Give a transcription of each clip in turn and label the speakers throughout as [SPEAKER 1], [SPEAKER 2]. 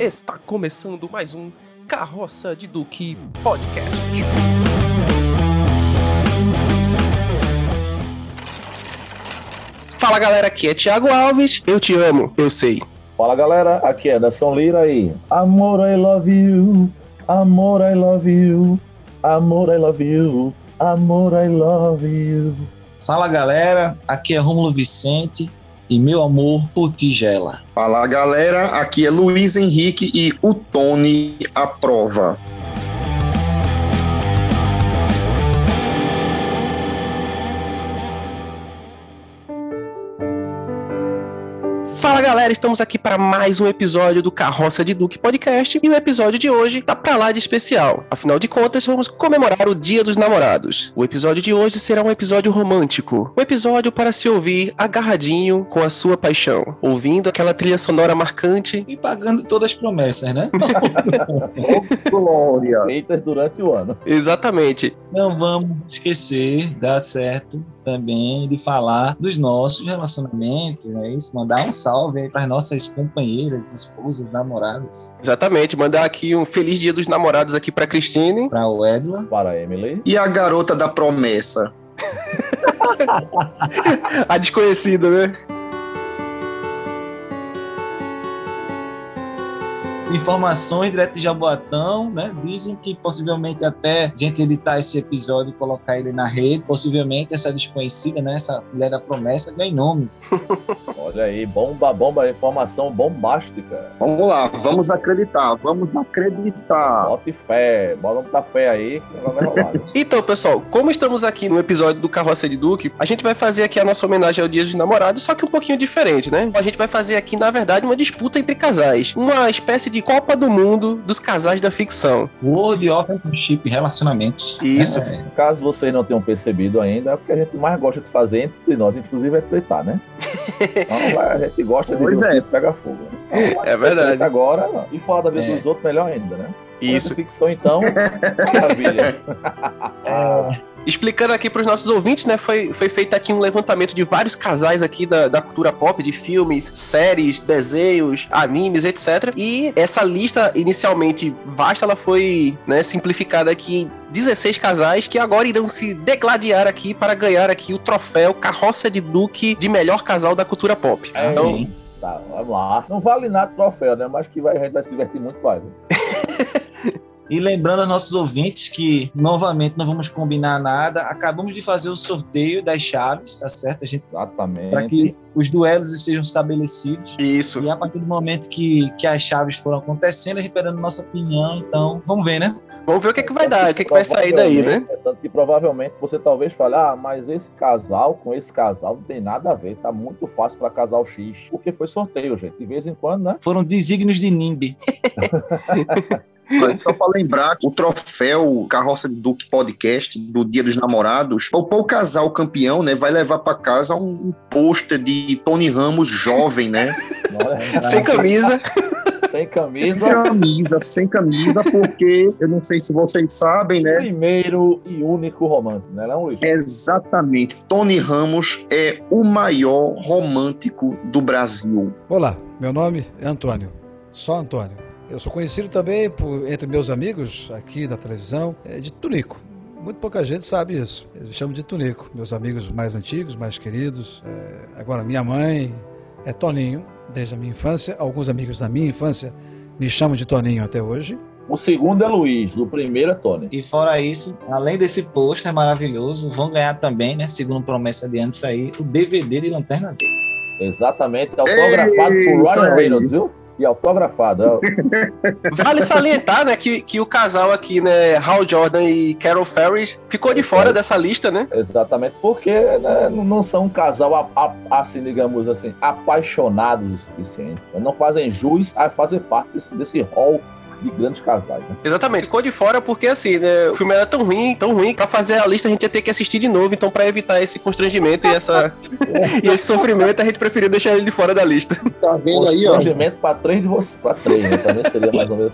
[SPEAKER 1] Está começando mais um Carroça de Duque Podcast. Fala galera, aqui é Thiago Alves. Eu te amo, eu sei.
[SPEAKER 2] Fala galera, aqui é Anderson Lira e Amor I love you, amor I love you, amor I love you, amor I love you.
[SPEAKER 3] Fala galera, aqui é Rômulo Vicente e meu amor por tigela.
[SPEAKER 4] Fala galera, aqui é Luiz Henrique e o Tony aprova.
[SPEAKER 1] Fala galera, estamos aqui para mais um episódio do Carroça de Duque Podcast e o episódio de hoje tá pra lá de especial. Afinal de contas, vamos comemorar o Dia dos Namorados. O episódio de hoje será um episódio romântico, um episódio para se ouvir agarradinho com a sua paixão, ouvindo aquela trilha sonora marcante.
[SPEAKER 3] E pagando todas as promessas, né?
[SPEAKER 2] Glória! Feitas durante o ano.
[SPEAKER 1] Exatamente.
[SPEAKER 3] Não vamos esquecer, dá certo também de falar dos nossos relacionamentos, não é isso? Mandar um salve aí para nossas companheiras, esposas, namoradas,
[SPEAKER 1] Exatamente. Mandar aqui um feliz Dia dos Namorados aqui pra Cristine.
[SPEAKER 3] para o Edla.
[SPEAKER 2] Para Emily.
[SPEAKER 4] E a garota da promessa?
[SPEAKER 1] A desconhecida, né?
[SPEAKER 3] Informações direto de Jaboatão, né? Dizem que possivelmente até a gente editar esse episódio e colocar ele na rede, possivelmente essa desconhecida, né? Essa mulher da promessa ganha nome.
[SPEAKER 2] Olha aí, bomba, bomba, informação bombástica.
[SPEAKER 4] Vamos lá, vamos acreditar, vamos acreditar.
[SPEAKER 2] Bote fé, bola muita fé aí que o negócio vai rolar. viu?
[SPEAKER 1] Então, pessoal, como estamos aqui no episódio do Carroça de Duque, a gente vai fazer aqui a nossa homenagem ao Dia dos Namorados, só que um pouquinho diferente, né? A gente vai fazer aqui, na verdade, uma disputa entre casais. Uma espécie de Copa do Mundo dos casais da ficção.
[SPEAKER 3] World of Friendship Relacionamentos.
[SPEAKER 1] Isso.
[SPEAKER 3] É,
[SPEAKER 2] Caso vocês não tenham percebido ainda, é o que a gente mais gosta de fazer entre nós, inclusive é tretar, né? Então, a gente gosta de
[SPEAKER 4] Pois
[SPEAKER 2] ver o
[SPEAKER 4] é.
[SPEAKER 2] circo pega fogo. Né? Então,
[SPEAKER 1] É
[SPEAKER 2] a
[SPEAKER 1] verdade.
[SPEAKER 2] treta Agora, não. e falar da vez
[SPEAKER 3] É.
[SPEAKER 2] dos outros, melhor ainda, né?
[SPEAKER 1] Isso.
[SPEAKER 2] Ficção, então, maravilha.
[SPEAKER 3] Ah,
[SPEAKER 1] Explicando aqui para os nossos ouvintes, né? Foi, foi feito aqui um levantamento de vários casais aqui da, da cultura pop, de filmes, séries, desenhos, animes, etc. E essa lista inicialmente vasta, ela foi né, simplificada aqui em 16 casais que agora irão se degladiar aqui para ganhar aqui o troféu Carroça de Duque de melhor casal da cultura pop.
[SPEAKER 2] É,
[SPEAKER 1] Então,
[SPEAKER 3] hein?
[SPEAKER 2] Tá, vamos lá. Não vale nada o troféu, né? Mas que vai, a gente vai se divertir muito, vai. viu?
[SPEAKER 3] E lembrando aos nossos ouvintes que, novamente, não vamos combinar nada. Acabamos de fazer o sorteio das chaves, tá certo? A gente para
[SPEAKER 2] Exatamente.
[SPEAKER 3] que os duelos estejam estabelecidos.
[SPEAKER 1] isso.
[SPEAKER 3] E a partir do momento que, que as chaves foram acontecendo, a gente esperando nossa opinião. Então, vamos ver, né?
[SPEAKER 1] Vamos ver o que, é que vai dar, o que, é que vai sair daí, né?
[SPEAKER 2] Provavelmente, é, Tanto que provavelmente você talvez fale, ah, mas esse casal com esse casal não tem nada a ver, tá muito fácil pra casal X. Porque foi sorteio, gente. De vez em quando, né?
[SPEAKER 3] Foram desígnios de Nimbi.
[SPEAKER 4] Mas Só para lembrar, o troféu Carroça de Duque Podcast do Dia dos Namorados, o pau casal campeão, né, vai levar para casa um, um pôster de Tony Ramos jovem, né?
[SPEAKER 2] Não,
[SPEAKER 1] Sem camisa.
[SPEAKER 2] sem camisa.
[SPEAKER 4] Sem camisa, sem camisa, porque eu não sei se vocês sabem, né?
[SPEAKER 2] Primeiro e único romântico, né, não, Luiz?
[SPEAKER 4] Exatamente. Tony Ramos é o maior romântico do Brasil.
[SPEAKER 5] Olá, meu nome é Antônio, só Antônio. Eu sou conhecido também por, entre meus amigos aqui da televisão eh, de Tunico. Muito pouca gente sabe isso. Eles me chamam de Tunico. Meus amigos mais antigos, mais queridos. eh, agora, minha mãe é Toninho, desde a minha infância. Alguns amigos da minha infância me chamam de Toninho até hoje.
[SPEAKER 2] O segundo é Luiz, o primeiro é Tony.
[SPEAKER 3] E fora isso, além desse pôster maravilhoso, vão ganhar também, né? Segundo promessa de antes aí, o DVD de Lanterna Verde.
[SPEAKER 2] Exatamente, é autografado por
[SPEAKER 4] Eita,
[SPEAKER 2] Ryan
[SPEAKER 4] aí.
[SPEAKER 2] Reynolds, viu? E autografado. é ó.
[SPEAKER 1] Vale salientar, né, que, que o casal aqui, né, Hal Jordan e Carol Ferris, ficou
[SPEAKER 2] É
[SPEAKER 1] de fora dessa lista, né?
[SPEAKER 2] Exatamente, porque né, não- não são um casal, a- a- assim, digamos assim, apaixonados o suficiente. Não fazem jus a fazer parte desse, desse hall de grandes casais. né?
[SPEAKER 1] Exatamente, ficou de fora porque, assim, né, o filme era tão ruim, tão ruim, pra fazer a lista a gente ia ter que assistir de novo, então pra evitar esse constrangimento e, essa, e esse sofrimento, a gente preferiu deixar ele de fora da lista.
[SPEAKER 4] Tá
[SPEAKER 2] Constrangimento para três de vocês, para três, né? Também seria mais ou menos.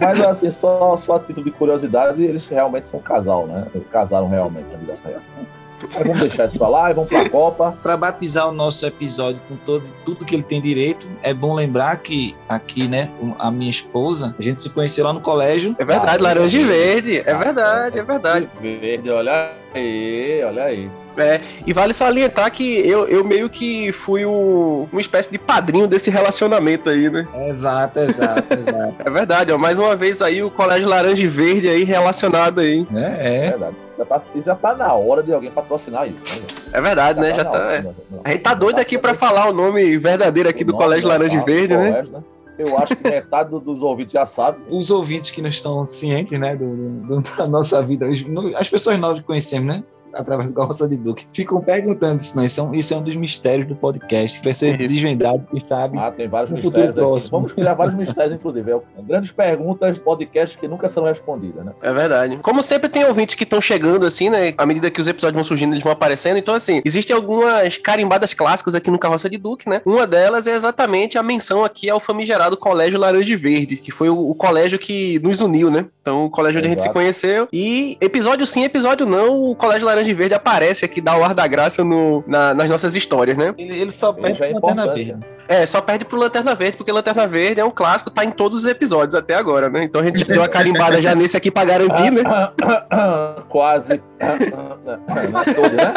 [SPEAKER 2] Mas assim, só, só a título de curiosidade, eles realmente são um casal, né? Eles casaram realmente na vida real. Mas vamos deixar isso pra lá e vamos pra Copa.
[SPEAKER 3] Para batizar o nosso episódio com todo, tudo que ele tem direito, é bom lembrar que aqui, né, um- a minha esposa, a gente se conheceu lá no colégio.
[SPEAKER 1] É verdade,
[SPEAKER 2] Ah,
[SPEAKER 1] laranja e
[SPEAKER 2] é.
[SPEAKER 1] verde. É verdade, é verdade.
[SPEAKER 2] Verde, olha aí, olha aí.
[SPEAKER 1] E vale salientar que eu, eu meio que fui o- uma espécie de padrinho desse relacionamento aí, né?
[SPEAKER 3] Exato, exato, exato.
[SPEAKER 1] É verdade, ó. Mais uma vez aí o Colégio Laranja e Verde aí relacionado aí.
[SPEAKER 3] né?
[SPEAKER 2] É
[SPEAKER 3] É.
[SPEAKER 2] verdade. Já tá, já tá na hora de alguém patrocinar isso. né, gente?
[SPEAKER 1] É verdade, né? Já
[SPEAKER 2] na
[SPEAKER 1] tá.
[SPEAKER 2] hora,
[SPEAKER 1] é.
[SPEAKER 2] né? Não.
[SPEAKER 1] A gente tá doido aqui pra
[SPEAKER 2] O
[SPEAKER 1] falar o nome verdadeiro aqui do
[SPEAKER 2] nome
[SPEAKER 1] Colégio
[SPEAKER 2] da-
[SPEAKER 1] Laranja e
[SPEAKER 2] do
[SPEAKER 1] Verde, né?
[SPEAKER 2] colégio, né? Eu acho que metade do- dos ouvintes já sabe.
[SPEAKER 3] Os ouvintes que não estão cientes, né, do, do- da nossa vida, os- no- as pessoas nós que conhecemos, né? Através do Carroça de Duque. Ficam perguntando isso, né? Isso é, um, isso é um dos mistérios do podcast, que vai ser
[SPEAKER 1] Isso.
[SPEAKER 3] desvendado, quem sabe?
[SPEAKER 2] Ah, tem vários mistérios
[SPEAKER 3] No Um futuro
[SPEAKER 2] aqui.
[SPEAKER 3] próximo.
[SPEAKER 2] Vamos criar vários mistérios, inclusive. É, grandes perguntas, podcasts que nunca serão respondidas, né?
[SPEAKER 1] É verdade. Como sempre, tem ouvintes que estão chegando, assim, né? À medida que os episódios vão surgindo, eles vão aparecendo. Então, assim, existem algumas carimbadas clássicas aqui no Carroça de Duque, né? Uma delas é exatamente a menção aqui ao famigerado Colégio Laranja e Verde, que foi o, o colégio que nos uniu, né? Então, o colégio onde a gente se
[SPEAKER 2] Exato.
[SPEAKER 1] conheceu. E episódio sim, episódio não, o Colégio Laranja e Verde aparece aqui, dá o ar da graça no- na- nas nossas histórias, né?
[SPEAKER 3] Ele, ele só perde
[SPEAKER 2] Veja a
[SPEAKER 3] a lanterna
[SPEAKER 2] é importância.
[SPEAKER 3] verde.
[SPEAKER 1] É, só perde pro Lanterna Verde, porque Lanterna Verde é um clássico, tá em todos os episódios até agora, né? Então a gente deu a carimbada já nesse aqui pra garantir, né?
[SPEAKER 2] Quase. Não, Todo, né?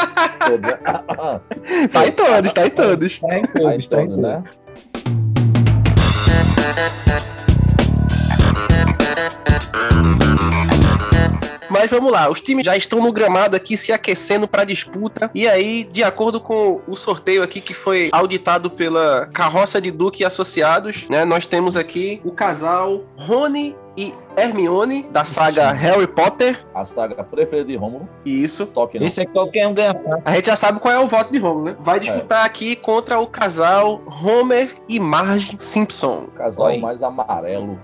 [SPEAKER 2] Todo, né?
[SPEAKER 1] Tá em todos, tá em todos.
[SPEAKER 3] Tá em
[SPEAKER 2] Aí
[SPEAKER 3] todos, tá em
[SPEAKER 2] todo,
[SPEAKER 3] todos.
[SPEAKER 2] né?
[SPEAKER 1] Mas vamos lá, os times já estão no gramado aqui se aquecendo para disputa. E aí, de acordo com o sorteio aqui que foi auditado pela Carroça de Duque e Associados, né? Nós temos aqui o casal Rony e Hermione da saga Harry Potter.
[SPEAKER 2] A saga preferida de Rômulo,
[SPEAKER 1] E isso.
[SPEAKER 2] toque não.
[SPEAKER 3] Esse é qualquer um ganha
[SPEAKER 1] A gente já sabe qual é o voto de Romulo, né? Vai
[SPEAKER 2] É.
[SPEAKER 1] disputar aqui contra o casal Homer e Marge Simpson.
[SPEAKER 2] O um casal
[SPEAKER 3] Oi.
[SPEAKER 2] mais amarelo.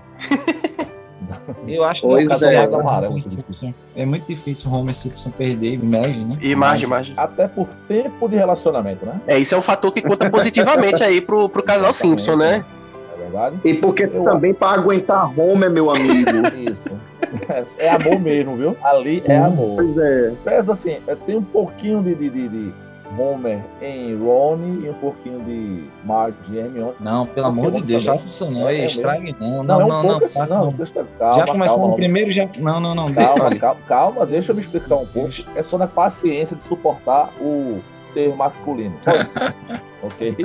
[SPEAKER 3] Eu acho
[SPEAKER 4] Pois
[SPEAKER 3] que o
[SPEAKER 4] é.
[SPEAKER 3] Casal Amarelo é muito difícil. É muito difícil o Homer Simpson perder, Maggie, né?
[SPEAKER 1] E Marge, Marge.
[SPEAKER 2] Até por tempo de relacionamento, né?
[SPEAKER 1] É, isso é um fator que conta positivamente aí pro, pro casal Simpson, né?
[SPEAKER 2] É verdade?
[SPEAKER 4] E porque
[SPEAKER 2] Eu
[SPEAKER 4] também para aguentar Homer, meu amigo.
[SPEAKER 2] Isso. É amor mesmo, viu? Ali
[SPEAKER 3] Hum.
[SPEAKER 2] é amor.
[SPEAKER 4] pois é.
[SPEAKER 2] Pesa assim, é, tem um pouquinho de, de, de, de Homer em Ronnie e um pouquinho de Marge e Hermione.
[SPEAKER 3] Não, pelo amor de Deus,
[SPEAKER 2] Também.
[SPEAKER 3] faça isso não.
[SPEAKER 2] É
[SPEAKER 3] Ei,
[SPEAKER 2] mesmo.
[SPEAKER 3] estrague não.
[SPEAKER 2] Não,
[SPEAKER 3] Não,
[SPEAKER 2] é um
[SPEAKER 3] não, não.
[SPEAKER 2] pouco assim,
[SPEAKER 3] faça
[SPEAKER 2] não.
[SPEAKER 3] não.
[SPEAKER 2] Deixa, calma,
[SPEAKER 3] já começando
[SPEAKER 2] calma,
[SPEAKER 3] no primeiro, já. Não, não, não.
[SPEAKER 2] Calma,
[SPEAKER 3] detalhe.
[SPEAKER 2] calma, calma, deixa eu me explicar um pouco. É só na paciência de suportar o ser masculino. Só isso. ok?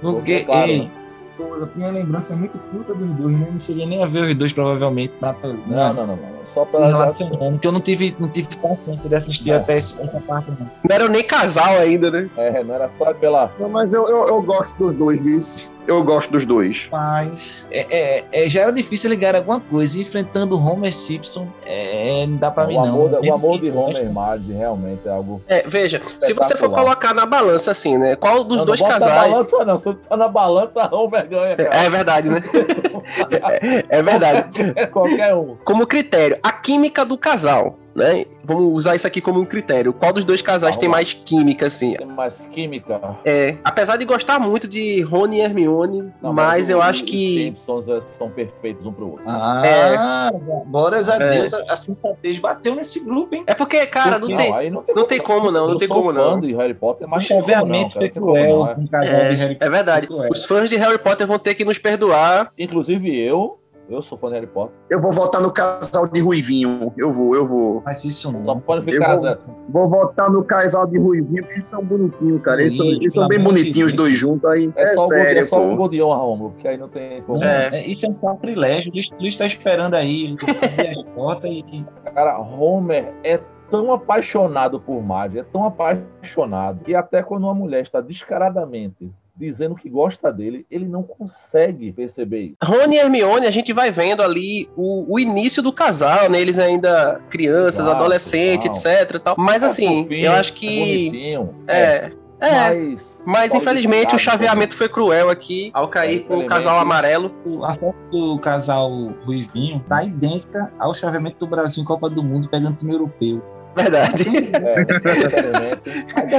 [SPEAKER 3] Porque,
[SPEAKER 2] É claro,
[SPEAKER 3] ei,
[SPEAKER 2] né?
[SPEAKER 3] pô, eu tenho uma lembrança muito curta dos dois, né? Não cheguei nem a ver os dois, provavelmente, na televisão.
[SPEAKER 2] Não, não, não, não. Só
[SPEAKER 3] Se
[SPEAKER 2] pra. É.
[SPEAKER 3] relacionando, porque eu não tive, não tive paciência de assistir
[SPEAKER 2] Não.
[SPEAKER 3] até esse- essa parte, não.
[SPEAKER 1] Não eram nem casal ainda, né?
[SPEAKER 2] É, não era só pela.
[SPEAKER 4] Não, mas eu, eu, eu gosto dos dois, vice. Eu gosto dos dois.
[SPEAKER 3] Mas é, é- é, já era difícil ligar alguma coisa. E Enfrentando Homer Simpson, é, não dá pra mim,
[SPEAKER 2] o,
[SPEAKER 3] não.
[SPEAKER 2] amor, da- o
[SPEAKER 3] Mesmo
[SPEAKER 2] amor
[SPEAKER 3] que-
[SPEAKER 2] de Homer e Marge realmente é algo.
[SPEAKER 1] É, veja, se você for
[SPEAKER 2] Espetacular.
[SPEAKER 1] colocar na balança, assim, né? Qual dos
[SPEAKER 2] Não,
[SPEAKER 1] dois
[SPEAKER 2] não bota na
[SPEAKER 1] casais.
[SPEAKER 2] balança, não. Se tu tá na balança, Homer ganha, cara.
[SPEAKER 1] É verdade, né? É verdade.
[SPEAKER 2] Qualquer um.
[SPEAKER 1] Como critério, a química do casal, né? Vamos usar isso aqui como um critério. Qual dos dois casais
[SPEAKER 2] Vamos
[SPEAKER 1] tem
[SPEAKER 2] lá.
[SPEAKER 1] mais química, assim?
[SPEAKER 2] Tem mais química.
[SPEAKER 1] É, apesar de gostar muito de Rony e Hermione,
[SPEAKER 2] Não,
[SPEAKER 1] mas eu
[SPEAKER 2] o-
[SPEAKER 1] acho
[SPEAKER 2] Os
[SPEAKER 1] que.
[SPEAKER 2] Simpsons é, são perfeitos um pro outro.
[SPEAKER 3] Ah, glórias a Deus, a, a sensatez bateu nesse grupo, hein?
[SPEAKER 1] É porque, cara, não
[SPEAKER 2] Porque-
[SPEAKER 1] tem.
[SPEAKER 2] aí
[SPEAKER 1] não tem como não, não
[SPEAKER 2] eu
[SPEAKER 1] tem
[SPEAKER 2] sou
[SPEAKER 1] como
[SPEAKER 2] fã
[SPEAKER 1] não.
[SPEAKER 2] de Harry Potter,
[SPEAKER 3] Mas
[SPEAKER 2] mas não tem como não,
[SPEAKER 3] obviamente
[SPEAKER 2] cara,
[SPEAKER 3] foi
[SPEAKER 2] não tem como não,
[SPEAKER 3] cruel
[SPEAKER 2] é.
[SPEAKER 3] com o casal de Harry
[SPEAKER 1] É verdade.
[SPEAKER 3] Cruel.
[SPEAKER 1] Os fãs de Harry Potter vão ter que nos perdoar.
[SPEAKER 2] Inclusive eu, eu sou fã de Harry Potter.
[SPEAKER 4] Eu vou votar no casal de Ruivinho. Eu vou, eu vou.
[SPEAKER 3] Mas isso
[SPEAKER 2] Só
[SPEAKER 3] não.
[SPEAKER 2] pode
[SPEAKER 4] Hum. Eu
[SPEAKER 2] ficar.
[SPEAKER 4] vou- Vou votar no casal de Ruivinho, porque eles são bonitinhos, cara. Eles são,
[SPEAKER 3] Ih,
[SPEAKER 4] eles são
[SPEAKER 3] pelo
[SPEAKER 4] bem
[SPEAKER 3] amor de
[SPEAKER 4] bonitinhos os
[SPEAKER 3] Deus.
[SPEAKER 4] dois juntos aí.
[SPEAKER 2] É,
[SPEAKER 4] É,
[SPEAKER 2] só, o gol, é
[SPEAKER 4] sério,
[SPEAKER 2] só o
[SPEAKER 4] pô.
[SPEAKER 2] gol de honra, Romulo, porque aí não tem como.
[SPEAKER 3] Não,
[SPEAKER 1] É.
[SPEAKER 3] é- Isso é um sacrilégio. Luiz, Luiz tá esperando aí. Ele tem que abrir as portas e.
[SPEAKER 2] Cara, Homer é tão apaixonado por Marge, é tão apaixonado, que até quando uma mulher está descaradamente dizendo que gosta dele, ele não consegue perceber isso.
[SPEAKER 1] Rony e Hermione, a gente vai vendo ali o, o início do casal, né? Eles ainda crianças,
[SPEAKER 2] Exato,
[SPEAKER 1] adolescentes,
[SPEAKER 2] tal.
[SPEAKER 1] etc. e Tal. Mas
[SPEAKER 2] É
[SPEAKER 1] assim,
[SPEAKER 2] fofinho,
[SPEAKER 1] eu acho
[SPEAKER 2] é
[SPEAKER 1] que.
[SPEAKER 2] bonitinho,
[SPEAKER 1] É. É.
[SPEAKER 2] mas,
[SPEAKER 1] Mas infelizmente o chaveamento foi cruel aqui ao
[SPEAKER 2] É,
[SPEAKER 1] cair com o
[SPEAKER 2] infelizmente.
[SPEAKER 1] casal amarelo.
[SPEAKER 3] O- A foto do casal Ruivinho tá idêntica ao chaveamento do Brasil em Copa do Mundo, pegando time europeu.
[SPEAKER 1] Verdade.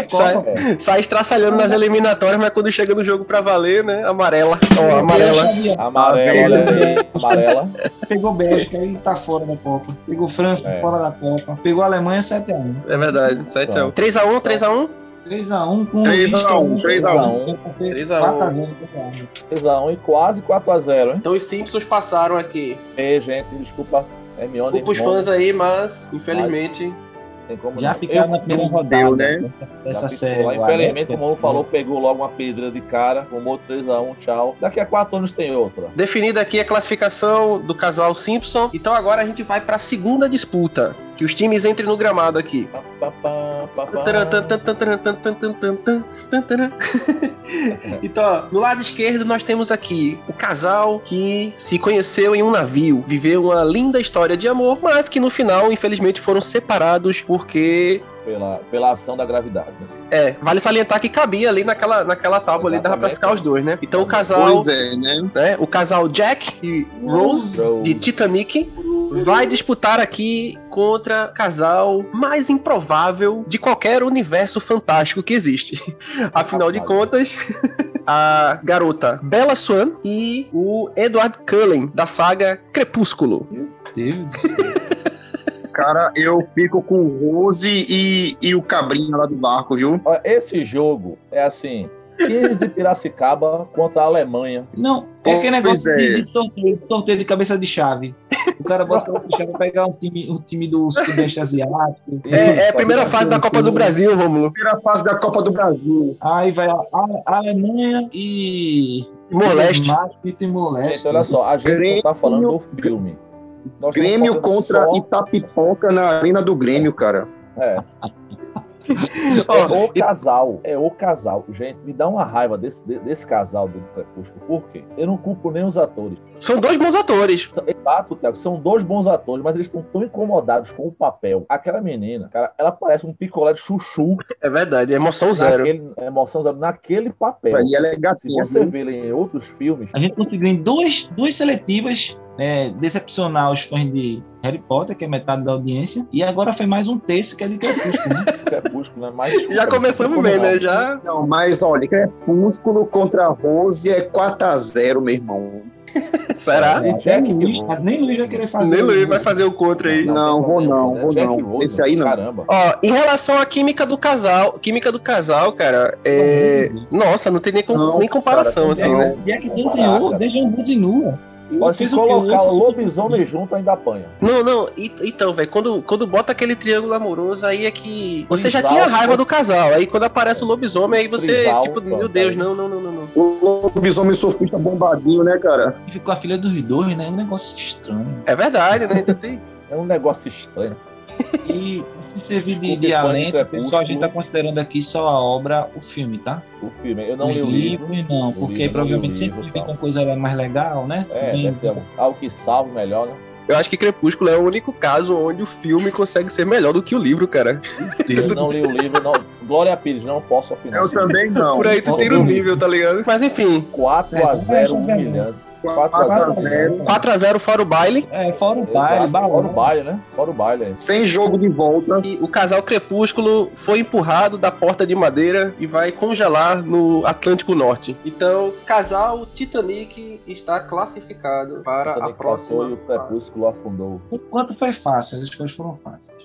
[SPEAKER 1] Sai- Sai estraçalhando nas eliminatórias, mas quando chega no jogo pra valer, né? Amarela. Ó, amarela.
[SPEAKER 2] Amarela, né? amarela.
[SPEAKER 3] Pegou Bélgica e tá fora da Copa. Pegou França
[SPEAKER 2] É.
[SPEAKER 3] fora da Copa. Pegou Alemanha 7x1.
[SPEAKER 1] É verdade. 7x1. 3x1, 3x1?
[SPEAKER 3] 3x1 com
[SPEAKER 4] 3x1, 3x1.
[SPEAKER 3] 4x0.
[SPEAKER 2] 3x1 e quase 4x0, hein?
[SPEAKER 1] Então os Simpsons passaram aqui.
[SPEAKER 2] Ei, gente, desculpa. É Mione.
[SPEAKER 1] Desculpa os fãs aí, mas infelizmente.
[SPEAKER 2] Tem como
[SPEAKER 3] Já
[SPEAKER 2] não.
[SPEAKER 3] ficaram
[SPEAKER 2] Eu-
[SPEAKER 3] na primeira
[SPEAKER 4] Deu,
[SPEAKER 3] rodada
[SPEAKER 4] né?
[SPEAKER 3] dessa
[SPEAKER 2] Já ficou
[SPEAKER 3] série.
[SPEAKER 2] lá.
[SPEAKER 3] lá,
[SPEAKER 2] Infelizmente,
[SPEAKER 3] né?
[SPEAKER 2] como o falou, pegou logo uma pedra de cara, tomou 3x1, tchau. Daqui a 4 anos tem outra.
[SPEAKER 1] Definida aqui a classificação do casal Simpson. Então agora a gente vai pra segunda disputa. Que os times entrem no gramado aqui.
[SPEAKER 2] Pá, pá, pá, pá, pá.
[SPEAKER 1] Então, ó, no lado esquerdo nós temos aqui o casal que se conheceu em um navio, viveu uma linda história de amor, mas que no final, infelizmente, foram separados porque.
[SPEAKER 2] Pela, pela ação da gravidade. né?
[SPEAKER 1] É, vale salientar que cabia ali naquela, naquela tábua ali, dava pra
[SPEAKER 2] Exatamente.
[SPEAKER 1] ficar os dois, né? Então o casal,
[SPEAKER 4] Pois é, né?
[SPEAKER 1] né? O casal Jack e Rose
[SPEAKER 2] Rose.
[SPEAKER 1] de Titanic vai disputar aqui contra o casal mais improvável de qualquer universo fantástico que existe. Afinal de
[SPEAKER 2] Rapaz.
[SPEAKER 1] contas, a garota Bella Swan e o Edward Cullen da saga Crepúsculo.
[SPEAKER 3] Teve.
[SPEAKER 4] Cara, eu fico com o Rose e, e o Cabrinho lá do barco, viu?
[SPEAKER 2] Olha, Esse jogo é assim: 15 de Piracicaba contra a Alemanha.
[SPEAKER 3] Não, é aquele negócio
[SPEAKER 4] Pois é.
[SPEAKER 3] de, de sorteio, de sorteio de cabeça de chave. O cara bota o chave pra pegar um time, um time do Sudeste Asiático.
[SPEAKER 1] É, é a primeira fase da Copa do Brasil, Romulo.
[SPEAKER 4] Primeira fase da Copa do Brasil.
[SPEAKER 3] Aí vai a, a Alemanha e.
[SPEAKER 1] Moleste.
[SPEAKER 3] Márcio e Moleste.
[SPEAKER 2] Gente, olha só, a gente
[SPEAKER 4] Grêmio-
[SPEAKER 2] não tá falando do filme. Nós estamos
[SPEAKER 4] Grêmio
[SPEAKER 2] falando
[SPEAKER 4] contra
[SPEAKER 2] só-
[SPEAKER 4] Itapipoca na arena do Grêmio, cara.
[SPEAKER 2] É,
[SPEAKER 1] Ó,
[SPEAKER 2] é o casal, é o casal. Gente, me dá uma raiva desse, de- desse casal do Crepúsculo. Por quê? Eu não culpo nem os atores.
[SPEAKER 1] são dois bons atores.
[SPEAKER 2] Exato, Thiago, são dois bons atores, mas eles estão tão incomodados com o papel. Aquela menina, cara, ela parece um picolé de chuchu
[SPEAKER 1] É verdade, emoção zero.
[SPEAKER 2] naquele, emoção zero, naquele papel.
[SPEAKER 4] E ela é
[SPEAKER 2] Se
[SPEAKER 4] gatinha.
[SPEAKER 2] você
[SPEAKER 4] viu?
[SPEAKER 2] vê ele em outros filmes,
[SPEAKER 3] A gente conseguiu em duas, duas seletivas né, decepcionar os fãs de Harry Potter, que é metade da audiência, e agora foi mais um terço que é de Crepúsculo. Né?
[SPEAKER 2] Crepúsculo, né? Mas,
[SPEAKER 1] Já começamos bem, né? Já.
[SPEAKER 4] Não, mas olha, Crepúsculo contra Rose é 4x0, meu irmão.
[SPEAKER 1] Será?
[SPEAKER 2] E É, Jack
[SPEAKER 3] nem, o Luiz,
[SPEAKER 2] Rose.
[SPEAKER 3] nem o Luiz vai querer fazer.
[SPEAKER 1] Nem Luiz vai É, fazer um- o contra aí.
[SPEAKER 4] Não,
[SPEAKER 2] tem
[SPEAKER 4] vou
[SPEAKER 2] problema,
[SPEAKER 4] não,
[SPEAKER 2] né?
[SPEAKER 4] vou
[SPEAKER 2] Jack
[SPEAKER 4] não.
[SPEAKER 2] Rose,
[SPEAKER 4] Esse aí não.
[SPEAKER 2] Caramba.
[SPEAKER 1] Ó, em relação à química do casal, química do casal, cara, é. Nossa, não tem nem, com-
[SPEAKER 4] Não,
[SPEAKER 1] nem comparação,
[SPEAKER 4] cara,
[SPEAKER 1] assim,
[SPEAKER 4] não.
[SPEAKER 1] né?
[SPEAKER 3] Jack desenhou,
[SPEAKER 2] Caraca.
[SPEAKER 3] desenhou continua.
[SPEAKER 2] Pode se
[SPEAKER 3] né?
[SPEAKER 2] colocar lobisomem junto, ainda apanha.
[SPEAKER 1] Não, não, e- então, velho, quando, quando bota aquele triângulo amoroso, aí é que. Você já
[SPEAKER 2] Trisal,
[SPEAKER 1] tinha raiva do casal, aí quando aparece o lobisomem, aí você,
[SPEAKER 2] Trisal,
[SPEAKER 1] tipo,
[SPEAKER 2] pronto,
[SPEAKER 1] meu Deus,
[SPEAKER 2] aí.
[SPEAKER 1] não, não, não, não, não.
[SPEAKER 4] O lobisomem surfista bombadinho, né, cara?
[SPEAKER 3] E ficou a filha dos dois, né? Um negócio estranho.
[SPEAKER 1] É verdade, né? Então tem-
[SPEAKER 2] É um negócio estranho.
[SPEAKER 3] E se servir de,
[SPEAKER 2] Porque
[SPEAKER 3] de
[SPEAKER 2] quando
[SPEAKER 3] alento,
[SPEAKER 2] Crepúsculo-
[SPEAKER 3] pessoal, a gente tá considerando aqui só a obra, o filme, tá?
[SPEAKER 2] O filme. Eu não
[SPEAKER 3] Os
[SPEAKER 2] li o livro.
[SPEAKER 3] livros, não,
[SPEAKER 2] O
[SPEAKER 3] porque
[SPEAKER 2] livro,
[SPEAKER 3] provavelmente
[SPEAKER 2] o
[SPEAKER 3] sempre
[SPEAKER 2] livro,
[SPEAKER 3] vem
[SPEAKER 2] tá.
[SPEAKER 3] com coisa mais legal, né?
[SPEAKER 2] É,
[SPEAKER 3] Vem-
[SPEAKER 2] deve ter um- algo que salve melhor, né?
[SPEAKER 1] Eu acho que Crepúsculo é o único caso onde o filme consegue ser melhor do que o livro, cara.
[SPEAKER 2] Eu não li o livro, não. Glória Pires, não posso opinar.
[SPEAKER 4] Eu também não.
[SPEAKER 1] Por aí tu
[SPEAKER 3] não,
[SPEAKER 1] tira o
[SPEAKER 3] não.
[SPEAKER 1] nível, tá ligado? Mas enfim,
[SPEAKER 2] 4x0,
[SPEAKER 3] um
[SPEAKER 2] humilhante. 4x0.
[SPEAKER 1] 4x0 fora o baile.
[SPEAKER 3] É, fora o baile,
[SPEAKER 2] Fora o
[SPEAKER 3] balão.
[SPEAKER 2] baile, né? Fora o baile. aí.
[SPEAKER 4] Sem jogo de volta.
[SPEAKER 1] E o casal Crepúsculo foi empurrado da porta de madeira e vai congelar no Atlântico Norte. Então, casal Titanic está classificado para a
[SPEAKER 2] Titanic passou
[SPEAKER 1] próxima.
[SPEAKER 2] e o Crepúsculo afundou.
[SPEAKER 3] O quanto foi fácil, as escolhas foram fáceis.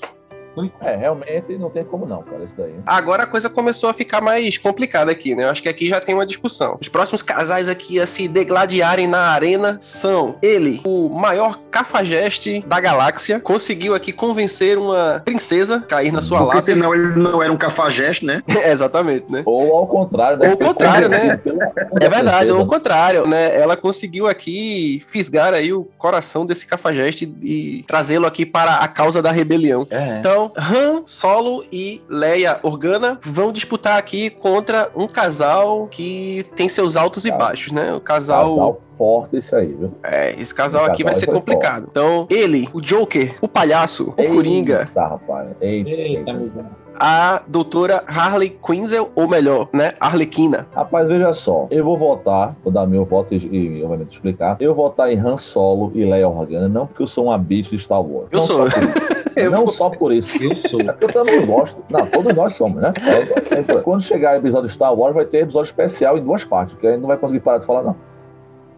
[SPEAKER 2] É, realmente não tem como não, cara, isso daí.
[SPEAKER 1] Agora a coisa começou a ficar mais complicada aqui, né? Eu acho que aqui já tem uma discussão. Os próximos casais aqui a se degladiarem na arena são ele, o maior cafajeste da galáxia, conseguiu aqui convencer uma princesa a cair na sua
[SPEAKER 4] Porque
[SPEAKER 1] lápide.
[SPEAKER 4] senão ele não era um cafajeste, né?
[SPEAKER 1] Exatamente, né?
[SPEAKER 2] Ou ao contrário, né?
[SPEAKER 1] Ou ao contrário, né?
[SPEAKER 2] Pela-
[SPEAKER 1] É verdade,
[SPEAKER 2] um certeza. Um
[SPEAKER 1] ou o contrário, né? Ela conseguiu aqui fisgar aí o coração desse cafajeste e trazê-lo aqui para a causa da rebelião.
[SPEAKER 3] É.
[SPEAKER 1] Então, Han, Solo e Leia Organa vão disputar aqui contra um casal que tem seus altos e
[SPEAKER 2] Casal.
[SPEAKER 1] baixos, né? O casal,
[SPEAKER 2] Casal forte isso aí, viu?
[SPEAKER 1] É, esse casal
[SPEAKER 2] Esse
[SPEAKER 1] aqui vai
[SPEAKER 2] casal
[SPEAKER 1] ser
[SPEAKER 2] foi
[SPEAKER 1] complicado. Então, ele, o Joker, o palhaço, o Coringa,
[SPEAKER 2] Tá, rapaz. Eita,
[SPEAKER 3] Eita,
[SPEAKER 2] eita.
[SPEAKER 3] miséria.
[SPEAKER 1] a doutora Harley Quinzel, ou melhor, né, Arlequina.
[SPEAKER 2] Rapaz, veja só. Eu vou votar, vou dar meu voto e, e obviamente explicar. Eu vou votar em Han Solo e Leia Organa, não porque eu sou uma bicha de Star Wars.
[SPEAKER 1] Eu
[SPEAKER 2] não
[SPEAKER 1] sou.
[SPEAKER 2] Só por isso.
[SPEAKER 1] Eu-
[SPEAKER 2] não só por isso.
[SPEAKER 3] Eu sou.
[SPEAKER 2] Eu também gosto. Não, todos nós somos, né? Quando chegar o episódio Star Wars, vai ter episódio especial em duas partes, porque a gente não vai conseguir parar de falar, não.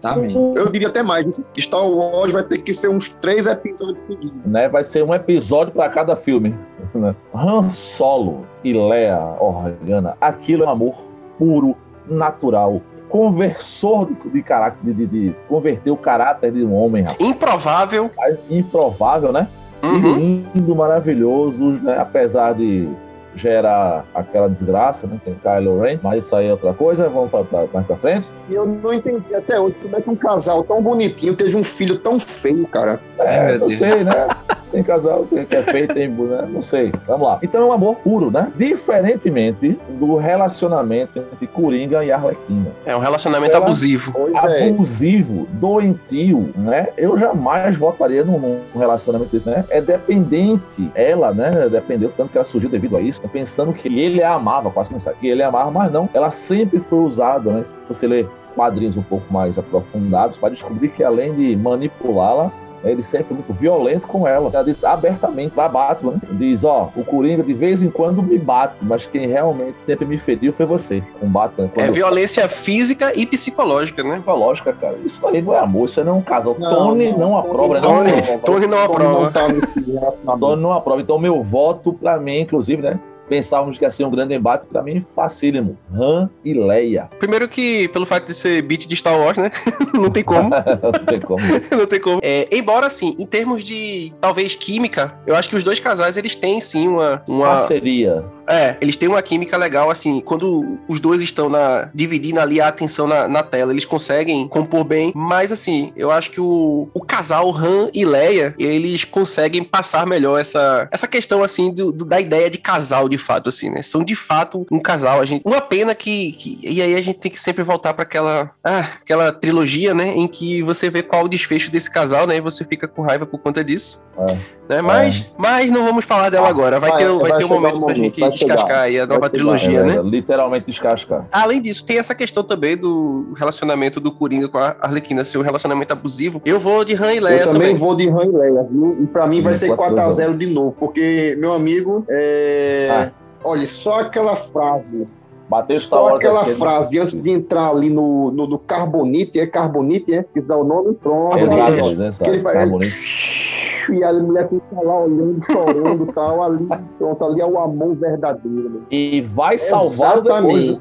[SPEAKER 2] tá,
[SPEAKER 3] Amém.
[SPEAKER 4] Eu diria até mais. Star Wars vai ter que ser uns três episódios seguidos.
[SPEAKER 2] Né? Vai ser um episódio para cada filme. né? Han Solo e Leia Organa, aquilo é um amor puro, natural, conversor de, de caráter, de, de- de converter o caráter de um homem, rapaz.
[SPEAKER 1] Improvável.
[SPEAKER 2] Improvável, né?
[SPEAKER 1] Uhum.
[SPEAKER 2] E lindo, maravilhoso, né? apesar de gerar aquela desgraça, né? Tem Kylo Ren, mas isso aí é outra coisa, vamos pra, pra- mais pra frente.
[SPEAKER 4] E eu não entendi até hoje como é que um casal tão bonitinho teve um filho tão feio, cara.
[SPEAKER 3] Ai,
[SPEAKER 2] É,
[SPEAKER 3] meu
[SPEAKER 2] não
[SPEAKER 3] Deus.
[SPEAKER 2] sei, né? Tem casal que que é feio, tem bu- né? Não sei. Vamos lá. Então é um amor puro, né? Diferentemente do relacionamento entre Coringa e Arlequina.
[SPEAKER 1] É um relacionamento
[SPEAKER 2] Ela-
[SPEAKER 1] abusivo.
[SPEAKER 4] Pois é.
[SPEAKER 2] Abusivo, doentio, né? Eu jamais votaria num num relacionamento desse, né? É dependente. Ela, né? Dependeu tanto que ela surgiu devido a isso, né? pensando que ele a amava, quase que não sabe que ele a amava, mas não. Ela sempre foi usada, né? Se você ler quadrinhos um pouco mais aprofundados, para descobrir que além de manipulá-la, né, ele sempre foi muito violento com ela. Ela diz abertamente pra Batman. Diz, ó, o Coringa de vez em quando me bate, mas quem realmente sempre me feriu foi você. Com Batman.
[SPEAKER 1] É
[SPEAKER 2] Quando
[SPEAKER 1] violência física e psicológica, né?
[SPEAKER 2] psicológica, cara. Isso aí não é amor, isso aí não é um casal.
[SPEAKER 4] Não,
[SPEAKER 2] Tony
[SPEAKER 4] não,
[SPEAKER 2] não, aprova, né?
[SPEAKER 1] Tony,
[SPEAKER 2] Não aprova.
[SPEAKER 1] Tony não
[SPEAKER 4] Quando não
[SPEAKER 1] aprova.
[SPEAKER 4] tá nesse laço na
[SPEAKER 2] Tony não aprova. Então, meu voto pra mim, inclusive, né? Pensávamos que ia ser um grande embate, pra mim, facílimo. Han e Leia.
[SPEAKER 1] Primeiro que, pelo fato de ser beat de Star Wars, né? Não tem como.
[SPEAKER 2] não tem como.
[SPEAKER 1] Não tem como. É, embora, assim, em termos de, talvez, química, eu acho que os dois casais, eles têm, sim, uma... uma
[SPEAKER 2] Parceria.
[SPEAKER 1] é, eles têm uma química legal, assim, quando os dois estão na, dividindo ali a atenção na, na tela, eles conseguem compor bem, mas, assim, eu acho que o, o casal Han e Leia, eles conseguem passar melhor essa, essa questão, assim, do, do- da ideia de casal, de fato, assim, né? São, de fato, um casal. A gente, uma pena que, que- E aí a gente tem que sempre voltar pra aquela... Ah, aquela trilogia, né? Em que você vê qual o desfecho desse casal, né? E você fica com raiva por conta disso.
[SPEAKER 2] É.
[SPEAKER 1] Né? Mas, mas não vamos falar dela
[SPEAKER 4] Ah,
[SPEAKER 1] agora. Vai,
[SPEAKER 4] vai,
[SPEAKER 1] ter, vai
[SPEAKER 4] vai
[SPEAKER 1] ter um
[SPEAKER 4] chegar
[SPEAKER 1] momento,
[SPEAKER 4] um
[SPEAKER 1] pra
[SPEAKER 4] momento,
[SPEAKER 1] gente
[SPEAKER 4] vai chegar.
[SPEAKER 1] descascar aí a nova
[SPEAKER 4] chegar,
[SPEAKER 1] trilogia,
[SPEAKER 2] É,
[SPEAKER 1] né?
[SPEAKER 2] Literalmente descascar.
[SPEAKER 1] Além disso, tem essa questão também do relacionamento do Coringa com a Arlequina ser um relacionamento abusivo. Eu vou de Han e Leia
[SPEAKER 4] Eu também,
[SPEAKER 1] também.
[SPEAKER 4] vou de Han e Leia, viu? E pra mim vai
[SPEAKER 2] Sim,
[SPEAKER 4] ser
[SPEAKER 2] 4 a 0
[SPEAKER 4] 4x0 de novo, porque, meu amigo, é...
[SPEAKER 2] Ah.
[SPEAKER 4] Olha, só aquela frase,
[SPEAKER 2] Bateu Star
[SPEAKER 4] só
[SPEAKER 2] Wars
[SPEAKER 4] aquela
[SPEAKER 2] aqui, né?
[SPEAKER 4] frase antes de entrar ali no, no, no Carbonite, é Carbonite, é? Que dá o nome pronto.
[SPEAKER 2] Exato, né?
[SPEAKER 4] Ele
[SPEAKER 2] Sabe?
[SPEAKER 4] vai-
[SPEAKER 2] Tá bonito.
[SPEAKER 4] E a mulher fica lá olhando, chorando e tal. Ali, pronto, ali é o amor verdadeiro. né?
[SPEAKER 2] E vai salvar o depois.
[SPEAKER 4] Exatamente.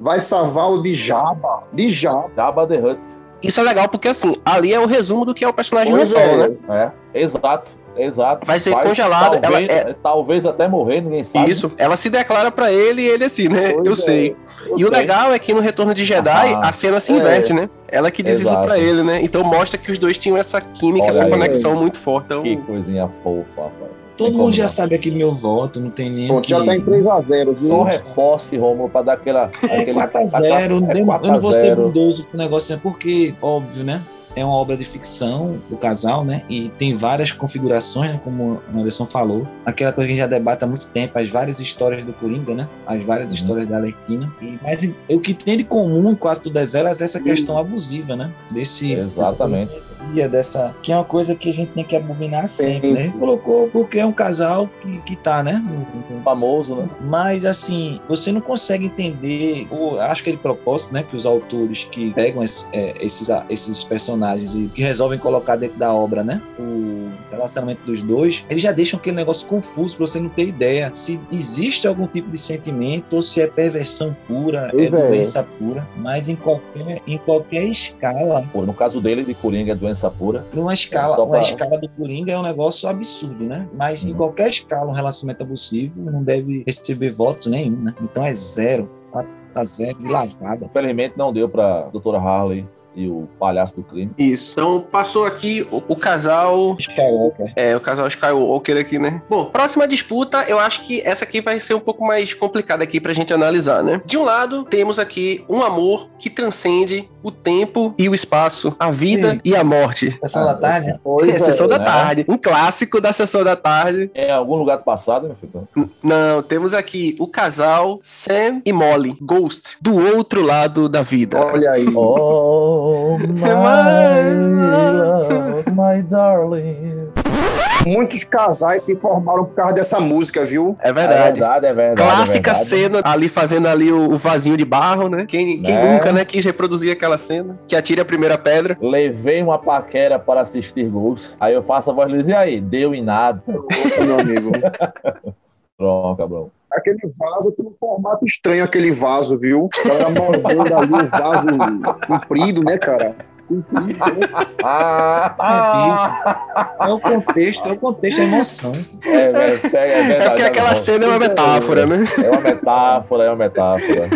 [SPEAKER 4] Vai salvar o de Jaba. De Jaba.
[SPEAKER 2] Jabba the Hutt.
[SPEAKER 1] Isso é legal porque, assim, ali é o resumo do que é o personagem
[SPEAKER 4] Pois
[SPEAKER 1] principal,
[SPEAKER 4] é.
[SPEAKER 1] né?
[SPEAKER 2] É, exato, exato.
[SPEAKER 1] Vai ser congelado,
[SPEAKER 2] Talvez,
[SPEAKER 1] ela é-
[SPEAKER 2] talvez até morrer, ninguém sabe.
[SPEAKER 1] Isso. Ela se declara pra ele e ele assim, né?
[SPEAKER 4] Pois
[SPEAKER 1] eu
[SPEAKER 4] é,
[SPEAKER 1] sei.
[SPEAKER 2] eu
[SPEAKER 1] E o
[SPEAKER 2] sei.
[SPEAKER 1] legal é que no Retorno de Jedi,
[SPEAKER 2] Ah,
[SPEAKER 1] a cena se
[SPEAKER 4] é.
[SPEAKER 1] inverte, né? Ela que diz isso
[SPEAKER 2] Exato.
[SPEAKER 1] pra ele, né? Então mostra que os dois tinham essa química,
[SPEAKER 2] Olha
[SPEAKER 1] essa
[SPEAKER 2] aí.
[SPEAKER 1] conexão muito forte. Então,
[SPEAKER 2] Que coisinha fofa, rapaz.
[SPEAKER 3] Todo
[SPEAKER 2] Tem
[SPEAKER 3] mundo
[SPEAKER 2] como
[SPEAKER 3] já
[SPEAKER 2] não.
[SPEAKER 3] sabe aqui do meu voto, não tem nem. o
[SPEAKER 4] Pronto,
[SPEAKER 3] que...
[SPEAKER 4] já tá em 3x0, viu?
[SPEAKER 2] Só reforce, Romulo, pra dar aquela. aquele-
[SPEAKER 3] É 4x0, eu não
[SPEAKER 2] é
[SPEAKER 3] dei- eu não vou
[SPEAKER 2] 4x0.
[SPEAKER 3] ser bondoso com o negócio, né? porque, óbvio, né? É uma obra de ficção do casal, né? E tem várias configurações, né? Como o Anderson falou. Aquela coisa que a gente já debate há muito tempo, as várias histórias do Coringa, né? As várias
[SPEAKER 2] Uhum.
[SPEAKER 3] histórias da Alequina. Mas em- o que tem de comum em quase todas elas é essa questão abusiva, né? Desse,
[SPEAKER 2] Exatamente.
[SPEAKER 3] dia dessa. Que é uma coisa que a gente tem que abominar sempre,
[SPEAKER 4] Sim.
[SPEAKER 3] né? Colocou porque é um casal que, que tá, né? no- no-
[SPEAKER 2] Famoso, né?
[SPEAKER 3] mas assim, você não consegue entender, ou acho que é de propósito, né? Que os autores que pegam es- é, esses, a- esses personagens e que resolvem colocar dentro da obra, né? O relacionamento dos dois, eles já deixam aquele negócio confuso pra você não ter ideia se existe algum tipo de sentimento ou se é perversão pura, é
[SPEAKER 4] Pois é.
[SPEAKER 3] doença pura. Mas em qualquer, em qualquer escala,
[SPEAKER 2] Pô, No caso dele, de Coringa, é doença pura.
[SPEAKER 3] uma escala,
[SPEAKER 2] Só
[SPEAKER 3] uma
[SPEAKER 2] pra-
[SPEAKER 3] escala do Coringa é um negócio absurdo, né? Mas em
[SPEAKER 2] Uhum.
[SPEAKER 3] qualquer escala, um relacionamento abusivo não deve receber voto nenhum, né? Então é zero, 4 a zero de lavada.
[SPEAKER 2] Infelizmente, não deu pra doutora Harley. e o palhaço do crime.
[SPEAKER 1] Isso. Então passou aqui o, o casal.
[SPEAKER 3] Skywalker.
[SPEAKER 1] É, o casal Skywalker aqui, né? Bom, próxima disputa, eu acho que essa aqui vai ser um pouco mais complicada aqui pra gente analisar, né? De um lado, temos aqui um amor que transcende o tempo e o espaço, a vida
[SPEAKER 3] Sim.
[SPEAKER 1] e a morte.
[SPEAKER 3] Sessão
[SPEAKER 2] Ah,
[SPEAKER 3] da tarde?
[SPEAKER 2] Pois
[SPEAKER 1] É, Sessão da
[SPEAKER 2] né?
[SPEAKER 1] tarde. Um clássico da Sessão da Tarde.
[SPEAKER 2] É algum lugar do passado, meu filho?
[SPEAKER 1] N- Não, temos aqui o casal Sam e Molly, Ghost, do outro lado da vida.
[SPEAKER 4] Olha aí.
[SPEAKER 2] Oh, my love, my darling.
[SPEAKER 4] Muitos casais se formaram por causa dessa música, viu?
[SPEAKER 1] É
[SPEAKER 2] É
[SPEAKER 1] verdade.
[SPEAKER 2] verdade, é verdade.
[SPEAKER 1] Clássica
[SPEAKER 2] é verdade.
[SPEAKER 1] cena ali fazendo ali o, o vasinho de barro, né? Quem, quem
[SPEAKER 2] Né?
[SPEAKER 1] nunca, né, quis reproduzir aquela cena? Que atire a primeira pedra.
[SPEAKER 2] Levei uma paquera para assistir Ghost. Aí eu faço a voz Luiz, e aí? Deu em nada.
[SPEAKER 4] Opa, meu amigo.
[SPEAKER 2] Troca, bro.
[SPEAKER 4] Aquele vaso tem um formato estranho, aquele vaso, viu? O cara mordendo ali um vaso comprido, né, cara? Comprido, né?
[SPEAKER 2] Ah,
[SPEAKER 3] É o contexto, é o contexto, é a emoção.
[SPEAKER 2] é, verdade, é verdade.
[SPEAKER 1] É porque aquela
[SPEAKER 2] bom.
[SPEAKER 1] cena é uma metáfora, né?
[SPEAKER 2] É uma metáfora, é uma metáfora.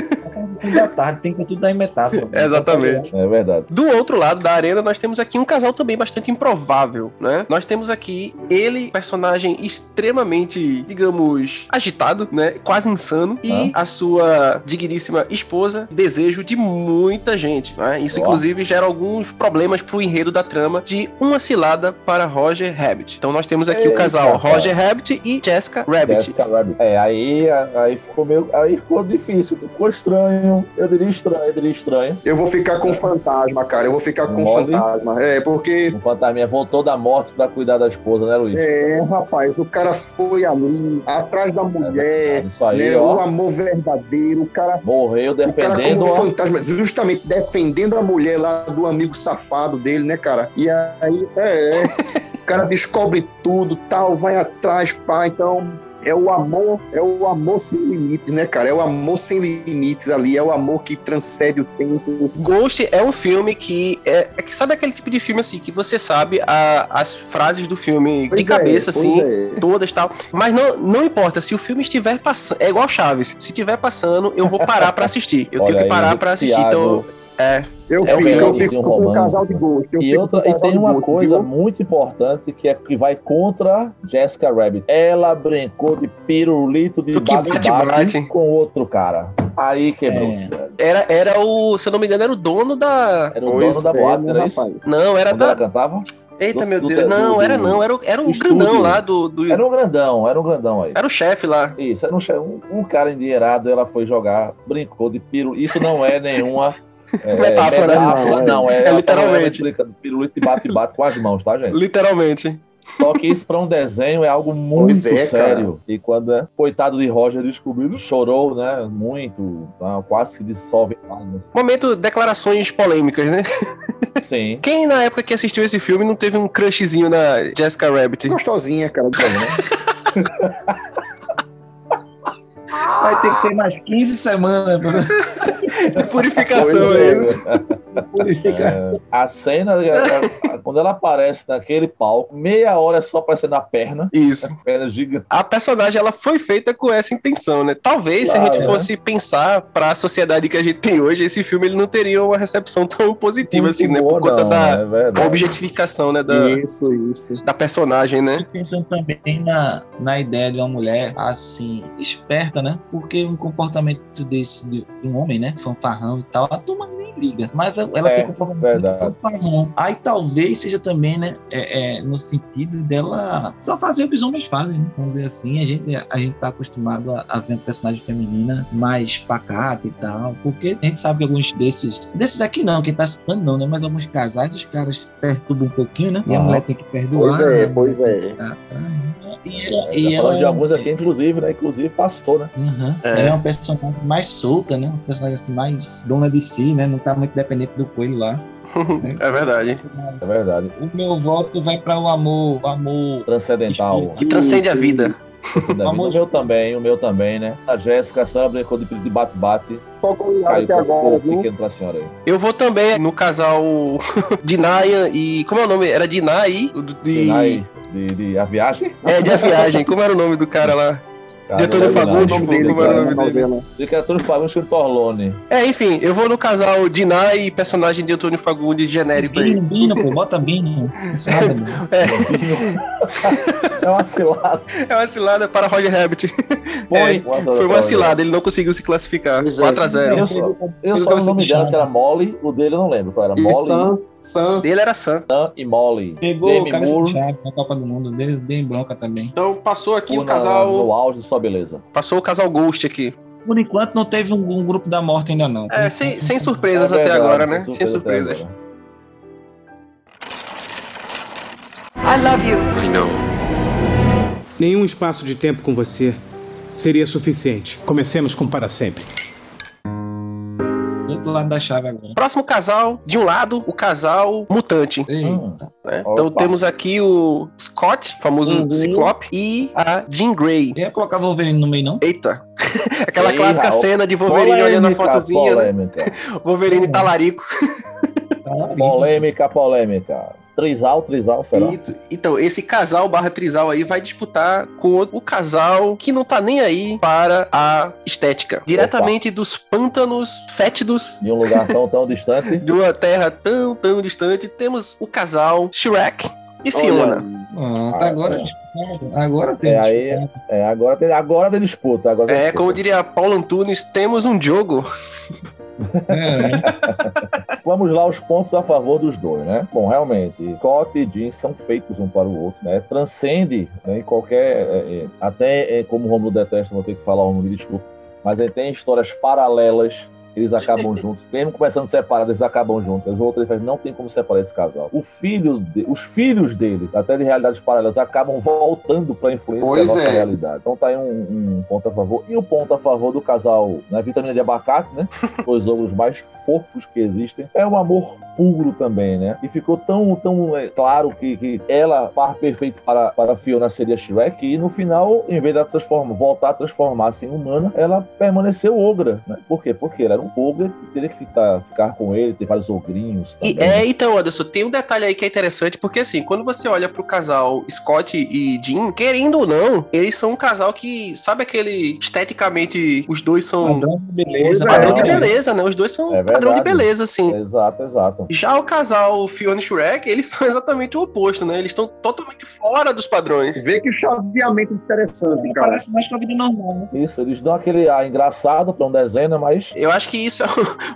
[SPEAKER 3] Sessão da tarde, tem que tudo dar em metáfora.
[SPEAKER 1] Exatamente.
[SPEAKER 2] É verdade.
[SPEAKER 1] Do outro lado da arena, nós temos aqui um casal também bastante improvável, né? Nós temos aqui ele, personagem extremamente, digamos, agitado, né? Quase insano. E a sua digníssima esposa, desejo de muita gente, né? Isso,
[SPEAKER 2] Ó.
[SPEAKER 1] inclusive, gera alguns problemas pro enredo da trama de uma cilada para Roger Rabbit. Então, nós temos aqui o
[SPEAKER 2] Eita,
[SPEAKER 1] casal
[SPEAKER 2] cara.
[SPEAKER 1] Roger Rabbit e Jessica Rabbit.
[SPEAKER 2] Jessica Rabbit. É, aí, aí ficou meio. Aí ficou difícil, ficou estranho. Eu diria estranho, eu diria estranho.
[SPEAKER 4] Eu vou ficar com o fantasma, cara. Eu vou ficar com o
[SPEAKER 2] Mole.
[SPEAKER 4] fantasma. É, porque.
[SPEAKER 2] O Um fantasminha voltou da morte pra cuidar da esposa, né, Luiz?
[SPEAKER 4] É, rapaz, o cara foi ali, atrás da
[SPEAKER 1] É,
[SPEAKER 4] mulher,
[SPEAKER 2] Isso aí,
[SPEAKER 4] né? O
[SPEAKER 2] ó.
[SPEAKER 4] amor verdadeiro, o cara
[SPEAKER 2] Morreu
[SPEAKER 4] O cara como
[SPEAKER 2] defendendo a.
[SPEAKER 4] fantasma, justamente defendendo a mulher lá do amigo safado dele, né, cara? E aí, é, é. o cara descobre tudo, tal, vai atrás, pá, então é o amor, é o amor sem limites, né, cara? É o amor sem limites ali, é o amor que transcende o tempo.
[SPEAKER 1] Ghost é um filme que é, é que sabe aquele tipo de filme assim que você sabe a- as frases do filme de
[SPEAKER 4] Pois é,
[SPEAKER 1] cabeça
[SPEAKER 4] pois
[SPEAKER 1] assim,
[SPEAKER 4] é.
[SPEAKER 1] todas tal, mas não não importa se o filme estiver passando, é igual Chaves, se estiver passando, eu vou parar pra assistir. Eu tenho
[SPEAKER 2] Olha
[SPEAKER 1] que
[SPEAKER 2] aí,
[SPEAKER 1] parar pra assistir,
[SPEAKER 2] Thiago.
[SPEAKER 1] então é,
[SPEAKER 4] Eu,
[SPEAKER 2] É o
[SPEAKER 4] fico, eu
[SPEAKER 2] melhorzinho
[SPEAKER 4] fico com o
[SPEAKER 2] romântico.
[SPEAKER 4] casal de gosto. eu
[SPEAKER 2] E,
[SPEAKER 4] fico com
[SPEAKER 2] outra,
[SPEAKER 4] o
[SPEAKER 2] e
[SPEAKER 4] casal
[SPEAKER 2] tem
[SPEAKER 4] de
[SPEAKER 2] uma
[SPEAKER 4] gosto,
[SPEAKER 2] coisa
[SPEAKER 4] viu?
[SPEAKER 2] muito importante que é que vai contra Jessica Rabbit. Ela brincou de pirulito de
[SPEAKER 1] Do que bate-bate.
[SPEAKER 2] bate-bate com outro cara. Aí quebrou-se.
[SPEAKER 1] era era o, se eu não me engano, era o dono da
[SPEAKER 2] Era o
[SPEAKER 4] Pois
[SPEAKER 2] dono da boate,
[SPEAKER 4] né,
[SPEAKER 2] era isso?
[SPEAKER 4] rapaz?
[SPEAKER 1] não, era
[SPEAKER 2] Quando ela
[SPEAKER 1] da
[SPEAKER 2] cantava?
[SPEAKER 1] Eita,
[SPEAKER 2] do-
[SPEAKER 1] meu
[SPEAKER 2] do-
[SPEAKER 1] Deus.
[SPEAKER 2] do-
[SPEAKER 1] Não, era
[SPEAKER 2] do-
[SPEAKER 1] não, era o- era um
[SPEAKER 2] estúdio.
[SPEAKER 1] grandão lá do, do
[SPEAKER 2] Era um grandão, era um grandão aí.
[SPEAKER 1] era o chefe lá.
[SPEAKER 2] Isso, era um, che- um- um cara endinheirado, ela foi jogar, brincou de pirulito. Isso não é nenhuma. é,
[SPEAKER 1] Metáfora,
[SPEAKER 4] não, é.
[SPEAKER 2] não. É, ela
[SPEAKER 1] literalmente.
[SPEAKER 2] tava brincando de Pirulito e bate-bate com as mãos, tá, gente?
[SPEAKER 1] Literalmente.
[SPEAKER 2] Só que isso pra um desenho é algo muito
[SPEAKER 4] Pois é, cara.
[SPEAKER 2] sério. E quando né, coitado de Roger descobriu, chorou, né? Muito, tá, quase se dissolve. em lágrimas.
[SPEAKER 1] Momento declarações polêmicas, né?
[SPEAKER 2] Sim.
[SPEAKER 1] Quem na época que assistiu esse filme não teve um crushzinho na Jessica Rabbit?
[SPEAKER 4] Gostosinha, cara.
[SPEAKER 3] Vai ter que ter mais 15 semanas. né? pra-
[SPEAKER 1] De purificação aí. né?
[SPEAKER 2] É, a cena, é, é, quando ela aparece naquele palco, meia hora é só aparecendo a perna,
[SPEAKER 1] Isso.
[SPEAKER 2] perna gigante.
[SPEAKER 1] A personagem ela foi feita com essa intenção, né? Talvez se a
[SPEAKER 2] Claro,
[SPEAKER 1] gente
[SPEAKER 2] né?
[SPEAKER 1] fosse pensar pra sociedade que a gente tem hoje, esse filme ele não teria uma recepção tão positiva assim, né? Por conta da
[SPEAKER 2] é verdade.
[SPEAKER 1] objetificação, né, da,
[SPEAKER 4] Isso, isso.
[SPEAKER 1] da personagem, né?
[SPEAKER 3] Pensando também na, na ideia de uma mulher assim, esperta, né? Porque um comportamento desse de um homem, né? Fanfarrão e tal, a turma nem liga. Mas a- ela
[SPEAKER 2] É,
[SPEAKER 3] tem um comportamento muito
[SPEAKER 2] verdade.
[SPEAKER 3] fanfarrão. Aí talvez seja também, né? é, é, no sentido dela só fazer o que os homens fazem, né? Vamos dizer assim, a gente, a gente tá acostumado a, a ver uma personagem feminina mais pacata e tal. Porque a gente sabe que alguns desses. Desses daqui não, quem tá citando não, né? Mas alguns casais, os caras perturbam um pouquinho, né? E a
[SPEAKER 2] Ah.
[SPEAKER 3] mulher tem que perdoar.
[SPEAKER 4] Pois é, pois é.
[SPEAKER 3] Ah, tá. E
[SPEAKER 2] É, já
[SPEAKER 3] ela, e um-
[SPEAKER 2] falamos
[SPEAKER 3] ela-
[SPEAKER 2] de alguns aqui, inclusive, né? Inclusive passou, né?
[SPEAKER 3] Aham.
[SPEAKER 1] É.
[SPEAKER 3] Ela é uma personagem mais solta, né? Uma personagem assim, mais dona de si, né? Não tá muito dependente do coelho lá. né?
[SPEAKER 1] É verdade.
[SPEAKER 2] É verdade.
[SPEAKER 3] O meu voto vai para o amor, o amor.
[SPEAKER 2] Transcendental.
[SPEAKER 1] Que transcende a vida.
[SPEAKER 2] Da vida.
[SPEAKER 3] Vamos-
[SPEAKER 2] O meu também, o meu também, né? A Jéssica, a senhora brincou de de bate-bate.
[SPEAKER 4] Só com o
[SPEAKER 2] Caiu
[SPEAKER 4] até agora,
[SPEAKER 2] o
[SPEAKER 4] viu?
[SPEAKER 2] pequeno pra senhora aí.
[SPEAKER 1] Eu vou também no casal Dinaya e. Como é o nome? Era Dinah e. De,
[SPEAKER 2] Sinai de, de- a viagem?
[SPEAKER 1] é, de a viagem. Como era o nome do cara lá?
[SPEAKER 2] cara.
[SPEAKER 1] Getúlio
[SPEAKER 2] Deve
[SPEAKER 1] Fagundes, né?
[SPEAKER 2] ser um
[SPEAKER 1] como
[SPEAKER 2] dele,
[SPEAKER 4] é
[SPEAKER 1] era o
[SPEAKER 2] cara.
[SPEAKER 1] nome dele?
[SPEAKER 2] De Getúlio é Fagundes Torlone.
[SPEAKER 1] É, enfim, eu vou no casal Diná e personagem de Antônio Fagundes genérico aí.
[SPEAKER 3] Bino, Bino, pô, bota Bino. Sabe, mano?
[SPEAKER 2] É uma cilada.
[SPEAKER 1] É uma cilada para Roger Rabbit.
[SPEAKER 2] Põe.
[SPEAKER 1] É, Foi um uma cilada, ele não conseguiu se classificar.
[SPEAKER 6] Pois é.
[SPEAKER 1] 4x0.
[SPEAKER 2] Eu só, eu
[SPEAKER 1] Eu
[SPEAKER 2] só
[SPEAKER 1] tava
[SPEAKER 2] o nome
[SPEAKER 3] sentindo.
[SPEAKER 2] dela que era Molly, o dele eu não lembro qual era.
[SPEAKER 6] E
[SPEAKER 2] Molly,
[SPEAKER 6] Sam, Sam.
[SPEAKER 1] Dele era Sam.
[SPEAKER 2] Sam e Molly.
[SPEAKER 3] Pegou
[SPEAKER 2] Demi
[SPEAKER 3] o cabeça
[SPEAKER 2] Moore.
[SPEAKER 3] de chave na Copa do Mundo dele, dei bronca também.
[SPEAKER 1] Então passou aqui
[SPEAKER 2] Pô,
[SPEAKER 1] o
[SPEAKER 2] na-
[SPEAKER 1] casal.
[SPEAKER 2] No auge de sua beleza.
[SPEAKER 1] Passou o casal Ghost aqui.
[SPEAKER 3] Por enquanto não teve um, um grupo da morte ainda não.
[SPEAKER 1] É, sem, sem
[SPEAKER 2] É
[SPEAKER 1] surpresas até
[SPEAKER 2] verdade,
[SPEAKER 1] agora, né?
[SPEAKER 2] surpresa
[SPEAKER 1] Sem
[SPEAKER 2] até
[SPEAKER 1] surpresas.
[SPEAKER 2] agora.
[SPEAKER 7] I love you.
[SPEAKER 8] Nenhum espaço de tempo com você seria suficiente. Comecemos com para sempre.
[SPEAKER 3] Do outro lado da chave agora.
[SPEAKER 1] Próximo casal, de um lado, o casal mutante.
[SPEAKER 3] Ei,
[SPEAKER 2] Hum,
[SPEAKER 1] né? Então
[SPEAKER 2] Opa.
[SPEAKER 1] temos aqui o Scott, famoso
[SPEAKER 3] Uhum.
[SPEAKER 1] Ciclope, e a Jean Grey.
[SPEAKER 3] Eu ia colocar Wolverine no meio, não?
[SPEAKER 1] Eita! Aquela
[SPEAKER 2] Ei,
[SPEAKER 1] clássica
[SPEAKER 2] Raul.
[SPEAKER 1] cena de Wolverine olhando a fotozinha, né?
[SPEAKER 2] Polêmica,
[SPEAKER 1] Wolverine talarico.
[SPEAKER 3] Tá lá,
[SPEAKER 2] polêmica, polêmica. Trisal, trisal, será?
[SPEAKER 1] E- então, esse casal barra trisal aí vai disputar com o casal que não tá nem aí para a estética. Diretamente dos pântanos fétidos
[SPEAKER 2] De um lugar tão, tão distante.
[SPEAKER 1] de uma terra tão, tão distante, temos o casal Shrek e Fiona.
[SPEAKER 3] Ah, tá agora. Agora tem.
[SPEAKER 2] É, aí, é, agora, tem, agora tem disputa. Agora tem
[SPEAKER 1] É,
[SPEAKER 2] disputa.
[SPEAKER 1] como diria Paulo Antunes, temos um jogo.
[SPEAKER 3] É,
[SPEAKER 2] Vamos lá, os pontos a favor dos dois, né? Bom, realmente, Scott e Jean são feitos um para o outro, né? Transcende né, em qualquer. é, é, até é, como o Romulo detesta, vou ter que falar o Romulo, me desculpa. Mas ele tem histórias paralelas. Eles acabam juntos, mesmo começando separados, eles acabam juntos. Os outros faz não tem como separar esse casal. O filho, de- os filhos dele, até de realidades paralelas, acabam voltando para influência
[SPEAKER 6] Pois
[SPEAKER 2] da nossa
[SPEAKER 6] é.
[SPEAKER 2] realidade. Então tá aí um, um ponto a favor. E o ponto a favor do casal, né? Vitamina de abacate, né? dois ogros mais fofos que existem. É um amor puro também, né? E ficou tão, tão é, claro que, que ela, par perfeito para, para Fiona seria Shrek, e no final, em vez de transformar, voltar a transformar-se em humana, ela permaneceu ogra, né? Por quê? Porque ela era um ogro que teria que ficar, ficar com ele, tem vários ogrinhos tá
[SPEAKER 1] E
[SPEAKER 2] também.
[SPEAKER 1] é, então, Anderson, tem um detalhe aí que é interessante, porque assim, quando você olha pro casal Scott e Jim, querendo ou não, eles são um casal que, sabe aquele esteticamente, os dois são
[SPEAKER 3] padrão de
[SPEAKER 2] é,
[SPEAKER 3] beleza.
[SPEAKER 1] padrão de
[SPEAKER 2] verdade.
[SPEAKER 1] beleza, né? Os dois são
[SPEAKER 2] É
[SPEAKER 1] padrão de
[SPEAKER 2] verdade.
[SPEAKER 1] beleza, assim.
[SPEAKER 2] Exato, exato.
[SPEAKER 1] Já o casal Fiona e Shrek, eles são exatamente o oposto, né? Eles estão totalmente fora dos padrões.
[SPEAKER 6] Vê que chaveamento interessante, cara.
[SPEAKER 3] Parece mais com a vida normal, né?
[SPEAKER 2] Isso, eles dão aquele ar engraçado para um dezena, mas
[SPEAKER 1] Eu acho que isso é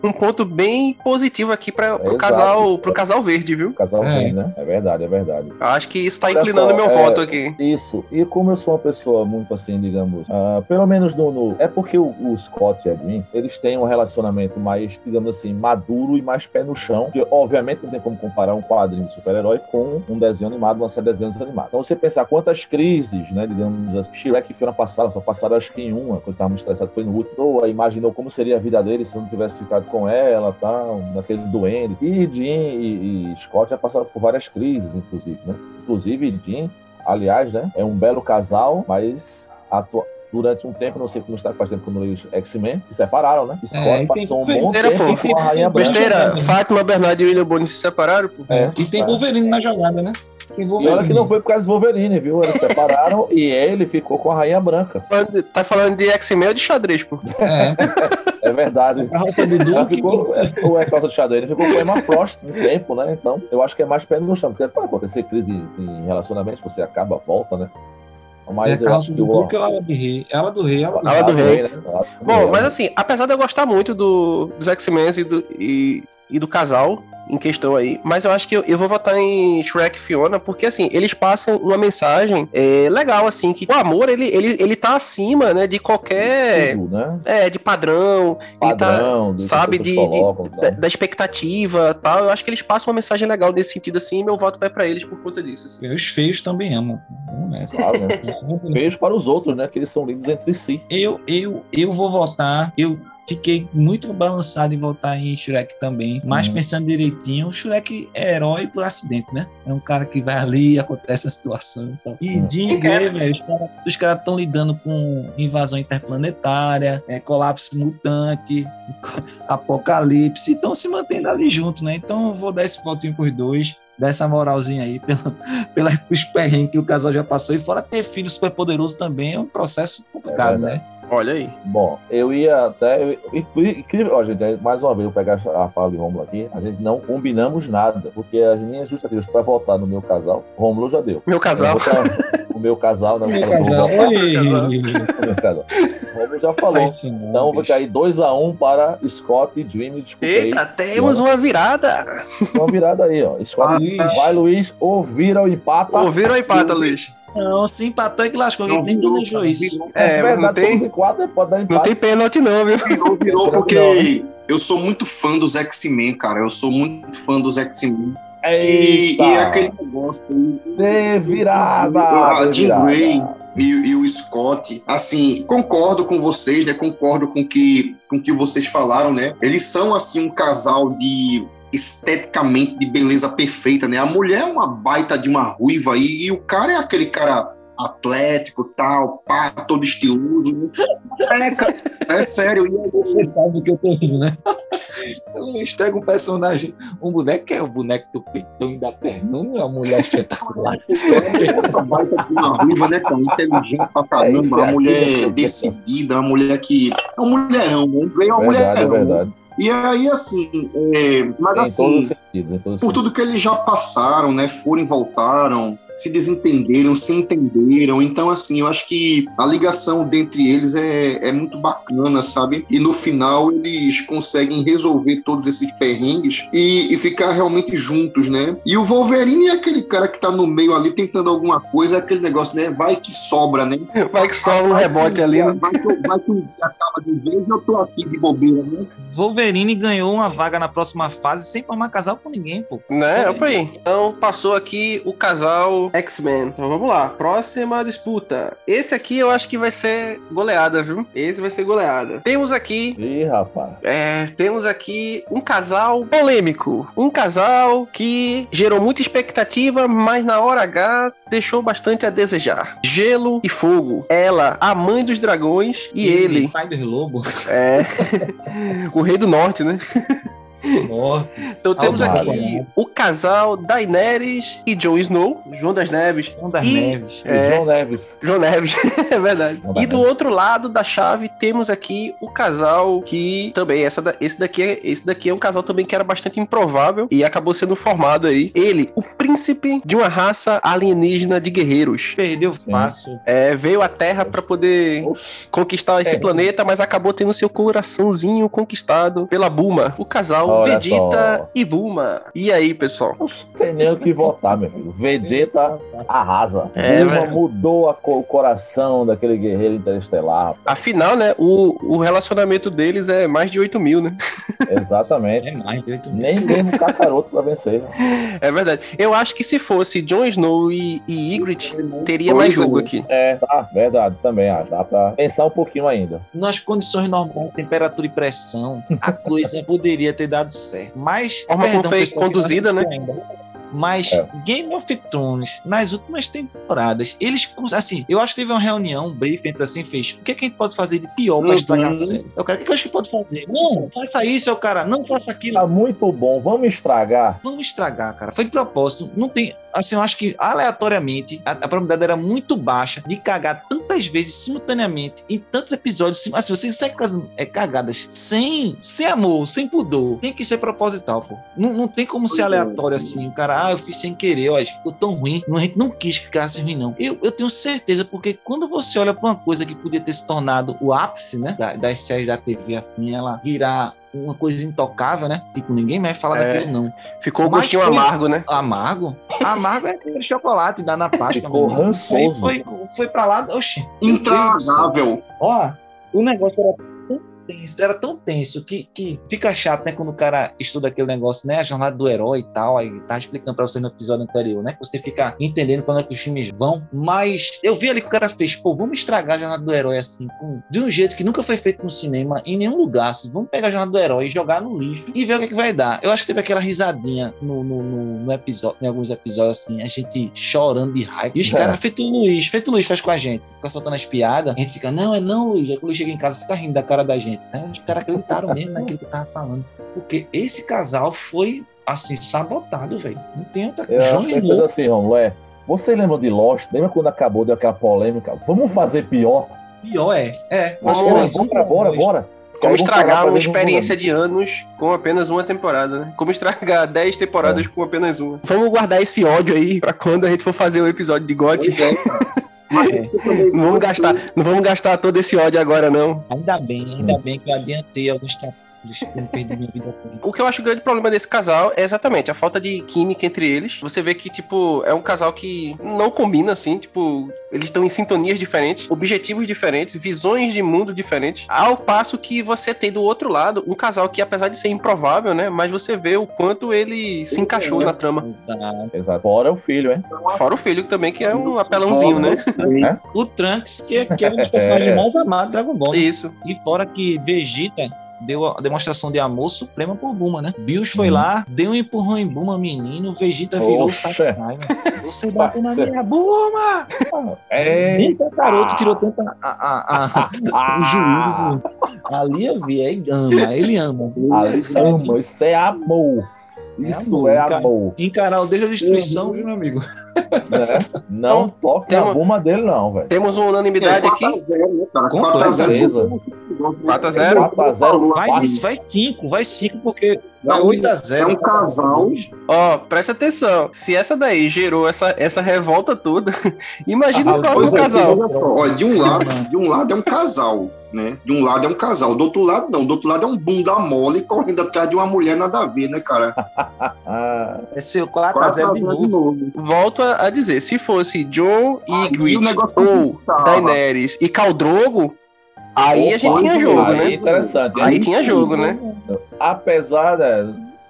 [SPEAKER 1] um ponto bem positivo aqui para pro
[SPEAKER 2] Exato.
[SPEAKER 1] casal, pro casal verde, viu?
[SPEAKER 2] o casal
[SPEAKER 3] É.
[SPEAKER 2] tem, né? É verdade, é verdade.
[SPEAKER 1] Eu acho que isso tá
[SPEAKER 2] Olha
[SPEAKER 1] inclinando
[SPEAKER 2] só,
[SPEAKER 1] meu
[SPEAKER 2] é,
[SPEAKER 1] voto aqui.
[SPEAKER 2] Isso. E como eu sou uma pessoa muito assim, digamos, ah, pelo menos no, no- É porque o, o Scott e a Jean, eles têm um relacionamento mais, digamos assim, maduro e mais pé no chão. Que obviamente não tem como comparar um quadrinho de super-herói com um desenho animado, uma série de desenhos animados. Então você pensar quantas crises, né, digamos assim, Shrek e Fiona passaram, só passaram acho que em uma, quando tava muito estressado, foi no último. Ou imaginou como seria a vida dele se não tivesse ficado com ela, tal, naquele doente. E Jean e, e Scott já passaram por várias crises, inclusive, né? Inclusive, Jean aliás, né? É um belo casal, mas atua- durante um tempo, não sei como está, faz tempo que eu não leio X-Men, se separaram, né? Scott
[SPEAKER 3] É, e tem-
[SPEAKER 2] passou um bom
[SPEAKER 1] Besteira,
[SPEAKER 2] tempo
[SPEAKER 1] pô.
[SPEAKER 2] com a Rainha Branca.
[SPEAKER 1] Besteira,
[SPEAKER 3] branca.
[SPEAKER 1] Fátima, Bernardo e William Bonner se separaram, pô.
[SPEAKER 2] É,
[SPEAKER 3] E tem
[SPEAKER 2] é.
[SPEAKER 3] Wolverine na jogada, né? Tem
[SPEAKER 2] E olha
[SPEAKER 3] Wolverine.
[SPEAKER 2] que não foi por causa do Wolverine, viu? Eles separaram e ele ficou com a Rainha Branca.
[SPEAKER 1] Falando- Tá falando de X-Men ou de xadrez, pô?
[SPEAKER 3] É,
[SPEAKER 2] É verdade.
[SPEAKER 3] a roupa do
[SPEAKER 2] Ela
[SPEAKER 3] Duque.
[SPEAKER 2] ficou, é, ou é causa do xadrez, ele ficou com a Emma Frost no tempo, né? Então, eu acho que é mais pé no chão, porque pode acontecer crise em- em relacionamento, você acaba, volta, né?
[SPEAKER 3] É
[SPEAKER 2] Mas
[SPEAKER 3] a
[SPEAKER 2] eu acho
[SPEAKER 3] calça
[SPEAKER 2] que
[SPEAKER 3] do
[SPEAKER 2] o...
[SPEAKER 3] Duque ou a ala do rei? Ela é do rei, ela do
[SPEAKER 1] Ala do Rei.
[SPEAKER 2] né? Ala do
[SPEAKER 1] Bom,
[SPEAKER 2] Rei,
[SPEAKER 1] mas
[SPEAKER 2] né?
[SPEAKER 1] assim, apesar de eu gostar muito do, dos X-Men e do, e, e do casal em questão aí, mas eu acho que eu, eu vou votar em Shrek e Fiona, porque assim, eles passam uma mensagem é, legal, assim, que o amor, ele, ele, ele tá acima, né, de qualquer...
[SPEAKER 2] Tudo, né?
[SPEAKER 1] É, de padrão, ele tá...
[SPEAKER 2] padrão, do que
[SPEAKER 1] sabe,
[SPEAKER 2] as
[SPEAKER 1] de-
[SPEAKER 2] pessoas
[SPEAKER 1] de-
[SPEAKER 2] colocam, tal. né?
[SPEAKER 1] Da, da expectativa tal, eu acho que eles passam uma mensagem legal nesse sentido, assim, e meu voto vai pra eles por conta disso. assim.
[SPEAKER 3] Os feios também amam. é Vamos nessa.
[SPEAKER 2] Claro, né? Beijo para os outros, né? Que eles são lindos entre si.
[SPEAKER 3] Eu, eu, eu vou votar. Eu fiquei muito balançado em votar em Shrek também. Mas
[SPEAKER 2] Hum.
[SPEAKER 3] pensando direitinho, o Shrek é herói por acidente, né? É um cara que vai ali, acontece a situação. e tal. E
[SPEAKER 2] Hum.
[SPEAKER 3] Jim Grey, velho, os caras estão lidando com invasão interplanetária, é, colapso mutante, apocalipse. Então se mantendo ali junto, né? Então eu vou dar esse votinho pros dois. dá essa moralzinha aí pela, pela os perrengues que o casal já passou. E fora ter filho super poderoso também é um processo complicado, né?
[SPEAKER 1] Olha aí.
[SPEAKER 2] Bom, eu ia até. eu- Incrível. Ó, gente, aí, mais uma vez, eu vou pegar a fala de Romulo aqui. A gente não combinamos nada, porque as minhas justificativas para votar no meu casal, Romulo já deu.
[SPEAKER 1] Meu casal.
[SPEAKER 2] Eu vou botar O meu casal, né?
[SPEAKER 3] Meu
[SPEAKER 2] Eu vou
[SPEAKER 3] casal.
[SPEAKER 2] botar
[SPEAKER 3] Ih,
[SPEAKER 2] O meu casal. Romulo já falou.
[SPEAKER 3] vai sim, não,
[SPEAKER 2] Então vai
[SPEAKER 3] bicho.
[SPEAKER 2] cair 2x1 para Scott e Dream. Desculpei.
[SPEAKER 1] Eita, temos uma virada.
[SPEAKER 2] Uma virada aí, ó. Scott,
[SPEAKER 3] Luiz.
[SPEAKER 2] vai, Luiz, ou vira ou empata.
[SPEAKER 1] Ouviram a empata, Luiz?
[SPEAKER 3] Não, se empatou é que lascou. Ele nem planejou isso.
[SPEAKER 1] É,
[SPEAKER 2] verdade,
[SPEAKER 1] não tem-
[SPEAKER 2] somos em quatro, né? pode dar empate.
[SPEAKER 1] Não tem pênalti, não, viu?
[SPEAKER 4] Virou, virou, porque eu sou muito fã dos X-Men, cara. Eu sou muito fã dos X-Men. E,
[SPEAKER 2] Eita!
[SPEAKER 4] e é aquele negócio.
[SPEAKER 2] Tem virada!
[SPEAKER 4] Ah,
[SPEAKER 2] tem
[SPEAKER 4] Jim
[SPEAKER 2] virada. É
[SPEAKER 4] Ray. e, e o Scott, assim, concordo com vocês, né? Concordo com que com que vocês falaram, né? Eles são assim um casal de esteticamente de beleza perfeita, né? A mulher é uma baita de uma ruiva aí e o cara é aquele cara atlético, tal, pá, todo estiloso. né? É, cara, é sério, e aí,
[SPEAKER 3] Você sabe do que eu tô rindo, né? Luiz pega um personagem, um boneco que é o boneco do peitão e da perna, não é uma mulher espetacular.
[SPEAKER 4] Essa baita de É uma ruiva, né, cara? Inteligente pra
[SPEAKER 2] É isso
[SPEAKER 4] caramba.
[SPEAKER 2] aí.
[SPEAKER 4] uma mulher decidida, uma mulher que. É um mulherão, né? Ray É
[SPEAKER 2] Verdade,
[SPEAKER 4] um
[SPEAKER 2] é
[SPEAKER 4] mulherão.
[SPEAKER 2] verdade.
[SPEAKER 4] E aí, assim, é, mas
[SPEAKER 2] Em todos os
[SPEAKER 4] assim,
[SPEAKER 2] sentidos. em todos os
[SPEAKER 4] por tudo que eles já passaram, né? Foram e voltaram, se desentenderam, se entenderam. Então, assim, eu acho que a ligação dentre eles é, é muito bacana, sabe? E no final eles conseguem resolver todos esses perrengues e, e ficar realmente juntos, né? E o Wolverine é aquele cara que tá no meio ali tentando alguma coisa, é aquele negócio, né? Vai que sobra, né?
[SPEAKER 1] Vai que sobra um rebote ali. né?
[SPEAKER 4] Vai que, eu- vai que eu- acaba de vez e eu tô aqui de bobeira, né?
[SPEAKER 3] Wolverine ganhou uma vaga na próxima fase sem formar casal com ninguém, pô.
[SPEAKER 1] Né? Opa aí. Então, passou aqui o casal X-Men. Então, vamos lá. Próxima disputa. Esse aqui eu acho que vai ser goleada, viu? Esse vai ser goleada. Temos aqui...
[SPEAKER 2] Ih, rapaz.
[SPEAKER 1] É, temos aqui um casal polêmico. Um casal que gerou muita expectativa, mas na hora H deixou bastante a desejar. Gelo e Fogo. Ela, a mãe dos dragões, e ele,
[SPEAKER 3] Tiger Lobo.
[SPEAKER 1] é, o rei do norte, né?
[SPEAKER 3] Nossa.
[SPEAKER 1] Então temos
[SPEAKER 2] Almada.
[SPEAKER 1] aqui o casal Daenerys e Jon Snow, João das Neves.
[SPEAKER 3] João das
[SPEAKER 1] E-
[SPEAKER 3] Neves.
[SPEAKER 1] É.
[SPEAKER 2] E João Neves.
[SPEAKER 1] João Neves, é verdade.
[SPEAKER 2] João
[SPEAKER 1] E
[SPEAKER 2] Neves.
[SPEAKER 1] do outro lado da chave temos aqui o casal que também essa da- esse daqui é- esse daqui é um casal também que era bastante improvável e acabou sendo formado aí. Ele, o príncipe de uma raça alienígena de guerreiros.
[SPEAKER 3] Perdeu fácil.
[SPEAKER 1] É, veio à Terra pra poder
[SPEAKER 2] Oxi.
[SPEAKER 1] conquistar esse
[SPEAKER 2] É.
[SPEAKER 1] planeta, mas acabou tendo seu coraçãozinho conquistado pela Buma. O casal
[SPEAKER 2] Olha
[SPEAKER 1] Vegeta
[SPEAKER 2] só.
[SPEAKER 1] e Buma. E aí, pessoal?
[SPEAKER 2] Oxi, Tem nem o que votar, meu filho. Vegeta arrasa.
[SPEAKER 1] É,
[SPEAKER 2] Dilma
[SPEAKER 1] velho.
[SPEAKER 2] mudou a co- o coração daquele guerreiro interestelar. rapaz.
[SPEAKER 1] Afinal, né, o, o relacionamento deles é mais de 8 mil, né?
[SPEAKER 2] Exatamente.
[SPEAKER 3] É mais de 8 mil.
[SPEAKER 2] Nem mesmo Kakaroto pra vencer.
[SPEAKER 1] É verdade. Eu acho que se fosse Jon Snow e, e Ygritte, teria
[SPEAKER 4] Pois
[SPEAKER 1] mais
[SPEAKER 4] é.
[SPEAKER 1] jogo aqui.
[SPEAKER 2] É, tá, verdade, também acho. Dá pra pensar um pouquinho ainda.
[SPEAKER 3] Nas condições normais, temperatura e pressão, a coisa poderia ter dado certo. Mas.
[SPEAKER 1] Forma como foi
[SPEAKER 3] pessoal, que eu
[SPEAKER 1] conduzida,
[SPEAKER 3] não
[SPEAKER 1] né?
[SPEAKER 3] assisti ainda. Mas
[SPEAKER 2] É.
[SPEAKER 3] Game of Thrones, nas últimas temporadas, eles. cons- Assim, eu acho que teve uma reunião, um briefing, entre assim, fez. O que, é que a gente pode fazer de pior pra
[SPEAKER 1] Uhum.
[SPEAKER 3] estragar a série? É O cara, o que, é que a gente pode fazer? Não, faça isso, é o cara. Não faça aquilo.
[SPEAKER 2] Tá muito bom, vamos estragar.
[SPEAKER 3] Vamos estragar, cara. Foi de propósito. Não tem. Assim, eu acho que aleatoriamente a, a probabilidade era muito baixa de cagar tantas vezes simultaneamente em tantos episódios. sim- Assim, você sai fazendo é, cagadas sem, sem amor, sem pudor. Tem que ser proposital, pô. Não, não tem como ser aleatório assim. O cara, ah, eu fiz sem querer, ó, ficou tão ruim. Não, a gente não quis que ficasse ruim, não. Eu, eu tenho certeza, porque quando você olha pra uma coisa que podia ter se tornado o ápice, né, da- das séries da TV, assim, ela virar. Uma coisa intocável, né? Tipo, ninguém mais fala
[SPEAKER 1] É.
[SPEAKER 3] daquilo, não
[SPEAKER 1] Ficou o
[SPEAKER 3] Mas
[SPEAKER 1] gostinho
[SPEAKER 3] foi-
[SPEAKER 1] amargo, né?
[SPEAKER 3] amargo. Amargo é aquele chocolate dá na Páscoa.
[SPEAKER 2] Ficou
[SPEAKER 3] meu amigo.
[SPEAKER 2] rançoso.
[SPEAKER 3] Aí Foi, foi pra lá, oxi. meu Deus do céu.
[SPEAKER 4] Intragável.
[SPEAKER 3] Ó, o negócio era tão tenso, era tão tenso que, que fica chato, né? Quando o cara estuda aquele negócio, né? A jornada do herói e tal. Aí tava explicando pra você no episódio anterior, né? que Você fica entendendo quando é que os filmes vão. Mas eu vi ali que o cara fez, pô, vamos estragar a jornada do herói assim, com- de um jeito que nunca foi feito no cinema, em nenhum lugar. Assim, vamos pegar a jornada do herói e jogar no lixo e ver o que, é que vai dar. Eu acho que teve aquela risadinha no, no, no- no episódio, em alguns episódios, assim, a gente chorando de raiva. E os
[SPEAKER 2] É.
[SPEAKER 3] caras, Tá feito o Luiz, feito o Luiz faz com a gente. Fica soltando as piadas, a gente fica, não, é não, Luiz. Aí o Luiz chega em casa, fica rindo da cara da gente. realmente, né? Os caras acreditaram mesmo naquilo que eu tava falando. Porque esse casal foi, assim, sabotado, velho. Não tem outra
[SPEAKER 2] Eu
[SPEAKER 3] João
[SPEAKER 2] acho que é
[SPEAKER 3] e Lu-
[SPEAKER 2] coisa assim, Romulo, é. Você lembra de Lost? Lembra quando acabou, deu aquela polêmica? Vamos fazer pior?
[SPEAKER 3] Pior é. É,
[SPEAKER 2] Mas
[SPEAKER 3] acho que era
[SPEAKER 2] bora,
[SPEAKER 3] isso.
[SPEAKER 2] bora, bora, bora.
[SPEAKER 1] Como
[SPEAKER 2] Aí vão falar
[SPEAKER 1] estragar
[SPEAKER 2] pra
[SPEAKER 1] uma
[SPEAKER 2] mim,
[SPEAKER 1] experiência de anos com apenas uma temporada, né? Como estragar 10 temporadas com apenas uma. Vamos guardar esse ódio aí pra quando a gente for fazer o episódio de GOT.
[SPEAKER 4] é,
[SPEAKER 1] Não vamos gastar, não vamos gastar todo esse ódio agora, não.
[SPEAKER 3] Ainda bem, ainda bem que eu adiantei alguns capítulos pra não perder minha vida toda.
[SPEAKER 1] O que eu acho o grande problema desse casal é exatamente a falta de química entre eles. Você vê que, tipo, é um casal que não combina, assim, tipo, eles estão em sintonias diferentes, objetivos diferentes, visões de mundo diferentes. Ao passo que você tem do outro lado um casal que, apesar de ser improvável, né, mas você vê o quanto ele se encaixou na trama.
[SPEAKER 3] Exato.
[SPEAKER 2] Exato. Fora o filho, hein?
[SPEAKER 1] Fora o filho também, que é um apelãozinho, né?
[SPEAKER 3] O Trunks, que é, que é um dos personagens
[SPEAKER 2] É.
[SPEAKER 3] mais amados do Dragon Ball. né?
[SPEAKER 1] Isso.
[SPEAKER 3] E fora que Vegeta deu a demonstração de amor suprema por Buma, né? Bills foi lá, deu um empurrão em Buma, menino. Vegeta virou o
[SPEAKER 2] Oxa.
[SPEAKER 3] Sakurai, né? Você bateu na minha Buma!
[SPEAKER 2] É.
[SPEAKER 3] Nem Tataroto tirou tanta a, a, a, o
[SPEAKER 2] Ah,
[SPEAKER 3] juízo. Ali eu vi, aí ama, ele ama.
[SPEAKER 2] ali
[SPEAKER 3] Sabe que
[SPEAKER 2] ama, isso é amor. Isso
[SPEAKER 3] amor,
[SPEAKER 2] é
[SPEAKER 3] cara.
[SPEAKER 2] amor.
[SPEAKER 3] Encarar o desde a destruição,
[SPEAKER 8] Uhum.
[SPEAKER 3] meu amigo.
[SPEAKER 2] né? Não toque
[SPEAKER 1] Então, tem
[SPEAKER 2] na
[SPEAKER 1] uma-
[SPEAKER 2] buma dele, não, velho.
[SPEAKER 1] Temos uma
[SPEAKER 4] É.
[SPEAKER 1] unanimidade aqui.
[SPEAKER 4] né,
[SPEAKER 2] 4x0.
[SPEAKER 1] 4x0.
[SPEAKER 2] 4x0.
[SPEAKER 3] Vai, vai cinco, vai cinco, porque tá 8 a 0
[SPEAKER 6] É um casal.
[SPEAKER 1] Ó, presta atenção. Se essa daí gerou essa, essa revolta toda, imagina
[SPEAKER 3] Ah,
[SPEAKER 1] o próximo
[SPEAKER 3] pois é,
[SPEAKER 1] casal.
[SPEAKER 6] Olha só.
[SPEAKER 4] Olha, de um lado, de um lado é um casal, né? De um lado é um casal, do outro lado não, do outro lado é um bunda mole correndo atrás de uma mulher nada a ver, né, cara?
[SPEAKER 2] Ah,
[SPEAKER 3] É seu 4x0 de novo.
[SPEAKER 1] Volto a, a dizer, se fosse John e
[SPEAKER 4] Ah, e
[SPEAKER 1] Igrit
[SPEAKER 4] o negócio
[SPEAKER 1] ou
[SPEAKER 4] tava.
[SPEAKER 1] Daenerys e Caldrogo, aí a
[SPEAKER 2] opa,
[SPEAKER 1] gente tinha
[SPEAKER 2] aí
[SPEAKER 1] jogo,
[SPEAKER 2] é
[SPEAKER 1] né?
[SPEAKER 2] Interessante.
[SPEAKER 1] Aí
[SPEAKER 2] hein?
[SPEAKER 1] tinha jogo, né?
[SPEAKER 2] Apesar da.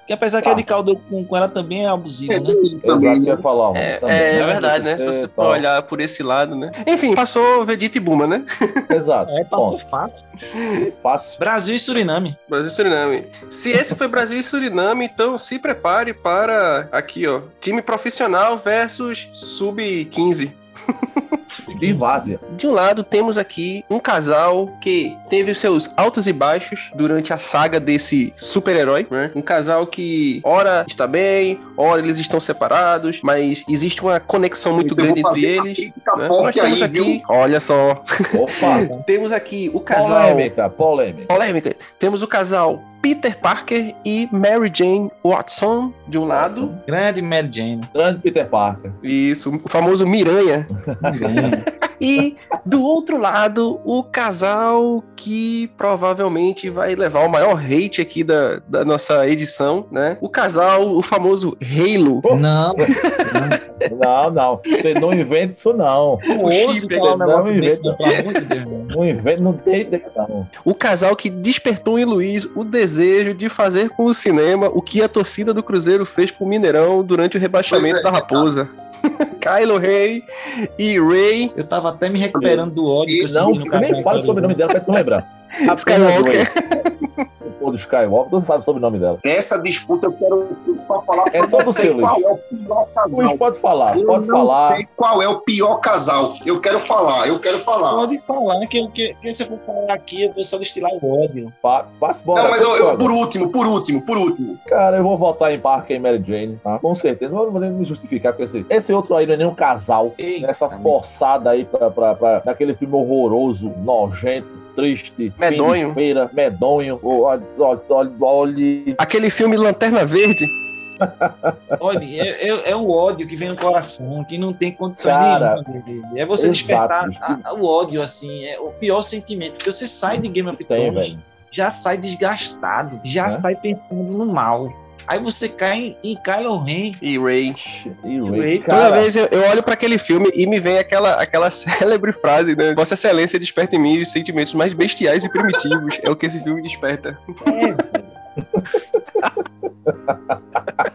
[SPEAKER 3] Que apesar que
[SPEAKER 2] Tá.
[SPEAKER 3] a de caldo com, com ela também é abusiva, né?
[SPEAKER 2] Exato, que eu ia falar. ó,
[SPEAKER 1] É,
[SPEAKER 2] também,
[SPEAKER 1] é
[SPEAKER 2] né?
[SPEAKER 1] verdade, né? Se você for olhar por esse lado, né? Enfim, passou Vegeta e Buma, né?
[SPEAKER 2] Exato.
[SPEAKER 3] É,
[SPEAKER 2] Bom,
[SPEAKER 3] passou fácil.
[SPEAKER 2] fácil.
[SPEAKER 3] Brasil e Suriname.
[SPEAKER 1] Brasil e Suriname. Se esse foi Brasil e Suriname, então se prepare para aqui, ó. Time profissional versus sub-15.
[SPEAKER 2] De várzea.
[SPEAKER 1] De um lado, temos aqui um casal que teve os seus altos e baixos durante a saga desse super-herói, né? Um casal que, ora está bem, ora eles estão separados, mas existe uma conexão muito
[SPEAKER 4] Então, Eu vou
[SPEAKER 1] grande entre
[SPEAKER 4] fazer uma
[SPEAKER 1] eles.
[SPEAKER 4] crítica
[SPEAKER 1] né? Nós
[SPEAKER 4] forte
[SPEAKER 1] temos
[SPEAKER 4] aí,
[SPEAKER 1] aqui,
[SPEAKER 4] viu?
[SPEAKER 1] olha só,
[SPEAKER 3] É,
[SPEAKER 2] Opa.
[SPEAKER 1] temos aqui o casal.
[SPEAKER 2] Polêmica, polêmica.
[SPEAKER 1] Polêmica. Temos o casal Peter Parker e Mary Jane Watson, de um lado.
[SPEAKER 3] Grande Mary Jane.
[SPEAKER 2] Grande Peter Parker.
[SPEAKER 1] Isso, o famoso Miranha. E do outro lado, o casal que provavelmente vai levar o maior hate aqui da, da nossa edição, né? O casal, o famoso Halo.
[SPEAKER 3] Não,
[SPEAKER 2] Não, não. Você não inventa isso, não.
[SPEAKER 3] não ouço
[SPEAKER 2] Chip,
[SPEAKER 3] falar um
[SPEAKER 2] não
[SPEAKER 3] negócio desse,
[SPEAKER 2] inventa.
[SPEAKER 3] não, pelo amor de Deus. mano.
[SPEAKER 2] Não inventa, não tem ideia, não.
[SPEAKER 1] O casal que despertou em Luiz o desejo de fazer com o cinema o que a torcida do Cruzeiro fez com o Mineirão durante o rebaixamento
[SPEAKER 4] Pois é, então.
[SPEAKER 1] da Raposa. Kylo Ray e Ray
[SPEAKER 3] Eu tava até me recuperando do ódio que eu
[SPEAKER 2] Não,
[SPEAKER 3] senti no café.
[SPEAKER 2] nem fala o sobrenome dela pra tu não lembrar.
[SPEAKER 4] Tá
[SPEAKER 2] Apenas
[SPEAKER 1] Skywalker.
[SPEAKER 2] o Ray. O do Skywalker, tu sabe o sobrenome dela.
[SPEAKER 4] Essa disputa eu quero pra falar
[SPEAKER 2] É todo
[SPEAKER 4] pra você
[SPEAKER 2] seu,
[SPEAKER 4] qual é o pior
[SPEAKER 2] Luiz,
[SPEAKER 4] casal.
[SPEAKER 2] pode falar,
[SPEAKER 4] Eu
[SPEAKER 2] pode
[SPEAKER 4] não
[SPEAKER 2] falar.
[SPEAKER 4] sei qual é o pior casal. Eu quero falar, eu quero falar.
[SPEAKER 3] Pode falar que, que, que se eu for falar aqui, eu vou só destilar o ódio.
[SPEAKER 2] Pa- Passa bola.
[SPEAKER 4] Não, mas eu,
[SPEAKER 2] pode
[SPEAKER 4] eu-
[SPEAKER 2] falar.
[SPEAKER 4] por último, por último, por último.
[SPEAKER 2] Cara, eu vou votar em Parker e Mary Jane, tá? Com certeza. Eu Não vou nem me justificar com esse. Esse outro aí não é nem um casal.
[SPEAKER 3] Ei,
[SPEAKER 2] Essa forçada aí pra, pra, pra- daquele filme horroroso, nojento, triste,
[SPEAKER 1] Medonho.
[SPEAKER 2] feira, medonho. Olha, olha, olha, olha.
[SPEAKER 1] Aquele filme Lanterna Verde.
[SPEAKER 3] olha, é, é- é o ódio que vem no coração, que não tem condição
[SPEAKER 2] Cara,
[SPEAKER 3] nenhuma. de- É você
[SPEAKER 2] exato.
[SPEAKER 3] despertar a- a- o ódio, assim, é o pior sentimento. Porque você sai de Game of
[SPEAKER 2] Tem,
[SPEAKER 3] Thrones,
[SPEAKER 2] velho.
[SPEAKER 3] já sai desgastado, já
[SPEAKER 2] É.
[SPEAKER 3] sai pensando no mal. Aí você cai em, em Kylo Ren.
[SPEAKER 1] E Ray.
[SPEAKER 2] E o
[SPEAKER 3] Ray,
[SPEAKER 2] Ray,
[SPEAKER 1] Toda
[SPEAKER 2] cara,
[SPEAKER 1] vez eu, eu olho pra aquele filme e me vem aquela, aquela célebre frase, né? Vossa Excelência desperta em mim os sentimentos mais bestiais e
[SPEAKER 3] É,
[SPEAKER 1] primitivos. É o que esse filme desperta.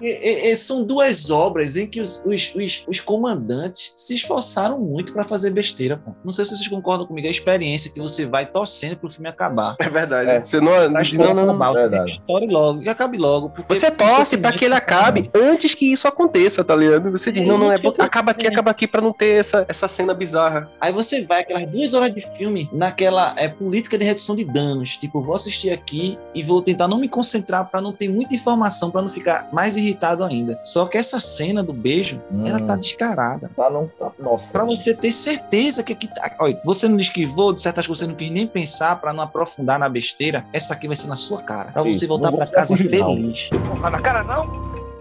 [SPEAKER 3] E- e- e são duas obras em que os, os- os- os comandantes se esforçaram muito pra fazer besteira. pô. Não sei se vocês concordam comigo, é a experiência que você vai torcendo pro filme acabar.
[SPEAKER 1] É verdade.
[SPEAKER 2] É.
[SPEAKER 1] Você não,
[SPEAKER 3] Pra
[SPEAKER 1] não, não,
[SPEAKER 3] história
[SPEAKER 1] não,
[SPEAKER 3] acabar, o filme
[SPEAKER 2] verdade.
[SPEAKER 3] estoure logo, que acabe logo. porque é
[SPEAKER 1] Você
[SPEAKER 3] o
[SPEAKER 1] torce
[SPEAKER 3] sofrimento-
[SPEAKER 1] pra que ele acabe antes que isso aconteça, tá ligado? Você diz,
[SPEAKER 3] É,
[SPEAKER 1] não, não, é
[SPEAKER 3] isso
[SPEAKER 1] bom,
[SPEAKER 3] que eu-
[SPEAKER 1] acaba aqui, acaba aqui, pra não ter essa, essa cena bizarra.
[SPEAKER 3] Aí você vai aquelas duas horas de filme naquela é, política de redução de danos. Tipo, eu vou assistir aqui e vou tentar não me concentrar pra não ter muita informação, pra não ficar mais irritado ainda. Só que essa cena do beijo,
[SPEAKER 2] Hum.
[SPEAKER 3] ela tá descarada.
[SPEAKER 2] Tá, não, tá, nossa.
[SPEAKER 3] Pra você ter certeza que aqui tá. Olha, você não esquivou de certas coisas, você não quis nem pensar pra não aprofundar na besteira. Essa aqui vai ser na sua cara. Pra você
[SPEAKER 2] Isso,
[SPEAKER 3] voltar
[SPEAKER 2] não
[SPEAKER 3] pra
[SPEAKER 2] vou ficar
[SPEAKER 3] casa
[SPEAKER 2] fugir, não.
[SPEAKER 3] feliz.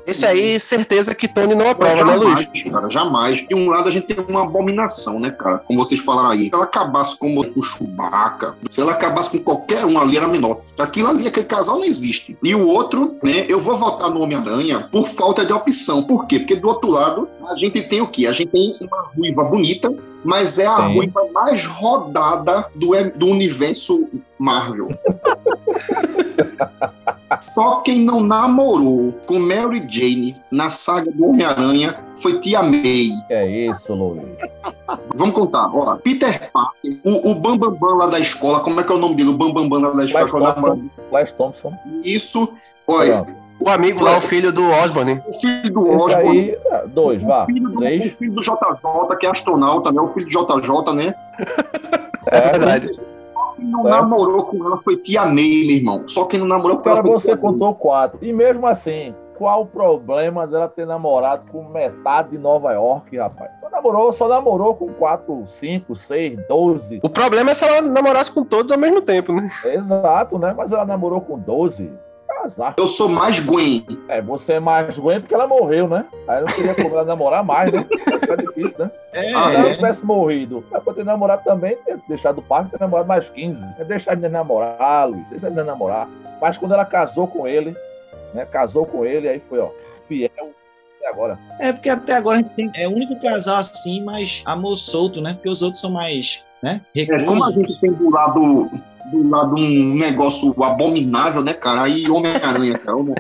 [SPEAKER 1] Esse aí, certeza que Tony não
[SPEAKER 4] Mas
[SPEAKER 1] aprova, né, Luiz?
[SPEAKER 4] Jamais, cara, jamais. De um lado a gente tem uma abominação, né, cara? Como vocês falaram aí. Se ela acabasse como o Chewbacca, se ela acabasse com qualquer um ali, era menor. Aquilo ali, aquele casal não existe. E o outro, né, eu vou votar no Homem-Aranha por falta de opção. Por quê? Porque do outro lado, a gente tem o quê? A gente tem uma ruiva bonita, mas é a
[SPEAKER 2] Tem.
[SPEAKER 4] ruiva mais rodada do, em- do universo Marvel. Só quem não namorou com Mary Jane na saga do Homem-Aranha foi Tia May.
[SPEAKER 2] Que é isso, Luiz?
[SPEAKER 4] Vamos contar, ó. Peter Parker, o, o Bambambam lá da escola, como é que é o nome dele? O Bambambam lá da escola.
[SPEAKER 2] Flash
[SPEAKER 4] que é o namorado.
[SPEAKER 2] Thompson. Flash Thompson.
[SPEAKER 4] Isso. Olha,
[SPEAKER 2] Pronto.
[SPEAKER 1] O amigo lá, o filho do Osborne.
[SPEAKER 4] o filho do
[SPEAKER 2] Esse
[SPEAKER 4] Osborn,
[SPEAKER 2] aí, ah, dois, vá.
[SPEAKER 4] o filho do, o
[SPEAKER 2] Três.
[SPEAKER 4] filho do JJ, que é astronauta, né? O filho do JJ, né?
[SPEAKER 1] É
[SPEAKER 2] Certo.
[SPEAKER 1] verdade.
[SPEAKER 4] Quem não
[SPEAKER 2] Certo.
[SPEAKER 4] namorou com ela foi Tia May, meu irmão. Só quem não namorou com
[SPEAKER 2] Cara,
[SPEAKER 4] ela foi
[SPEAKER 2] você
[SPEAKER 4] Tia May.
[SPEAKER 2] contou quatro. E mesmo assim, qual o problema dela ter namorado com metade de Nova York, rapaz? Só namorou, só namorou com quatro, cinco, seis, doze.
[SPEAKER 1] O problema é se ela namorasse com todos ao mesmo tempo, né?
[SPEAKER 2] Exato, né? Mas ela namorou com doze. Casar.
[SPEAKER 4] Eu sou mais Gwen.
[SPEAKER 2] É, você é mais ruim porque ela morreu, né? Aí eu não queria como ela namorar mais, né? Tá difícil, né?
[SPEAKER 3] É,
[SPEAKER 2] Se ela não
[SPEAKER 3] é.
[SPEAKER 2] tivesse morrido, é pra ter namorado também, ter deixado o parque, ter namorado mais 15. É deixar a menina namorar, Luiz, deixar a menina namorar. Mas quando ela casou com ele, né? Casou com ele, aí foi, ó, fiel até agora.
[SPEAKER 3] É, porque até agora a gente tem, é o único casal assim, mas amor solto, né? Porque os outros são mais, né?
[SPEAKER 4] É, como a
[SPEAKER 3] Reclusos.
[SPEAKER 4] gente tem do lado, do lado um negócio abominável, né, cara? Aí Homem-Aranha, cara. Homem-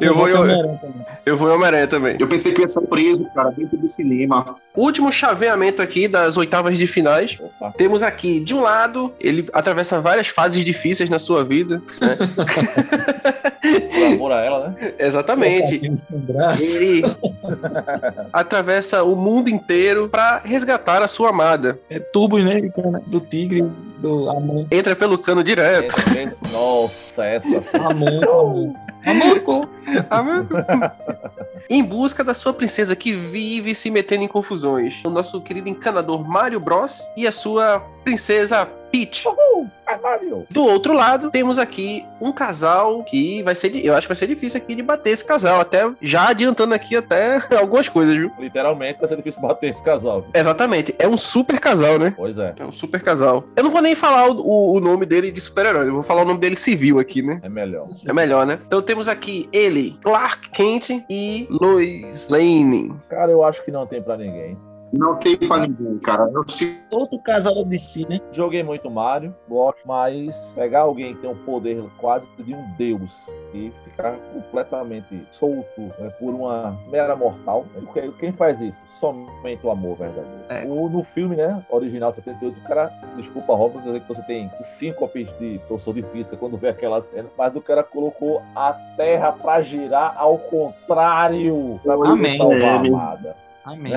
[SPEAKER 1] Eu vou, eu,
[SPEAKER 3] Homem-Aranha também.
[SPEAKER 1] eu vou em Homem-Aranha também.
[SPEAKER 4] Eu pensei que eu ia ser preso, cara, dentro do cinema.
[SPEAKER 1] Último chaveamento aqui das oitavas de finais.
[SPEAKER 2] Opa.
[SPEAKER 1] Temos aqui, de um lado, ele atravessa várias fases difíceis na sua vida.
[SPEAKER 2] Por amor a ela, né?
[SPEAKER 1] Exatamente.
[SPEAKER 3] Um braço.
[SPEAKER 1] Ele atravessa o mundo inteiro pra resgatar a sua amada.
[SPEAKER 3] É tubos, né? Do tigre, do amor.
[SPEAKER 1] Entra pelo cano direto.
[SPEAKER 2] Essa vez- Nossa, essa foi.
[SPEAKER 3] Amor, amor. Amor, pô.
[SPEAKER 1] Ah, meu Deus. em busca da sua princesa que vive se metendo em confusões. O nosso querido encanador Mario Bros e a sua princesa Peach.
[SPEAKER 2] Uhul, caralho.
[SPEAKER 1] Do outro lado, temos aqui um casal que vai ser, di- eu acho que vai ser difícil aqui de bater esse casal, até já adiantando aqui até algumas coisas, viu?
[SPEAKER 2] Literalmente vai ser difícil bater esse casal.
[SPEAKER 1] Exatamente, é um super casal, né?
[SPEAKER 2] Pois é.
[SPEAKER 1] É um super casal. Eu não vou nem falar o, o- o nome dele de super-herói, eu vou falar o nome dele civil aqui, né?
[SPEAKER 2] É melhor.
[SPEAKER 1] É melhor, né? Então temos aqui ele, Clark Kent e Lois Lane.
[SPEAKER 2] Cara, eu acho que não tem pra ninguém.
[SPEAKER 4] Não tem pra ninguém, cara. Eu sei
[SPEAKER 3] Outro casal de si, né?
[SPEAKER 2] Joguei muito Mario, gosto, mas pegar alguém que tem um poder quase de um deus e ficar completamente solto né, por uma mera mortal, né, porque quem faz isso? Somente o amor verdadeiro.
[SPEAKER 3] É.
[SPEAKER 2] O- no filme, né, original 78, o cara, desculpa, Robert, dizer que você tem cinco de professor de física quando vê aquela cena, mas o cara colocou a terra pra girar ao contrário pra poder
[SPEAKER 3] Amém.
[SPEAKER 2] salvar a
[SPEAKER 4] É, né?
[SPEAKER 2] amada.
[SPEAKER 3] Amém.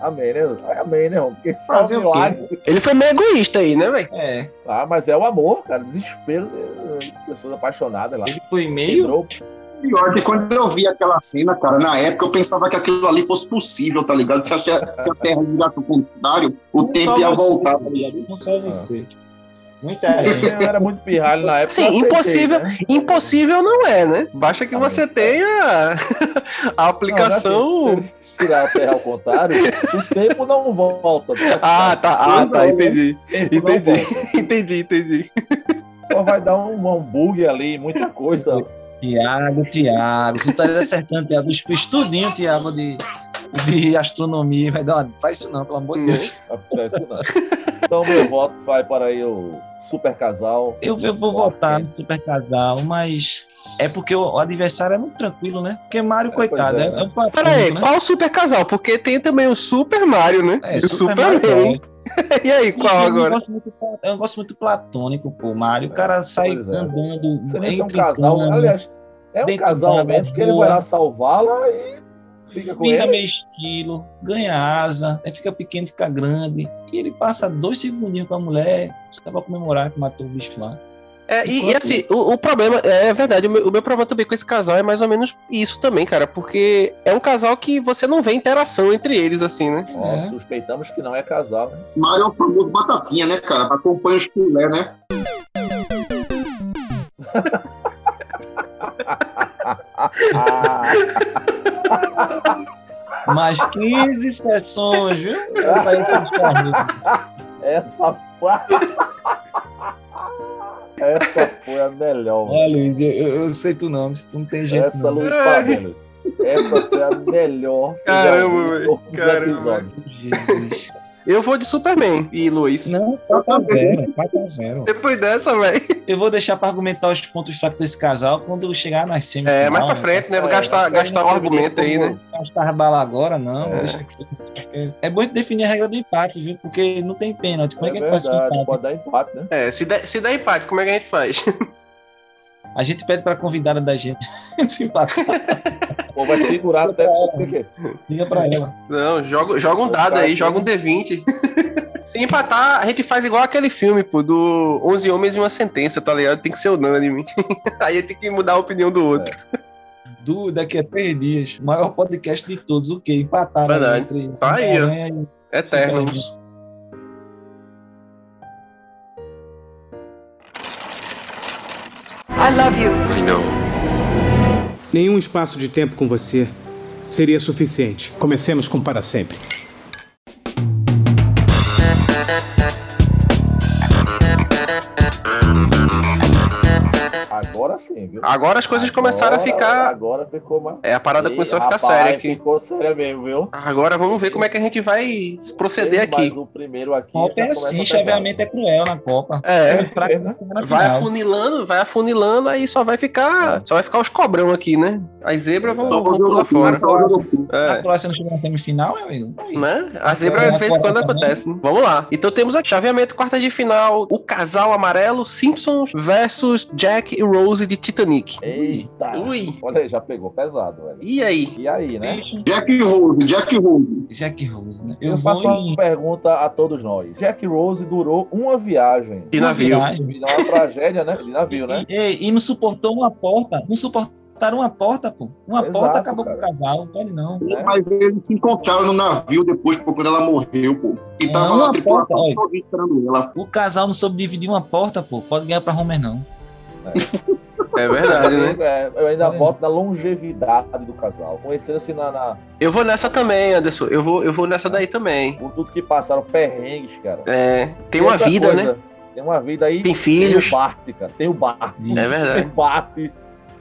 [SPEAKER 2] Amém, né? Amém, né? Robert? Porque
[SPEAKER 3] Fazer
[SPEAKER 2] salve
[SPEAKER 3] o quê?
[SPEAKER 2] milagre.
[SPEAKER 1] Ele foi meio egoísta aí, né, velho?
[SPEAKER 3] É.
[SPEAKER 2] Ah, mas é o amor, cara. Desespero de de pessoas apaixonadas lá.
[SPEAKER 3] Ele foi meio.
[SPEAKER 2] Quebrou.
[SPEAKER 4] pior que quando eu vi aquela cena, cara, na época eu pensava que aquilo ali fosse possível, tá ligado? Se a, se a Terra virasse o contrário, o
[SPEAKER 3] Não
[SPEAKER 4] tempo
[SPEAKER 3] só
[SPEAKER 4] ia
[SPEAKER 3] você,
[SPEAKER 4] voltar.
[SPEAKER 3] tá ligado? Não só você. Muita gente.
[SPEAKER 2] Eu era muito pirralho na época.
[SPEAKER 1] Sim,
[SPEAKER 2] eu aceitei,
[SPEAKER 1] impossível-
[SPEAKER 2] né?
[SPEAKER 1] Impossível não é, né? Basta que
[SPEAKER 2] Ah,
[SPEAKER 1] você
[SPEAKER 2] mas-
[SPEAKER 1] tenha a
[SPEAKER 2] Não,
[SPEAKER 1] aplicação.
[SPEAKER 2] não é que se tirar a terra ao contrário, o tempo não volta. né?
[SPEAKER 1] ah, tá, ah, tá, entendi. entendi.
[SPEAKER 2] entendi.
[SPEAKER 1] Entendi, entendi.
[SPEAKER 2] Só vai dar um, um bug ali, muita coisa.
[SPEAKER 3] Tiago, Tiago, tu tá acertando, Tiago. Os estudinhos, Tiago, de, de astronomia.
[SPEAKER 1] Uhum.
[SPEAKER 3] Vai dar uma... Faz isso não, pelo amor de Deus.
[SPEAKER 2] Não acontece, não. Então, meu voto vai para aí o super casal.
[SPEAKER 3] Eu, eu vou votar no super casal, mas é porque o, o adversário é muito tranquilo, né? Porque Mario, coitado,
[SPEAKER 1] pois
[SPEAKER 3] é,
[SPEAKER 1] é.
[SPEAKER 3] é um patinho,
[SPEAKER 1] Pera aí,
[SPEAKER 3] né?
[SPEAKER 1] qual super casal? Porque tem também o Super Mario, né?
[SPEAKER 3] É,
[SPEAKER 1] e o
[SPEAKER 3] Super
[SPEAKER 1] Super,
[SPEAKER 3] Mario.
[SPEAKER 1] Rei. e aí, qual
[SPEAKER 3] eu
[SPEAKER 1] agora?
[SPEAKER 3] Não gosto muito, pla- eu não gosto muito platônico, pô, Mario. O cara sai
[SPEAKER 2] pois é.
[SPEAKER 3] andando
[SPEAKER 2] Você vê que é um
[SPEAKER 3] entre
[SPEAKER 2] casal.
[SPEAKER 1] né?
[SPEAKER 3] cama,
[SPEAKER 2] Aliás, é um
[SPEAKER 3] dentro
[SPEAKER 2] casal
[SPEAKER 3] da
[SPEAKER 2] mesmo que ele
[SPEAKER 3] rua.
[SPEAKER 2] vai lá salvá-la e fica com
[SPEAKER 3] vira
[SPEAKER 2] ele.
[SPEAKER 3] meio estilo, ganha asa, aí fica pequeno, fica grande. E ele passa dois segundinhos com a mulher, só pra comemorar que matou o bicho lá.
[SPEAKER 1] É, e, e
[SPEAKER 3] Enquanto-
[SPEAKER 1] assim, o, o problema, é, é verdade, o meu, o meu problema também com esse casal é mais ou menos isso também, cara, porque é um casal que você não vê interação entre eles, assim, né?
[SPEAKER 2] Ó,
[SPEAKER 3] É.
[SPEAKER 2] suspeitamos que não é casal, né?
[SPEAKER 4] Mário é o famoso batatinha, né, cara? Acompanha os filé, né?
[SPEAKER 2] Ah,
[SPEAKER 3] Mais 15 sessões, viu? Eu saí tudo correndo.
[SPEAKER 2] essa foi. essa foi a melhor. mano.
[SPEAKER 3] Olha, Luiz, eu, eu- eu sei tu não, se tu não tem jeito.
[SPEAKER 2] Essa,
[SPEAKER 3] não.
[SPEAKER 2] Luiz, parabéns. Essa foi a melhor. que já
[SPEAKER 1] Caramba,
[SPEAKER 2] vi em
[SPEAKER 1] velho.
[SPEAKER 2] todos os
[SPEAKER 1] Caramba.
[SPEAKER 2] episódios.
[SPEAKER 3] Jesus.
[SPEAKER 1] Eu vou de Superman e Luiz.
[SPEAKER 3] Não, tá 4x0, 4x0.
[SPEAKER 1] Depois dessa, velho.
[SPEAKER 3] Eu vou deixar pra argumentar os pontos fracos desse casal quando eu chegar nas semifinais.
[SPEAKER 1] É, mais pra frente, né?
[SPEAKER 2] É,
[SPEAKER 1] gastar gastar um argumento aí, né?
[SPEAKER 3] Gastar bala agora, não.
[SPEAKER 2] É.
[SPEAKER 3] Deixa- É bom definir a regra do empate, viu? Porque não tem pênalti. Como é,
[SPEAKER 2] É
[SPEAKER 3] que a gente faz com
[SPEAKER 2] verdade,
[SPEAKER 3] empate?
[SPEAKER 2] pode dar empate, né?
[SPEAKER 1] É, se der, se der empate, como é que a gente faz?
[SPEAKER 3] A gente pede pra convidada da gente se empatar.
[SPEAKER 2] Ou vai segurar até porque
[SPEAKER 3] Liga pra ela.
[SPEAKER 1] Não, joga, joga um dado aí, joga um D20. Se empatar, a gente faz igual aquele filme, pô, do 11 homens e uma sentença, tá ligado? Tem que ser unânime. Aí tem que mudar a opinião do outro.
[SPEAKER 3] Du, daqui a é três dias. O maior podcast de todos. O quê? Empataram
[SPEAKER 1] Verdade.
[SPEAKER 3] entre É,
[SPEAKER 1] Tá aí, ó.
[SPEAKER 3] Homem-Aranha e-
[SPEAKER 2] É.
[SPEAKER 1] Eternos.
[SPEAKER 7] I love you.
[SPEAKER 8] Nenhum espaço de tempo com você seria suficiente. Comecemos com para sempre.
[SPEAKER 2] agora sim, viu?
[SPEAKER 1] Agora as coisas
[SPEAKER 2] Agora-
[SPEAKER 1] começaram a ficar.
[SPEAKER 2] Agora ficou mais.
[SPEAKER 1] É, a parada
[SPEAKER 2] Ih,
[SPEAKER 1] começou a ficar
[SPEAKER 2] rapaz,
[SPEAKER 1] séria aqui.
[SPEAKER 2] Ficou séria mesmo, viu?
[SPEAKER 1] Agora vamos ver como é que a gente vai proceder
[SPEAKER 2] Mas
[SPEAKER 1] aqui.
[SPEAKER 2] o primeiro aqui.
[SPEAKER 3] Copa
[SPEAKER 2] já
[SPEAKER 3] é
[SPEAKER 2] começa
[SPEAKER 3] assim,
[SPEAKER 2] a
[SPEAKER 3] chaveamento é cruel na Copa.
[SPEAKER 1] É.
[SPEAKER 2] pegar.
[SPEAKER 3] fraco
[SPEAKER 2] né?
[SPEAKER 3] na
[SPEAKER 1] Vai
[SPEAKER 3] final.
[SPEAKER 1] afunilando, vai afunilando, aí só vai
[SPEAKER 2] É.
[SPEAKER 1] ficar. Só vai ficar os cobrão aqui, né? As zebras vão,
[SPEAKER 4] Só
[SPEAKER 1] vão
[SPEAKER 4] fazer o
[SPEAKER 1] pular
[SPEAKER 4] louquinho,
[SPEAKER 1] fora.
[SPEAKER 4] né? Só fazer o louquinho.
[SPEAKER 1] É.
[SPEAKER 3] Na Croácia não chegou na semifinal, meu amigo. Aí.
[SPEAKER 1] Né? A zebra de vez em quando acontece. né? Vamos lá. Então temos aqui chaveamento, quartas de final, o casal amarelo, Simpsons versus Jack e Rose de Titanic.
[SPEAKER 3] é
[SPEAKER 2] Eita.
[SPEAKER 1] Ui.
[SPEAKER 2] Olha aí, já pegou pesado, velho.
[SPEAKER 1] E aí?
[SPEAKER 2] E aí, né?
[SPEAKER 4] Jack Rose, Jack Rose.
[SPEAKER 3] Jack Rose, né?
[SPEAKER 2] Eu,
[SPEAKER 3] Eu,
[SPEAKER 2] faço
[SPEAKER 3] vou
[SPEAKER 2] uma
[SPEAKER 3] em
[SPEAKER 2] pergunta a todos nós. Jack Rose durou uma viagem.
[SPEAKER 1] De navio.
[SPEAKER 3] viagem.
[SPEAKER 2] É uma tragédia, né? De navio, né?
[SPEAKER 3] E, e não suportou uma porta. Não suportaram uma porta, pô. Uma
[SPEAKER 2] Exato,
[SPEAKER 3] porta acabou
[SPEAKER 2] cara.
[SPEAKER 3] com o casal. Não pode não.
[SPEAKER 2] É.
[SPEAKER 4] Mas eles se encontraram no navio depois, pô, quando ela morreu, pô.
[SPEAKER 2] É
[SPEAKER 4] E tava
[SPEAKER 3] Não,
[SPEAKER 4] lá
[SPEAKER 3] uma
[SPEAKER 4] a tripulação
[SPEAKER 3] porta, olha.
[SPEAKER 4] todinha esperando ela.
[SPEAKER 3] O casal não soube dividir uma porta, pô. Pode ganhar pra Homer, não.
[SPEAKER 1] É verdade, né?
[SPEAKER 2] É, eu ainda
[SPEAKER 3] Tá vendo?
[SPEAKER 2] voto na longevidade do casal. Conheceram-se na, na-
[SPEAKER 1] Eu vou nessa também, Anderson. Eu vou, eu vou nessa daí também.
[SPEAKER 2] por tudo que passaram, perrengues, cara.
[SPEAKER 1] É, tem
[SPEAKER 2] E
[SPEAKER 1] uma
[SPEAKER 2] outra
[SPEAKER 1] vida, né?
[SPEAKER 2] coisa, Tem uma vida aí.
[SPEAKER 1] Tem filhos.
[SPEAKER 2] Tem o Bart, cara. Tem o Bart.
[SPEAKER 1] É
[SPEAKER 2] Tem
[SPEAKER 1] verdade.
[SPEAKER 2] o Bart.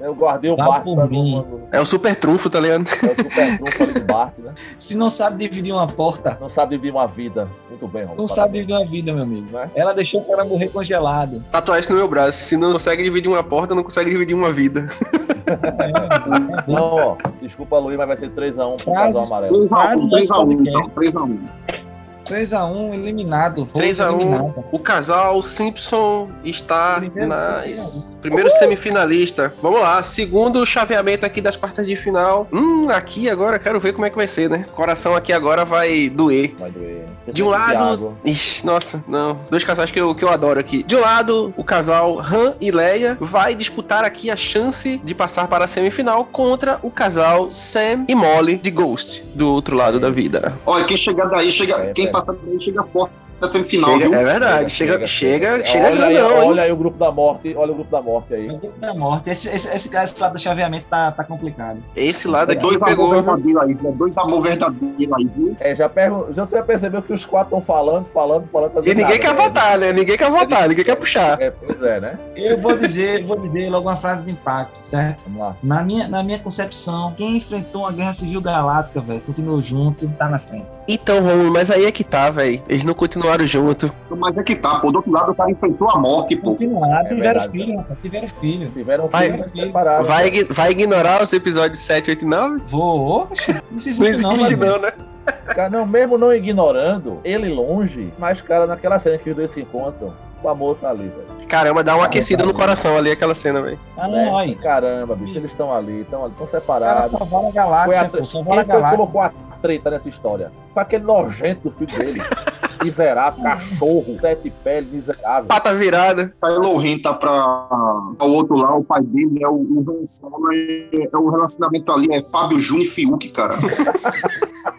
[SPEAKER 2] Eu guardei o
[SPEAKER 3] Dá
[SPEAKER 2] Bart
[SPEAKER 3] por
[SPEAKER 2] pra
[SPEAKER 3] mim.
[SPEAKER 2] no- no-
[SPEAKER 1] É o super trunfo, tá ligado?
[SPEAKER 2] É o super trunfo ali do Bart, né?
[SPEAKER 3] Se não sabe dividir uma porta,
[SPEAKER 2] Não sabe viver uma vida. Muito bem, Romulo.
[SPEAKER 3] não sabe dividir uma vida, meu amigo.
[SPEAKER 2] Né?
[SPEAKER 3] Ela deixou o cara morrer congelado.
[SPEAKER 1] Tatuar isso no meu braço. Se não consegue dividir uma porta, não consegue dividir uma vida.
[SPEAKER 2] Não, ó. Desculpa, Luiz, mas vai ser 3x1 pro
[SPEAKER 3] Frases.
[SPEAKER 2] casal amarelo.
[SPEAKER 4] 3x1,
[SPEAKER 3] Vários
[SPEAKER 4] 3x1,
[SPEAKER 3] podcasts.
[SPEAKER 4] então. 3x1.
[SPEAKER 3] 3x1, eliminado. Rose
[SPEAKER 1] 3x1.
[SPEAKER 3] eliminada.
[SPEAKER 1] O casal Simpson está
[SPEAKER 3] Primeiro
[SPEAKER 1] nas primeiro semifinalista. Vamos lá, segundo chaveamento aqui das quartas de final. Hum, aqui agora quero ver como é que vai ser, né? Coração aqui agora vai doer.
[SPEAKER 2] Vai doer.
[SPEAKER 1] De um lado. Ixi, nossa, não. Dois casais que eu, que eu adoro aqui. De um lado, o casal Han e Leia vai disputar aqui a chance de passar para a semifinal contra o casal Sam e Molly de Ghost, do outro lado da vida.
[SPEAKER 4] Olha, quem chegar daí, chega,
[SPEAKER 2] É,
[SPEAKER 4] quem
[SPEAKER 2] é.
[SPEAKER 4] passar daí, chega forte na semifinal,
[SPEAKER 1] Chega-
[SPEAKER 4] viu?
[SPEAKER 1] é verdade, chega, chega, chega,
[SPEAKER 2] olha, aí,
[SPEAKER 1] grandão, hein?
[SPEAKER 2] olha aí o grupo da morte. Olha o grupo da morte
[SPEAKER 3] É
[SPEAKER 2] aí.
[SPEAKER 3] o grupo da morte. Esse, esse, esse, cara, esse lado do chaveamento tá, tá complicado.
[SPEAKER 1] Esse lado aqui
[SPEAKER 4] Dois amor
[SPEAKER 1] pegou. né?
[SPEAKER 4] verdadeiro aí, viu? dois amor verdadeiro aí, viu?
[SPEAKER 2] É, já, pergun- já você percebeu que os quatro estão falando, falando, falando. tá
[SPEAKER 1] E
[SPEAKER 2] dizendo
[SPEAKER 1] ninguém
[SPEAKER 2] nada,
[SPEAKER 1] quer
[SPEAKER 2] né?
[SPEAKER 1] votar, né? Ninguém quer votar, ninguém quer puxar.
[SPEAKER 2] É, pois é, né?
[SPEAKER 3] Eu vou dizer, vou dizer logo uma frase de impacto, certo?
[SPEAKER 2] Vamos lá.
[SPEAKER 3] Na minha, na minha concepção, quem enfrentou uma guerra civil galáctica, velho, continuou junto, tá na frente.
[SPEAKER 1] Então, Romulo, mas aí é que tá, velho. Eles não continuaram junto.
[SPEAKER 4] Mas é que tá, pô. Do outro lado, o cara enfrentou a morte, pô.
[SPEAKER 3] Continuaram, tiveram
[SPEAKER 2] É verdade,
[SPEAKER 3] filho, rapaz, tiveram filho.
[SPEAKER 2] Tiveram
[SPEAKER 1] Vai-
[SPEAKER 2] filhos separados.
[SPEAKER 1] Vai, ign- vai ignorar os episódios 7, 8 e 9?
[SPEAKER 3] Vou, oxe, não existe
[SPEAKER 1] Não
[SPEAKER 3] não,
[SPEAKER 1] existe
[SPEAKER 3] mas-
[SPEAKER 1] não, né?
[SPEAKER 2] Cara, não, mesmo não ignorando, ele longe, mas, cara, naquela cena que os dois se encontram, o amor tá ali, velho.
[SPEAKER 1] Caramba, dá uma aquecida no coração ali aquela cena, velho.
[SPEAKER 3] Ah,
[SPEAKER 2] É,
[SPEAKER 3] não, olha.
[SPEAKER 2] Caramba, bicho, eles estão ali, estão ali, estão
[SPEAKER 3] Os caras
[SPEAKER 2] separados.
[SPEAKER 3] salvaram a
[SPEAKER 2] Foi a
[SPEAKER 3] galáxia,
[SPEAKER 2] tre-
[SPEAKER 3] pô, salvaram
[SPEAKER 2] Quem foi
[SPEAKER 3] a
[SPEAKER 2] que
[SPEAKER 3] galáxia.
[SPEAKER 2] colocou a treta nessa história? Foi aquele nojento do filho dele. Miserável, cachorro, sete peles, miserável.
[SPEAKER 1] Pata virada.
[SPEAKER 4] Tá Elohim tá pra pra o outro lá, o pai dele é o, o Han Solo, é, é o relacionamento ali, é Fábio Júnior e Fiuk, cara.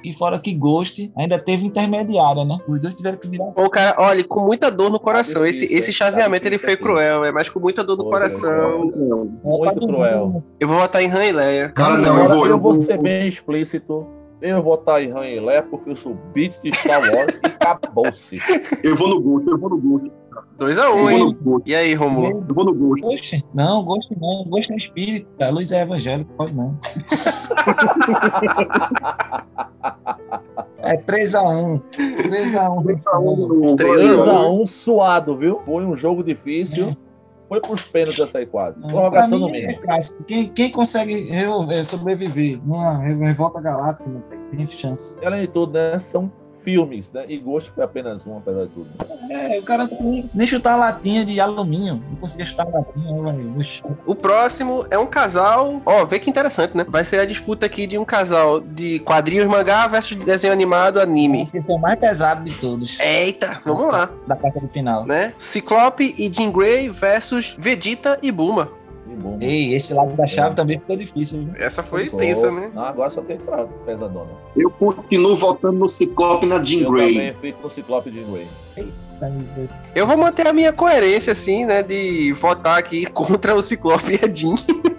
[SPEAKER 3] E fora que Ghost ainda teve intermediária, né? Os dois tiveram que virar.
[SPEAKER 1] Pô, o cara, olha, com muita dor no coração. Esse,
[SPEAKER 2] difícil,
[SPEAKER 1] esse
[SPEAKER 2] hein?
[SPEAKER 1] chaveamento
[SPEAKER 2] Tá
[SPEAKER 1] ele
[SPEAKER 2] difícil
[SPEAKER 1] foi
[SPEAKER 2] aqui.
[SPEAKER 1] cruel, é, mas com muita dor no
[SPEAKER 2] Pô,
[SPEAKER 1] coração.
[SPEAKER 3] um
[SPEAKER 2] Muito cruel.
[SPEAKER 1] Eu vou votar em Han e Leia.
[SPEAKER 4] Cara, não, eu
[SPEAKER 2] Agora,
[SPEAKER 4] vou.
[SPEAKER 2] eu vou ser bem explícito. Eu vou estar em Han e Lé porque eu sou beat de Star Wars e acabou-se.
[SPEAKER 4] Eu vou no gosto, eu vou no gosto.
[SPEAKER 1] 2x1,
[SPEAKER 4] Eu vou
[SPEAKER 1] hein?
[SPEAKER 4] no gosto,
[SPEAKER 1] E aí, Romulo?
[SPEAKER 4] eu vou no gosto.
[SPEAKER 3] Ghost? Não, Ghost não. Ghost é espírita. A luz é evangélico, pode não. é 3x1. 3x1. 3x1.
[SPEAKER 1] Três
[SPEAKER 2] 3x1 suado, viu? Foi um jogo difícil. Foi pros pênaltis essa aí quase.
[SPEAKER 3] Pra
[SPEAKER 2] Prorrogação no
[SPEAKER 3] mim, é
[SPEAKER 2] mínimo.
[SPEAKER 3] clássico. Quem, quem consegue reu- é, sobreviver numa revolta galáctica não tem, tem chance.
[SPEAKER 2] E, Além de tudo, né? São filmes, né? E gosto foi apenas um, apesar de tudo.
[SPEAKER 3] É, o cara nem, nem chutar a latinha de alumínio. Não conseguia chutar a latinha. ó, velho, no chão.
[SPEAKER 1] O próximo é um casal. Ó, vê que interessante, né? Vai ser a disputa aqui de um casal de quadrinhos mangá versus desenho animado anime.
[SPEAKER 3] Esse é o mais pesado de todos.
[SPEAKER 4] É.
[SPEAKER 1] Eita, vamos lá,
[SPEAKER 3] Da quarta do final.
[SPEAKER 1] né? Ciclope e Jean Grey versus Vegeta e Bulma.
[SPEAKER 2] E bom.
[SPEAKER 3] Ei, esse lado da
[SPEAKER 2] É.
[SPEAKER 3] chave também ficou difícil, viu?
[SPEAKER 1] Essa foi
[SPEAKER 2] Só-
[SPEAKER 1] tensa, né?
[SPEAKER 2] Não, Ah, agora só tem pra- pesadona.
[SPEAKER 4] Eu continuo votando no Ciclope e na Jean
[SPEAKER 2] Eu
[SPEAKER 4] Grey.
[SPEAKER 2] também fico com o Ciclope de Grey.
[SPEAKER 3] Tá miserável.
[SPEAKER 1] Eu vou manter a minha coerência, assim, né? De votar aqui contra o Ciclope e a Jean.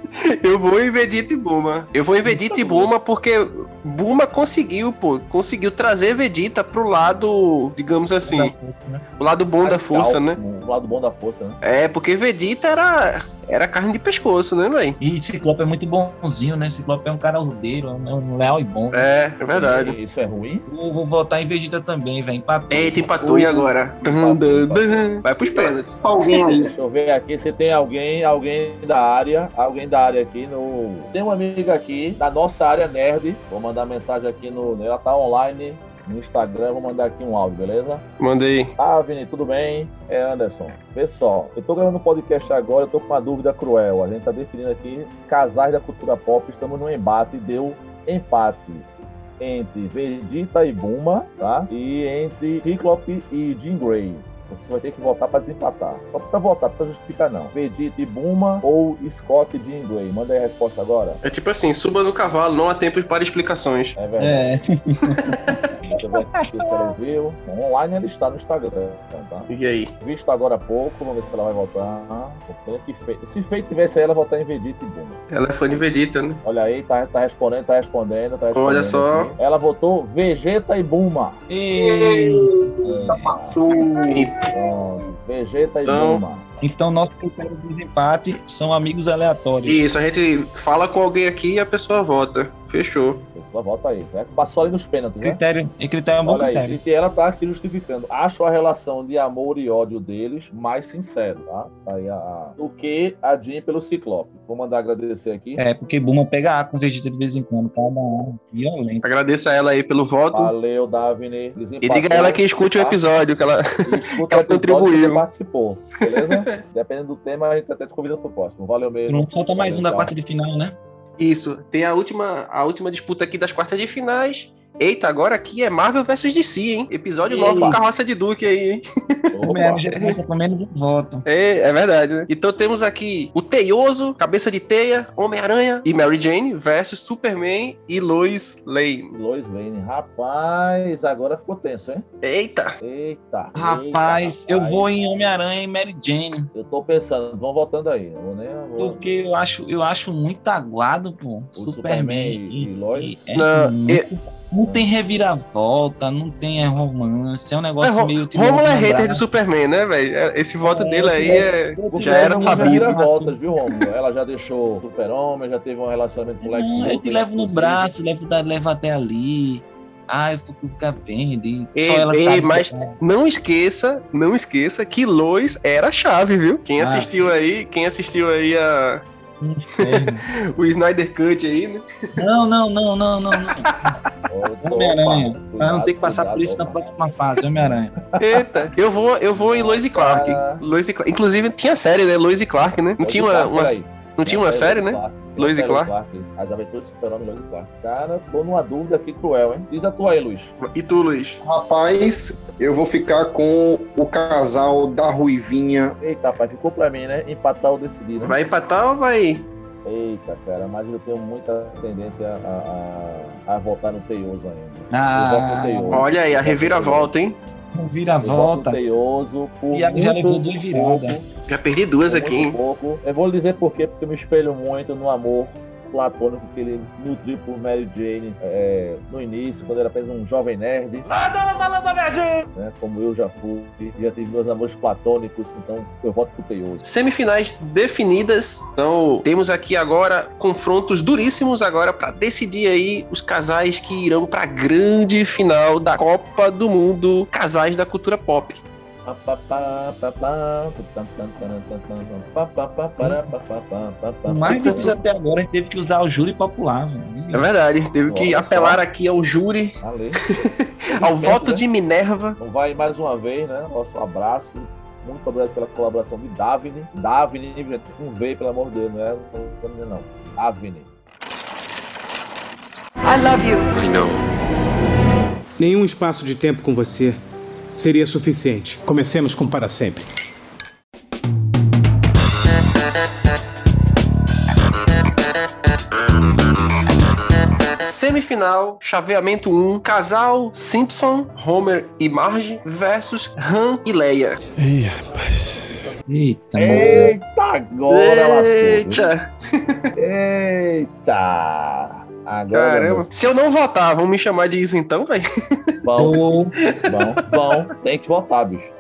[SPEAKER 1] Eu vou em Vegeta e Bulma. Eu vou em Vegeta e Bulma porque Bulma conseguiu, pô, conseguiu trazer Vegeta pro lado, digamos assim, o lado bom da força, né?
[SPEAKER 2] O um lado bom da força, né?
[SPEAKER 1] É, porque Vegeta era, era carne de pescoço, né, velho?
[SPEAKER 3] E Ciclope é muito bonzinho, né? Ciclope é um cara ordeiro, é um leal e bom.
[SPEAKER 1] É, é verdade.
[SPEAKER 2] Isso é ruim?
[SPEAKER 3] Eu vou votar em Vegeta também, velho. Empatou.
[SPEAKER 1] Eita, empatou e agora? Dun, dun, dun. Vai pros pênaltis.
[SPEAKER 4] Alguém aí.
[SPEAKER 2] Deixa eu ver aqui se tem alguém, alguém da área, alguém da área aqui no. Tem uma amiga aqui da nossa área nerd. Vou mandar mensagem aqui no. Ela tá online no Instagram, vou mandar aqui um áudio, beleza?
[SPEAKER 1] Mandei.
[SPEAKER 2] Ah, Vini, tudo bem? É Anderson. Vê só, eu tô gravando um podcast agora, eu tô com uma dúvida cruel. A gente tá definindo aqui casais da cultura pop, estamos num embate, deu empate entre Vegeta e Buma, tá? E entre Ciclope e Jean Grey. Você vai ter que votar pra desempatar. Só precisa votar, precisa justificar não. Vegeta e Buma ou Scott e Jean Grey? Manda aí a resposta agora.
[SPEAKER 1] É tipo assim, suba no cavalo, não há tempo para explicações.
[SPEAKER 2] É verdade.
[SPEAKER 3] É,
[SPEAKER 2] Deixa eu ver aqui se ela viu. Online ela está no Instagram, tá?
[SPEAKER 1] E aí?
[SPEAKER 2] Visto agora há pouco, vamos ver se ela vai votar. Pena que Fei- Se Fei tivesse aí, ela votar em Vegeta e Buma.
[SPEAKER 1] Ela é fã de Vegeta, né?
[SPEAKER 2] Olha aí, tá, tá respondendo, tá respondendo, tá respondendo.
[SPEAKER 1] Olha só.
[SPEAKER 2] aqui. Ela votou Vegeta e Buma.
[SPEAKER 3] E-
[SPEAKER 2] Pronto, Vegeta e
[SPEAKER 1] Então-
[SPEAKER 2] Buma.
[SPEAKER 3] Então, nosso critério de desempate são amigos aleatórios.
[SPEAKER 1] Isso, a gente fala com alguém aqui e a pessoa vota. Fechou.
[SPEAKER 2] Pessoa, volta aí. né? Passou ali nos pênaltis, né?
[SPEAKER 3] Critério, e critério é um bom
[SPEAKER 2] Olha aí,
[SPEAKER 3] critério.
[SPEAKER 2] e ela tá aqui justificando. Acho a relação de amor e ódio deles mais sincera, tá? Tá Aí a, a- do que a Jean pelo Ciclope. Vou mandar agradecer aqui.
[SPEAKER 3] É, porque Buma pega A com Vegeta de vez em quando, cada um violento.
[SPEAKER 1] Agradeço a ela aí pelo voto.
[SPEAKER 2] Valeu, Davine.
[SPEAKER 1] E diga a ela que escute o
[SPEAKER 2] Tá?
[SPEAKER 1] episódio, que ela.
[SPEAKER 2] Escuta
[SPEAKER 1] Ela
[SPEAKER 2] o episódio
[SPEAKER 1] contribuiu.
[SPEAKER 2] que você participou, beleza? Dependendo do tema, a gente tá até te convida pro próximo. Valeu mesmo.
[SPEAKER 3] Pronto, falta mais um da quarta de final, né?
[SPEAKER 1] Isso. Tem a última, a última disputa aqui das quartas de finais. Eita, agora aqui é Marvel versus DC, hein? Episódio
[SPEAKER 3] Eita.
[SPEAKER 1] 9 do Carroça de Duque aí, hein?
[SPEAKER 3] Homem-Aranha
[SPEAKER 2] Opa.
[SPEAKER 3] já começa com menos um voto.
[SPEAKER 1] É, é verdade, né? Então temos aqui o Teioso, Cabeça de Teia, Homem-Aranha e Mary Jane versus Superman e Lois Lane.
[SPEAKER 2] Lois Lane, rapaz, agora ficou tenso, hein?
[SPEAKER 1] Eita!
[SPEAKER 2] Eita.
[SPEAKER 3] Rapaz,
[SPEAKER 2] eita,
[SPEAKER 3] eu vou em Homem-Aranha e Mary Jane.
[SPEAKER 2] Eu tô pensando, vão voltando aí. Eu vou nem. eu vou-
[SPEAKER 3] Porque eu acho, eu acho muito aguado, pô.
[SPEAKER 2] O Superman e Lois?
[SPEAKER 3] é
[SPEAKER 1] Não,
[SPEAKER 3] muito-
[SPEAKER 1] eu-
[SPEAKER 3] não tem reviravolta, não tem é, romance, é um negócio
[SPEAKER 1] É, Ro-
[SPEAKER 3] meio. tipo,
[SPEAKER 1] Romulo é
[SPEAKER 3] lembrado.
[SPEAKER 1] hater de Superman, né, velho? Esse voto
[SPEAKER 3] É,
[SPEAKER 1] dele aí é. Já era
[SPEAKER 2] Ela
[SPEAKER 1] sabido. né?
[SPEAKER 2] vira voltas, viu, Romulo? Ela já deixou super-homem, já teve um relacionamento com o Lex
[SPEAKER 3] Não, eu te
[SPEAKER 2] Luthor,
[SPEAKER 3] levo Ah, no
[SPEAKER 2] inclusive.
[SPEAKER 3] braço, levo, da- levo até ali. ah, eu fui pro Cavendi.
[SPEAKER 1] Ei, ei, mas
[SPEAKER 3] é.
[SPEAKER 1] não esqueça, não esqueça que Lois era a chave, viu? Quem
[SPEAKER 3] Ah. Um
[SPEAKER 1] assistiu aí, quem assistiu aí a, o Snyder Cut aí, né?
[SPEAKER 3] Não, não, não, não, não, não. Homem-Aranha. Pra não ter que passar por isso na próxima fase, Homem-Aranha.
[SPEAKER 1] Eita, eu vou, eu vou em Lois e Clark. Lois e Clark. Inclusive tinha série, né? Ah. Lois e Clark, né? Não tinha uma, uma- não tinha
[SPEAKER 2] é
[SPEAKER 1] uma série, né? Lois e Clark.
[SPEAKER 2] As aventuras do super-homem Lois e Clark. Cara, tô numa dúvida aqui cruel, hein? Diz a tua aí, Luiz.
[SPEAKER 1] E tu, Luiz?
[SPEAKER 4] Rapaz, eu vou ficar com o casal da Ruivinha.
[SPEAKER 2] Eita, pai, ficou pra mim, né? Empatar ou decidir, né?
[SPEAKER 1] Vai empatar ou vai?
[SPEAKER 2] Eita, cara, mas eu tenho muita tendência a, a, a voltar no Teioso ainda. Eu voto no
[SPEAKER 3] Ah,
[SPEAKER 2] Teioso.
[SPEAKER 1] Olha aí, a reviravolta, hein?
[SPEAKER 3] vira a
[SPEAKER 2] Eu voto
[SPEAKER 3] volta.
[SPEAKER 2] no Teioso por
[SPEAKER 3] Thiago já
[SPEAKER 2] muito
[SPEAKER 3] levou duas viradas.
[SPEAKER 2] pouco,
[SPEAKER 1] Já perdi duas
[SPEAKER 2] por
[SPEAKER 1] aqui,
[SPEAKER 2] muito
[SPEAKER 1] hein?
[SPEAKER 2] pouco. Eu vou lhe dizer por quê, porque eu me espelho muito no amor platônico que ele nutriu por Mary Jane é, no início, quando era apenas um jovem nerd. Né, como eu já fui, já tive meus amores platônicos, então eu voto pro Teioso.
[SPEAKER 1] Semifinais definidas. Então, temos aqui agora confrontos duríssimos agora para decidir aí os casais que irão para grande final da Copa do Mundo, casais da cultura pop.
[SPEAKER 3] O mais difícil até agora, a gente teve que usar o júri popular.
[SPEAKER 1] É
[SPEAKER 3] velho.
[SPEAKER 1] verdade, teve que
[SPEAKER 2] Nossa.
[SPEAKER 1] apelar aqui ao júri,
[SPEAKER 2] Ale.
[SPEAKER 1] ao
[SPEAKER 2] Certo,
[SPEAKER 1] voto
[SPEAKER 2] né?
[SPEAKER 1] de Minerva.
[SPEAKER 2] Então vai mais uma vez, né? Nosso abraço. Muito obrigado pela colaboração de Davine. Davine, gente, com V, pelo amor de Deus, não é? Não, não. Davine.
[SPEAKER 7] I love you.
[SPEAKER 8] Nenhum espaço de tempo com você seria suficiente. Comecemos com para sempre.
[SPEAKER 1] Semifinal, chaveamento 1, casal Simpson, Homer e Marge versus Han e Leia.
[SPEAKER 5] Ih, rapaz.
[SPEAKER 3] Eita,
[SPEAKER 2] É.
[SPEAKER 3] é- moça.
[SPEAKER 2] Eita, agora lascou.
[SPEAKER 1] Tá Eita,
[SPEAKER 2] Eita! Agora,
[SPEAKER 1] caramba. Se eu não votar, vão me chamar de isentão, velho?
[SPEAKER 2] Vão,
[SPEAKER 3] Ô,
[SPEAKER 2] vão, vão. Tem que votar, bicho.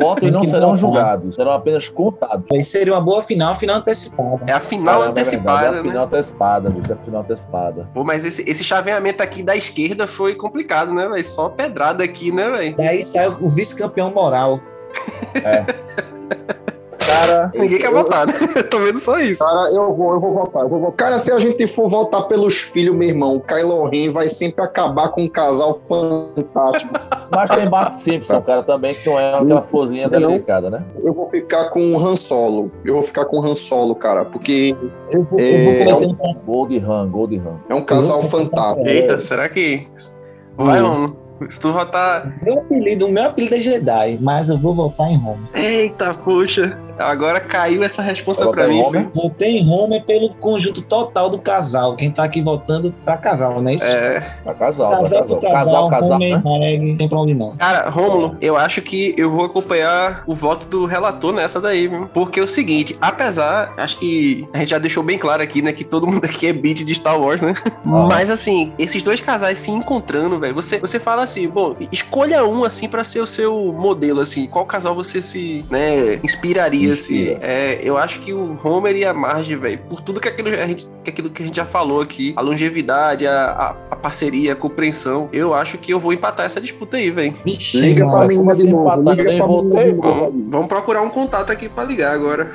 [SPEAKER 2] Votos não
[SPEAKER 3] Tem que
[SPEAKER 2] serão
[SPEAKER 3] votar.
[SPEAKER 2] julgados, serão apenas contados.
[SPEAKER 3] aí seria uma boa final, final antecipada.
[SPEAKER 1] É a final
[SPEAKER 2] Caramba, é
[SPEAKER 1] antecipada,
[SPEAKER 2] verdade, É a
[SPEAKER 1] né?
[SPEAKER 2] final antecipada, bicho. É a final antecipada.
[SPEAKER 1] Pô, mas esse, esse chaveamento aqui da esquerda foi complicado, né, velho? Só pedrada aqui, né, velho?
[SPEAKER 3] Daí sai o vice-campeão moral.
[SPEAKER 2] Cara,
[SPEAKER 1] Ninguém quer
[SPEAKER 2] eu-
[SPEAKER 1] votar, né? Eu tô vendo só isso.
[SPEAKER 4] Cara, eu vou, eu vou votar, eu vou votar. Cara, se a gente for votar pelos filhos, meu irmão, o Kylo Ren vai sempre acabar com um casal fantástico.
[SPEAKER 2] Mas tem Bart Simpson, cara, também, que não é aquela florzinha
[SPEAKER 4] Não.
[SPEAKER 2] delicada, né?
[SPEAKER 4] Eu vou ficar com o Han Solo. Eu vou ficar com o Han Solo, cara, porque
[SPEAKER 3] Eu vou,
[SPEAKER 4] É,
[SPEAKER 3] eu vou poder ter-
[SPEAKER 2] Gold Ram, Gold Ram.
[SPEAKER 4] é um casal fantástico.
[SPEAKER 1] Eita, será que. Vai, um tá- mano. Se tu votar.
[SPEAKER 3] meu apelido, o meu apelido é Jedi, mas eu vou voltar em Roma.
[SPEAKER 1] Eita, poxa. Agora caiu essa resposta
[SPEAKER 2] Vai
[SPEAKER 1] é pra
[SPEAKER 2] votar em
[SPEAKER 1] mim.
[SPEAKER 2] homem?
[SPEAKER 1] viu?
[SPEAKER 3] Voltei em Roma é pelo conjunto total do casal. Quem tá aqui voltando pra casal, né? Isso.
[SPEAKER 1] É,
[SPEAKER 2] Pra casal, pra
[SPEAKER 3] Casal
[SPEAKER 2] casal.
[SPEAKER 3] pro casal,
[SPEAKER 2] Casal, casal,
[SPEAKER 3] homem,
[SPEAKER 2] né?
[SPEAKER 3] maré, não tem problema não.
[SPEAKER 1] cara, Rômulo, eu acho que eu vou acompanhar o voto do relator nessa daí, viu? Porque é o seguinte, apesar, acho que a gente já deixou bem claro aqui, né, que todo mundo aqui é beat de Star Wars, né? Mas assim, esses dois casais se encontrando, velho, você, você fala assim, bom, escolha um assim pra ser o seu modelo, assim, qual casal você se, né, inspiraria, assim.
[SPEAKER 2] Inspira.
[SPEAKER 1] É, eu acho que o Homer e a Marge, velho, por tudo que aquilo, a gente, que aquilo que a gente já falou aqui, a longevidade, a, a, a parceria, a compreensão, eu acho que eu vou empatar essa disputa aí, velho.
[SPEAKER 3] Vixe,
[SPEAKER 4] Liga
[SPEAKER 3] mano.
[SPEAKER 4] pra mim de
[SPEAKER 2] Você
[SPEAKER 4] novo.
[SPEAKER 2] empatar,
[SPEAKER 4] Liga
[SPEAKER 2] nem
[SPEAKER 4] pra mim
[SPEAKER 2] votei,
[SPEAKER 4] de novo.
[SPEAKER 1] Vamos, vamos procurar um contato aqui pra ligar agora.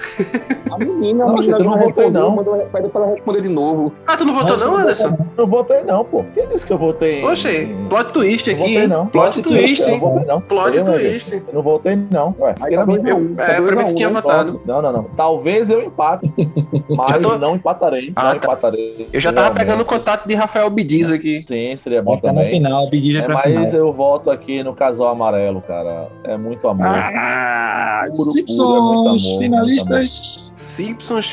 [SPEAKER 2] Não,
[SPEAKER 4] A menina, a menina
[SPEAKER 2] gente, eu
[SPEAKER 4] já
[SPEAKER 2] não votei,
[SPEAKER 4] respondeu,
[SPEAKER 2] não.
[SPEAKER 4] mandou- pede pra ela responder de novo.
[SPEAKER 1] Ah, tu não votou
[SPEAKER 3] Nossa,
[SPEAKER 1] não,
[SPEAKER 3] não
[SPEAKER 1] Anderson?
[SPEAKER 2] Não votei não, pô. Quem disse que eu votei? em-
[SPEAKER 1] Oxe,
[SPEAKER 2] em-
[SPEAKER 1] plot twist
[SPEAKER 2] Não
[SPEAKER 1] aqui,
[SPEAKER 2] votei,
[SPEAKER 1] hein?
[SPEAKER 2] não.
[SPEAKER 1] Plot twist,
[SPEAKER 2] Eu não
[SPEAKER 1] hein?
[SPEAKER 2] votei não.
[SPEAKER 1] Plot
[SPEAKER 2] Eu, né, gente?
[SPEAKER 1] twist.
[SPEAKER 2] Eu não votei não. Ué,
[SPEAKER 4] Aí tá dois a um, tá
[SPEAKER 1] É,
[SPEAKER 4] dois
[SPEAKER 1] pra mim
[SPEAKER 4] a um,
[SPEAKER 1] que tinha
[SPEAKER 4] né?
[SPEAKER 1] votado.
[SPEAKER 2] Não, não, não. Talvez eu empate,
[SPEAKER 1] Já
[SPEAKER 2] mas
[SPEAKER 1] tô-
[SPEAKER 2] não empatarei.
[SPEAKER 1] Ah,
[SPEAKER 2] não
[SPEAKER 1] tá.
[SPEAKER 2] empatarei.
[SPEAKER 1] Eu já tava
[SPEAKER 2] É, Realmente.
[SPEAKER 1] pegando o contato de Rafael Bidiz aqui.
[SPEAKER 2] Sim, seria bom
[SPEAKER 3] Vai ficar na
[SPEAKER 2] também.
[SPEAKER 3] final, pedir já
[SPEAKER 2] É,
[SPEAKER 3] pra final.
[SPEAKER 2] mas eu voto aqui no casal amarelo, cara. É muito amor.
[SPEAKER 3] Ah,
[SPEAKER 2] Puro,
[SPEAKER 3] Simpsons,
[SPEAKER 2] puro, é muito amor,
[SPEAKER 3] finalistas
[SPEAKER 1] Simpsons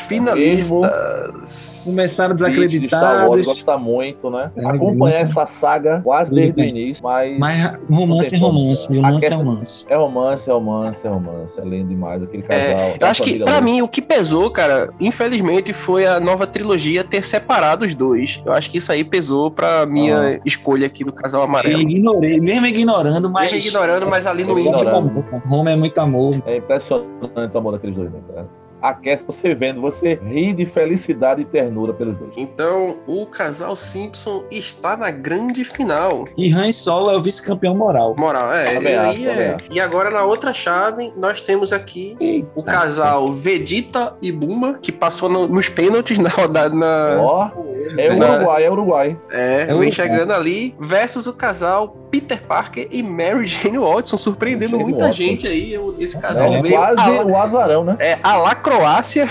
[SPEAKER 1] finalistas.
[SPEAKER 3] começaram
[SPEAKER 2] Vídeo de Star Wars,
[SPEAKER 3] desacreditados.
[SPEAKER 2] gosta muito, né?
[SPEAKER 3] É,
[SPEAKER 2] Acompanhar
[SPEAKER 3] muito.
[SPEAKER 2] essa saga quase
[SPEAKER 3] Tudo
[SPEAKER 2] desde o
[SPEAKER 3] bem.
[SPEAKER 2] início, mas.
[SPEAKER 3] Mas romance é
[SPEAKER 2] Não tem
[SPEAKER 3] romance,
[SPEAKER 2] como.
[SPEAKER 3] romance é
[SPEAKER 2] Aquece-
[SPEAKER 3] romance.
[SPEAKER 2] É romance, é romance, é romance. É lindo demais aquele casal.
[SPEAKER 1] É, eu
[SPEAKER 2] a
[SPEAKER 1] acho que
[SPEAKER 2] família
[SPEAKER 1] pra
[SPEAKER 2] Lúcio.
[SPEAKER 1] mim o que pesou, cara, infelizmente foi a nova trilogia ter separado os dois. Eu acho que isso aí pesou pra minha escolha aqui do casal
[SPEAKER 3] Eu
[SPEAKER 1] amarelo.
[SPEAKER 3] ignorei, mesmo ignorando, mas. é
[SPEAKER 1] Mas... ignorando, mas ali no
[SPEAKER 2] Eu
[SPEAKER 1] íntimo.
[SPEAKER 2] ignorando.
[SPEAKER 3] Roma é muito amor.
[SPEAKER 2] É impressionante o amor daqueles dois, né? cara? aquece você vendo, você ri de felicidade e ternura pelos dois.
[SPEAKER 1] Então, o casal Simpson está na grande final.
[SPEAKER 3] E Han Solo é o vice-campeão moral.
[SPEAKER 1] Moral, é.
[SPEAKER 2] Também
[SPEAKER 1] e,
[SPEAKER 2] acho,
[SPEAKER 1] aí é-
[SPEAKER 2] também acho.
[SPEAKER 1] e agora na outra chave, nós temos aqui
[SPEAKER 3] Eita.
[SPEAKER 1] o casal Vegeta e Buma, que passou no- nos pênaltis na rodada. Na,
[SPEAKER 2] Ó, é
[SPEAKER 1] Não.
[SPEAKER 2] Uruguai, é né? Uruguai.
[SPEAKER 1] é,
[SPEAKER 3] eu
[SPEAKER 1] vem
[SPEAKER 3] entendo.
[SPEAKER 1] chegando ali, versus o casal Peter Parker e Mary Jane Watson, surpreendendo
[SPEAKER 2] Jane
[SPEAKER 1] muita
[SPEAKER 2] Watson.
[SPEAKER 1] gente aí. eu- Esse casal
[SPEAKER 2] É
[SPEAKER 1] veio.
[SPEAKER 2] quase
[SPEAKER 1] a,
[SPEAKER 2] o azarão, né?
[SPEAKER 1] é, a la Croácia.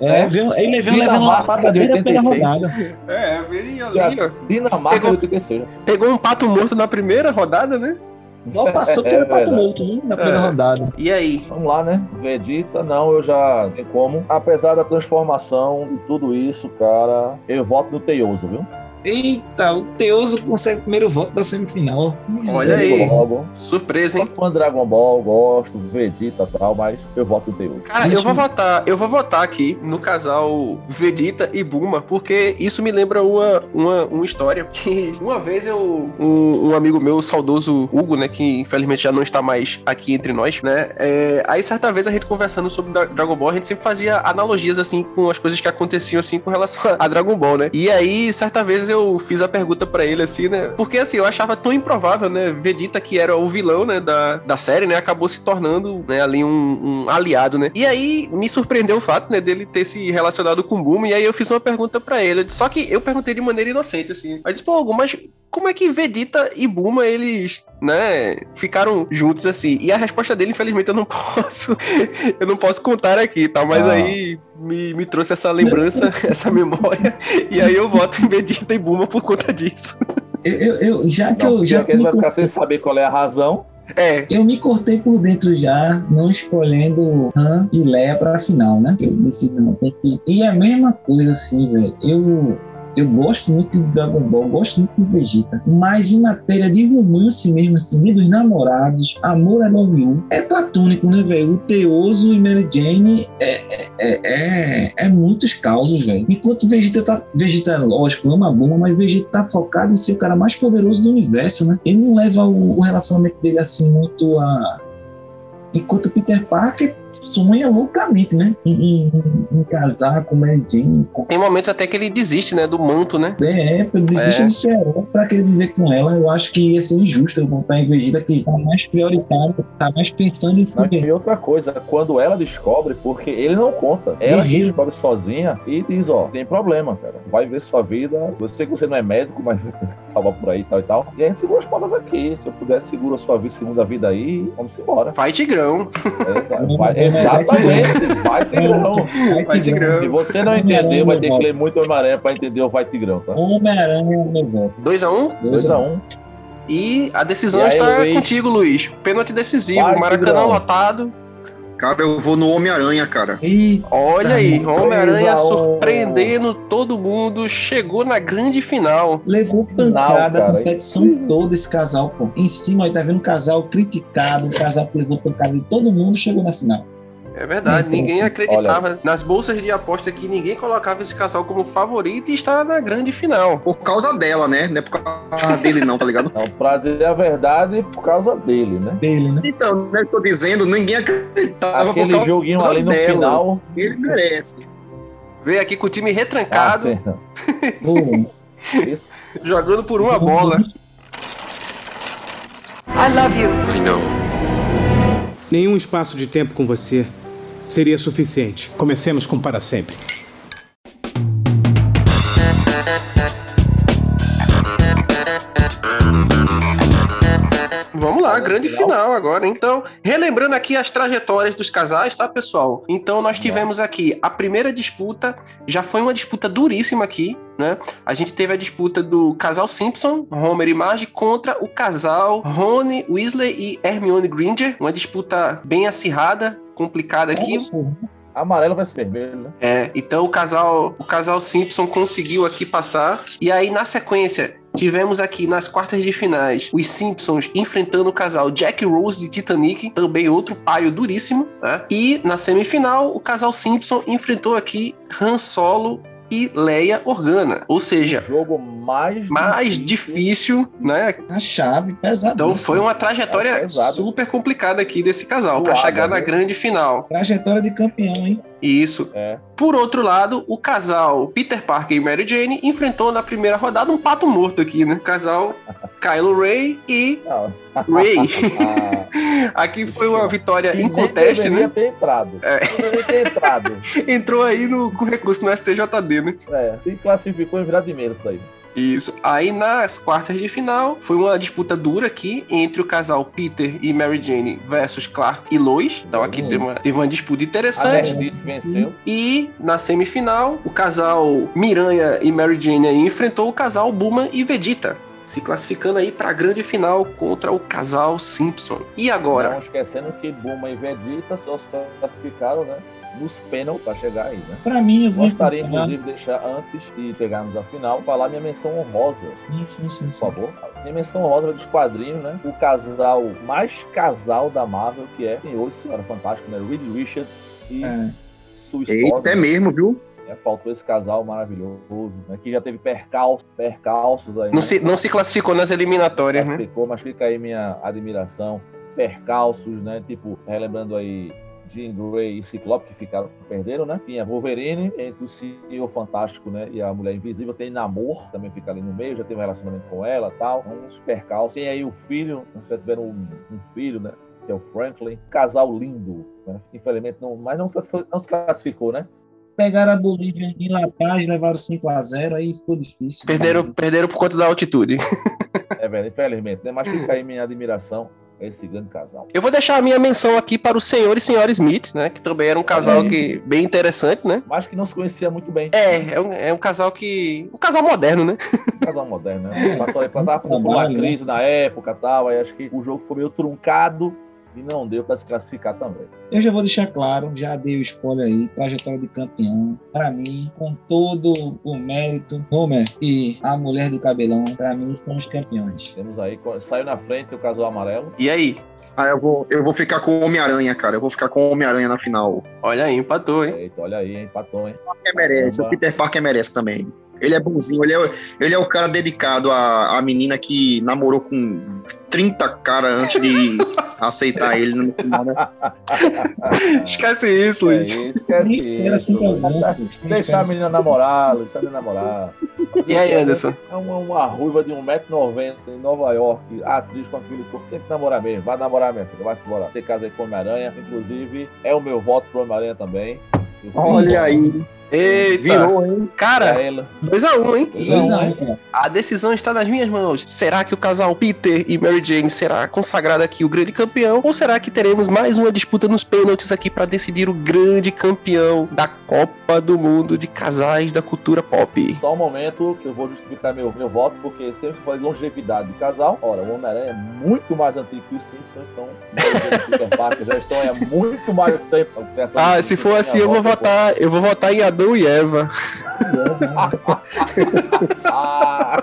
[SPEAKER 3] É, viu? Ele veio
[SPEAKER 2] Vira
[SPEAKER 3] levando
[SPEAKER 2] a
[SPEAKER 3] uma
[SPEAKER 2] marca
[SPEAKER 3] lapada
[SPEAKER 2] de
[SPEAKER 3] pela
[SPEAKER 2] 86.
[SPEAKER 3] rodada.
[SPEAKER 1] É, veio
[SPEAKER 2] ali,
[SPEAKER 1] ó.
[SPEAKER 2] Dinamarca
[SPEAKER 1] Pegou-
[SPEAKER 2] de 86. né?
[SPEAKER 1] Pegou um pato morto na primeira rodada, né?
[SPEAKER 3] Mal passou
[SPEAKER 2] É
[SPEAKER 3] pelo papo
[SPEAKER 2] verdade.
[SPEAKER 3] morto né, na primeira
[SPEAKER 1] É.
[SPEAKER 3] rodada.
[SPEAKER 1] E aí?
[SPEAKER 2] Vamos lá, né? Vegeta, não, eu já tem como. Apesar da transformação e tudo isso, cara, eu voto no Teioso, viu?
[SPEAKER 3] Eita, o Teuso consegue o primeiro voto da semifinal.
[SPEAKER 1] Olha aí.
[SPEAKER 3] Misericórdia.
[SPEAKER 2] Logo.
[SPEAKER 1] Surpresa,
[SPEAKER 2] Sou
[SPEAKER 1] hein?
[SPEAKER 2] fã de Dragon Ball, gosto, Vegeta e tal, mas eu voto no Teioso.
[SPEAKER 1] Cara, eu vou votar, eu vou votar aqui no casal Vegeta e Buma, porque isso me lembra uma, uma, uma história. Que uma vez eu. Um, um amigo meu, o saudoso Hugo, né? Que infelizmente já não está mais aqui entre nós, né? é, aí certa vez a gente conversando sobre Dra- Dragon Ball, a gente sempre fazia analogias assim com as coisas que aconteciam assim com relação a Dragon Ball, né? E aí, certa vez eu fiz a pergunta pra ele assim, né? Porque assim, eu achava tão improvável, né? Vegeta, que era o vilão, né, da, da série, né? Acabou se tornando, né, ali um, um aliado, né? E aí me surpreendeu o fato, né, dele ter se relacionado com o Buma. E aí eu fiz uma pergunta pra ele. Eu disse- Só que eu perguntei de maneira inocente, assim. Eu disse, pô, Hugo, mas como é que Vegeta e Buma, eles, né, ficaram juntos assim? E a resposta dele, infelizmente, eu não posso. eu não posso contar aqui, tá? Mas
[SPEAKER 2] Ah.
[SPEAKER 1] aí me, me trouxe essa lembrança, essa memória. E aí eu voto em Vegeta e Buma por conta disso.
[SPEAKER 3] Eu, eu- eu- já que
[SPEAKER 2] Não,
[SPEAKER 3] eu já
[SPEAKER 2] já que ele
[SPEAKER 3] me
[SPEAKER 2] vai
[SPEAKER 3] cor-
[SPEAKER 2] ficar sem saber qual é a razão.
[SPEAKER 1] É.
[SPEAKER 3] eu me cortei por dentro já, não escolhendo Han e Leia pra final, né? Eu decidi não tem que. E é a mesma coisa assim, velho. Eu eu gosto muito de Dragon Ball, gosto muito de Vegeta, mas em matéria de romance mesmo, assim, de dos namorados, amor é 91, é platônico, né, velho? O Teoso e Mary Jane é, é, é, é, é muitos causos, velho. Enquanto Vegeta tá. Vegeta, lógico, ama a bomba, mas Vegeta tá focado em ser o cara mais poderoso do universo, né? Ele não leva o, o relacionamento dele assim muito a. Enquanto Peter Parker sonha loucamente, né? Em, em- em- em casar com Mary Jane, com
[SPEAKER 1] Tem momentos até que ele desiste, né, do manto, né?
[SPEAKER 3] é, pra- deixa
[SPEAKER 1] É.
[SPEAKER 3] de ser herói pra querer viver com ela. Eu acho que ia ser injusto eu botar em Vegeta que tá mais prioritário, tá mais pensando em
[SPEAKER 2] Mas
[SPEAKER 3] ser
[SPEAKER 2] né? e outra coisa, quando ela descobre, porque ele não conta. Ela que
[SPEAKER 3] Guerreiro.
[SPEAKER 2] descobre sozinha e diz, ó, tem problema, cara. Vai ver sua vida. Eu sei que você não é médico, mas salva por aí e tal e tal. E aí segura as portas aqui. Se eu puder, segura a sua vida, segunda vida aí e vamos embora.
[SPEAKER 1] Vai, Tigrão.
[SPEAKER 2] É, exa- vai- exatamente. Vai, Tigrão.
[SPEAKER 1] Vai,
[SPEAKER 2] Se
[SPEAKER 3] É.
[SPEAKER 1] Tigrão.
[SPEAKER 2] você não entendeu, vai ter que ler muito Homem-Aranha pra entender o Vai Tigrão, tá?
[SPEAKER 3] Homem-Aranha, meu velho. é
[SPEAKER 1] 2x1.
[SPEAKER 2] 2x1
[SPEAKER 1] E a decisão
[SPEAKER 2] E aí,
[SPEAKER 1] está
[SPEAKER 2] Luiz?
[SPEAKER 1] contigo, Luiz. Pênalti decisivo,
[SPEAKER 2] Vai,
[SPEAKER 1] Maracanã
[SPEAKER 2] Tigrão.
[SPEAKER 1] lotado.
[SPEAKER 4] Cara, eu vou no Homem-Aranha, cara.
[SPEAKER 3] E
[SPEAKER 1] Olha aí,
[SPEAKER 3] Três
[SPEAKER 1] Homem-Aranha
[SPEAKER 2] a um.
[SPEAKER 1] surpreendendo todo mundo. Chegou na grande final.
[SPEAKER 3] levou
[SPEAKER 2] Não,
[SPEAKER 3] pancada
[SPEAKER 2] cara,
[SPEAKER 3] a competição toda esse casal, pô. Em cima aí tá vendo um casal criticado, um casal que levou pancada de todo mundo, chegou na final.
[SPEAKER 1] É verdade,
[SPEAKER 3] Hum,
[SPEAKER 1] ninguém
[SPEAKER 3] olha.
[SPEAKER 1] acreditava. Nas bolsas de aposta que ninguém colocava esse casal como favorito e está na grande final.
[SPEAKER 4] Por causa dela, né? Não é por causa dele, não, tá ligado?
[SPEAKER 2] Não, pra dizer a verdade, por causa dele, né?
[SPEAKER 3] Dele, né?
[SPEAKER 4] Então, né, eu tô dizendo, ninguém acreditava por
[SPEAKER 2] Aquele
[SPEAKER 4] causa
[SPEAKER 2] joguinho ali no
[SPEAKER 4] dela.
[SPEAKER 2] final.
[SPEAKER 4] dele, merece.
[SPEAKER 1] Veio aqui com o time retrancado,
[SPEAKER 2] Ah,
[SPEAKER 3] Pô,
[SPEAKER 2] sim. Isso.
[SPEAKER 1] jogando por uma bola.
[SPEAKER 7] I love you.
[SPEAKER 8] Nenhum espaço de tempo com você seria suficiente. Comecemos com para sempre.
[SPEAKER 1] Vamos lá, grande final agora. Então, relembrando aqui as trajetórias dos casais, tá, pessoal? Então, nós tivemos aqui a primeira disputa, já foi uma disputa duríssima aqui, né? A gente teve a disputa do casal Simpson, Homer e Marge, contra o casal Rony Weasley e Hermione Granger. Uma disputa bem acirrada, complicada aqui.
[SPEAKER 3] nossa,
[SPEAKER 2] Amarelo vai ser vermelho, né?
[SPEAKER 1] É, então o casal, o casal Simpson conseguiu aqui passar. E aí, na sequência, tivemos aqui nas quartas de finais os Simpsons enfrentando o casal Jack Rose de Titanic, também outro paio duríssimo. né? E na semifinal, o casal Simpson enfrentou aqui Han Solo e Leia Organa. Ou seja,
[SPEAKER 2] o jogo mais
[SPEAKER 1] mais difícil, né?
[SPEAKER 3] A chave pesada.
[SPEAKER 1] Então foi uma trajetória
[SPEAKER 2] É pesado.
[SPEAKER 1] super complicada aqui desse casal para
[SPEAKER 2] Suada,
[SPEAKER 1] chegar na
[SPEAKER 2] né?
[SPEAKER 1] grande final.
[SPEAKER 3] trajetória de campeão, hein?
[SPEAKER 1] Isso.
[SPEAKER 2] É.
[SPEAKER 1] Por outro lado, o casal Peter Parker e Mary Jane enfrentou na primeira rodada um pato morto aqui, né? O casal Kylo Ray e
[SPEAKER 2] Não,
[SPEAKER 1] Ray.
[SPEAKER 2] ah,
[SPEAKER 1] Aqui foi uma vitória
[SPEAKER 2] que
[SPEAKER 1] em
[SPEAKER 2] nem
[SPEAKER 1] conteste,
[SPEAKER 2] deveria
[SPEAKER 1] né?
[SPEAKER 2] ter entrado.
[SPEAKER 1] É.
[SPEAKER 2] Não deveria ter entrado.
[SPEAKER 1] Entrou aí no, com recurso no STJD, né?
[SPEAKER 2] É, se classificou em virar de menos daí.
[SPEAKER 1] Isso. Aí nas quartas de final, foi uma disputa dura aqui entre o casal Peter e Mary Jane versus Clark e Lois. Então aqui
[SPEAKER 3] Hum.
[SPEAKER 1] teve uma, teve uma disputa
[SPEAKER 2] A
[SPEAKER 1] interessante.
[SPEAKER 2] Bernice venceu.
[SPEAKER 1] E na semifinal, o casal Miranha e Mary Jane aí enfrentou o casal Buma e Vegeta. Se classificando aí pra grande final contra o casal Simpson. E agora?
[SPEAKER 2] Não esquecendo que Buma e Vegeta só se classificaram, né? Nos pênaltis pra chegar aí, né?
[SPEAKER 3] Pra mim, eu vou
[SPEAKER 2] Gostaria,
[SPEAKER 3] encontrar-
[SPEAKER 2] inclusive, de deixar antes de chegarmos à final, falar minha menção honrosa.
[SPEAKER 3] Sim, sim, sim.
[SPEAKER 2] Por favor. Minha menção honrosa dos quadrinhos, né? O casal mais casal da Marvel, que é Senhor e Senhora Fantástico, né? Reed Richards e
[SPEAKER 3] É.
[SPEAKER 2] Sue
[SPEAKER 4] Eita,
[SPEAKER 2] Storm,
[SPEAKER 4] é mesmo, viu?
[SPEAKER 2] né? Faltou esse casal maravilhoso, né? Que já teve percalços, percalços aí.
[SPEAKER 1] Não
[SPEAKER 2] né?
[SPEAKER 1] se, não se classificou nas eliminatórias, né?
[SPEAKER 2] classificou, mas fica aí minha admiração. Percalços, né? Tipo, relembrando aí Jean Grey e Ciclope que ficaram perderam, né? Tinha Wolverine entre o Senhor Fantástico, né? E a Mulher Invisível. Tem Namor, também fica ali no meio, já teve um relacionamento com ela tal. Então, Uns percalços. Tem aí o filho, já tiveram um, um filho, né? Que é o Franklin. Casal lindo, né? Infelizmente, não, mas não, se- não se classificou, né?
[SPEAKER 3] Pegaram a Bolívia em La Paz, levaram 5x0, aí ficou difícil.
[SPEAKER 1] Perderam, perderam por conta da altitude.
[SPEAKER 2] É, velho, infelizmente, né? Mas fica aí minha admiração a esse grande casal.
[SPEAKER 1] Eu vou deixar a minha menção aqui para o senhor e senhora Smith, né? Que também era um casal
[SPEAKER 3] Uhum.
[SPEAKER 2] Olha
[SPEAKER 1] que, bem interessante, né?
[SPEAKER 2] Mas que não se conhecia muito bem.
[SPEAKER 1] É, é um, é um casal que. Um casal moderno, né?
[SPEAKER 2] Casal moderno, né? Passou ali, tava passando por uma
[SPEAKER 3] Trabalho, né?
[SPEAKER 2] crise na época e tal, aí acho que o jogo ficou meio truncado e não deu pra se classificar também.
[SPEAKER 3] Eu já vou deixar claro, já dei o spoiler aí, trajetória de campeão. Pra mim, com todo o mérito, Homer e a mulher do cabelão, pra mim são os campeões.
[SPEAKER 2] Temos aí, saiu na frente o casal amarelo.
[SPEAKER 1] E aí?
[SPEAKER 4] Ah, eu vou, eu vou ficar com o Homem-Aranha, cara. Eu vou ficar com o Homem-Aranha na final.
[SPEAKER 1] Olha aí, empatou, hein?
[SPEAKER 2] Eita, olha aí, empatou, hein?
[SPEAKER 4] Parker merece, o Peter Parker merece também. Ele é bonzinho, ele é, o- ele é o cara dedicado à, à menina que namorou com 30 caras antes de aceitar ele no final, né?
[SPEAKER 1] Esquece isso,
[SPEAKER 2] Ah, É
[SPEAKER 1] Luiz.
[SPEAKER 2] isso, esquece
[SPEAKER 3] Nem era
[SPEAKER 2] isso.
[SPEAKER 3] assim que eu
[SPEAKER 2] Deixa-
[SPEAKER 3] gosto.
[SPEAKER 2] Deixar a
[SPEAKER 3] assim.
[SPEAKER 2] menina namorar, deixar a menina namorar.
[SPEAKER 1] E aí, Anderson?
[SPEAKER 2] É uma, uma ruiva de 1,90m em Nova York, atriz com aquele corpo. Tem que namorar mesmo, vai namorar mesmo, filha, vai se embora. Você casa aí com o Homem-Aranha, inclusive, é o meu voto pro Homem-Aranha também. Eu fico-
[SPEAKER 4] Olha aí,
[SPEAKER 3] É.
[SPEAKER 1] Eita!
[SPEAKER 4] virou, hein?
[SPEAKER 1] Cara,
[SPEAKER 2] Pra ela.
[SPEAKER 1] 2x1, hein?
[SPEAKER 3] Dois a um, cara.
[SPEAKER 1] A decisão está nas minhas mãos. Será que o casal Peter e Mary Jane será consagrado aqui o grande campeão? Ou será que teremos mais uma disputa nos pênaltis aqui para decidir o grande campeão da Copa do Mundo de casais da cultura pop?
[SPEAKER 2] Só um momento que eu vou justificar meu, meu voto, porque sempre foi longevidade do casal. Ora, o Homem-Aranha é muito mais antigo que os Simpsons, então o Peter Parker já estão é muito mais tempo.
[SPEAKER 1] Ah, se for assim, eu vou votar. Eu vou votar em Adão e Eva.
[SPEAKER 3] né,
[SPEAKER 2] Ah,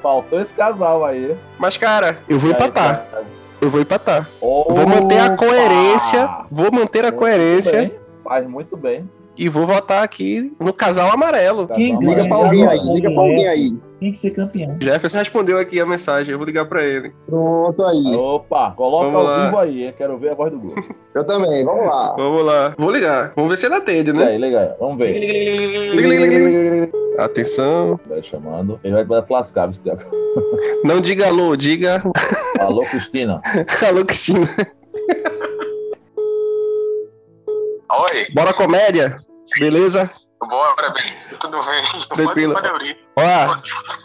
[SPEAKER 2] faltou esse casal aí.
[SPEAKER 1] Mas, cara, eu vou
[SPEAKER 2] Aí,
[SPEAKER 1] empatar.
[SPEAKER 2] cara.
[SPEAKER 1] Eu vou empatar. Vou manter a
[SPEAKER 2] Opa!
[SPEAKER 1] coerência. Vou manter a
[SPEAKER 2] Muito
[SPEAKER 1] coerência
[SPEAKER 2] bem, Faz muito bem.
[SPEAKER 1] e vou votar aqui no casal amarelo.
[SPEAKER 2] Casal
[SPEAKER 3] Quem
[SPEAKER 2] amarelo.
[SPEAKER 4] Liga pra alguém aí, liga pra alguém aí.
[SPEAKER 3] Tem que ser campeão.
[SPEAKER 1] Jefferson respondeu aqui a mensagem. Eu vou ligar para ele.
[SPEAKER 4] Pronto aí.
[SPEAKER 2] Opa, coloca
[SPEAKER 1] Vamos lá. Né?
[SPEAKER 2] ao vivo aí, hein? quero ver a voz do grupo.
[SPEAKER 4] Eu também, vamos lá.
[SPEAKER 1] Vamos lá. Vou ligar. Vamos ver se ele atende,
[SPEAKER 2] Liga
[SPEAKER 1] né?
[SPEAKER 2] aí, liga aí. Vamos ver. É.
[SPEAKER 1] Liga, liga, liga, liga. Atenção.
[SPEAKER 2] Vai chamando. Ele vai mandar te lascar, viu, Thiago?
[SPEAKER 1] Não diga alô, diga
[SPEAKER 2] Alô, Cristina.
[SPEAKER 1] alô, Cristina.
[SPEAKER 9] Oi,
[SPEAKER 1] Bora comédia? Beleza?
[SPEAKER 9] bora, bem. Tudo bem?
[SPEAKER 1] Tranquilo.
[SPEAKER 9] Pode, pode abrir.
[SPEAKER 1] Ó,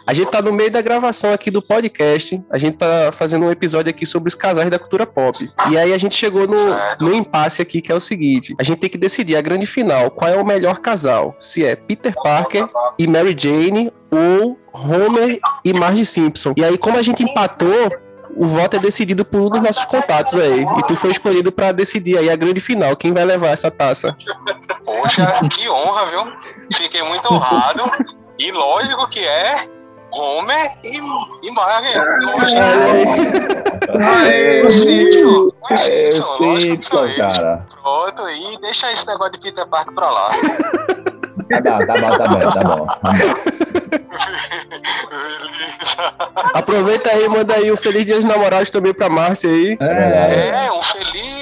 [SPEAKER 1] a gente tá no meio da gravação aqui do podcast. A gente tá fazendo um episódio aqui sobre os casais da cultura pop. E aí a gente chegou no,
[SPEAKER 9] Certo.
[SPEAKER 1] no impasse aqui, que é o seguinte: a gente tem que decidir a grande final. Qual é o melhor casal? Se é Peter Parker e Mary Jane ou Homer e Marge Simpson. E aí, como a gente empatou. O voto é decidido por um dos nossos contatos aí. E tu foi escolhido pra decidir aí a grande final. Quem vai levar essa taça?
[SPEAKER 9] Poxa, que honra, viu? Fiquei muito honrado. E lógico que é Homer e, e Marvin. Lógico. Aê, Simpson.
[SPEAKER 2] É
[SPEAKER 9] Simpson, lógico que sou
[SPEAKER 2] Simpson,
[SPEAKER 9] eu.
[SPEAKER 2] cara.
[SPEAKER 9] Pronto, e deixa esse negócio de Peter Parker pra lá.
[SPEAKER 2] Tá bom, tá bom, tá bom, tá bom. Tá
[SPEAKER 9] Beleza.
[SPEAKER 1] Aproveita aí, manda aí o Feliz Dia dos Namorados também pra Márcia aí.
[SPEAKER 9] É, um feliz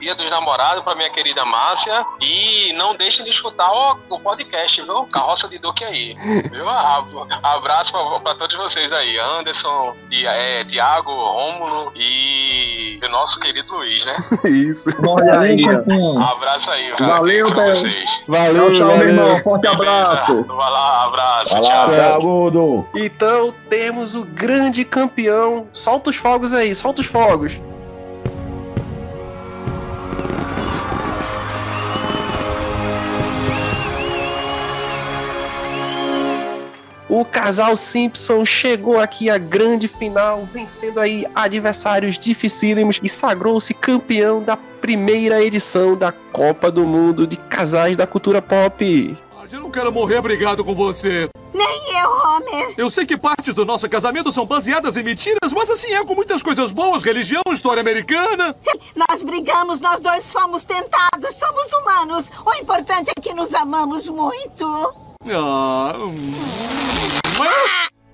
[SPEAKER 9] dia dos namorados pra minha querida Márcia. E não deixem de escutar o, o podcast, viu? Carroça de Duque aí. Viu? Ab- Abraço pra, pra todos vocês aí. Anderson, e, é, Tiago, Rômulo e o nosso querido Luiz, né?
[SPEAKER 1] Isso.
[SPEAKER 4] Olha aí, ó.
[SPEAKER 2] Ah,
[SPEAKER 9] Abraço aí, cara.
[SPEAKER 4] Valeu,
[SPEAKER 9] Beijo pra
[SPEAKER 4] Bel.
[SPEAKER 9] vocês.
[SPEAKER 1] Valeu,
[SPEAKER 4] Tchau, tchau, meu
[SPEAKER 1] valeu.
[SPEAKER 4] irmão. Forte
[SPEAKER 9] Beleza.
[SPEAKER 4] abraço.
[SPEAKER 9] Vai lá, abraço.
[SPEAKER 2] Vai lá,
[SPEAKER 9] tchau.
[SPEAKER 2] tá, Gudo.
[SPEAKER 1] Então temos o grande campeão. Solta os fogos aí, solta os fogos. O casal Simpson chegou aqui à grande final, vencendo aí adversários dificílimos e sagrou-se campeão da primeira edição da Copa do Mundo de Casais da Cultura Pop.
[SPEAKER 10] Eu não quero morrer brigado com você.
[SPEAKER 11] Nem eu, Homer.
[SPEAKER 10] Eu sei que partes do nosso casamento são baseadas em mentiras, mas assim é com muitas coisas boas, religião, história americana.
[SPEAKER 11] Nós brigamos, nós dois somos tentados, somos humanos. O importante é que nos amamos muito.
[SPEAKER 10] Ah, hum.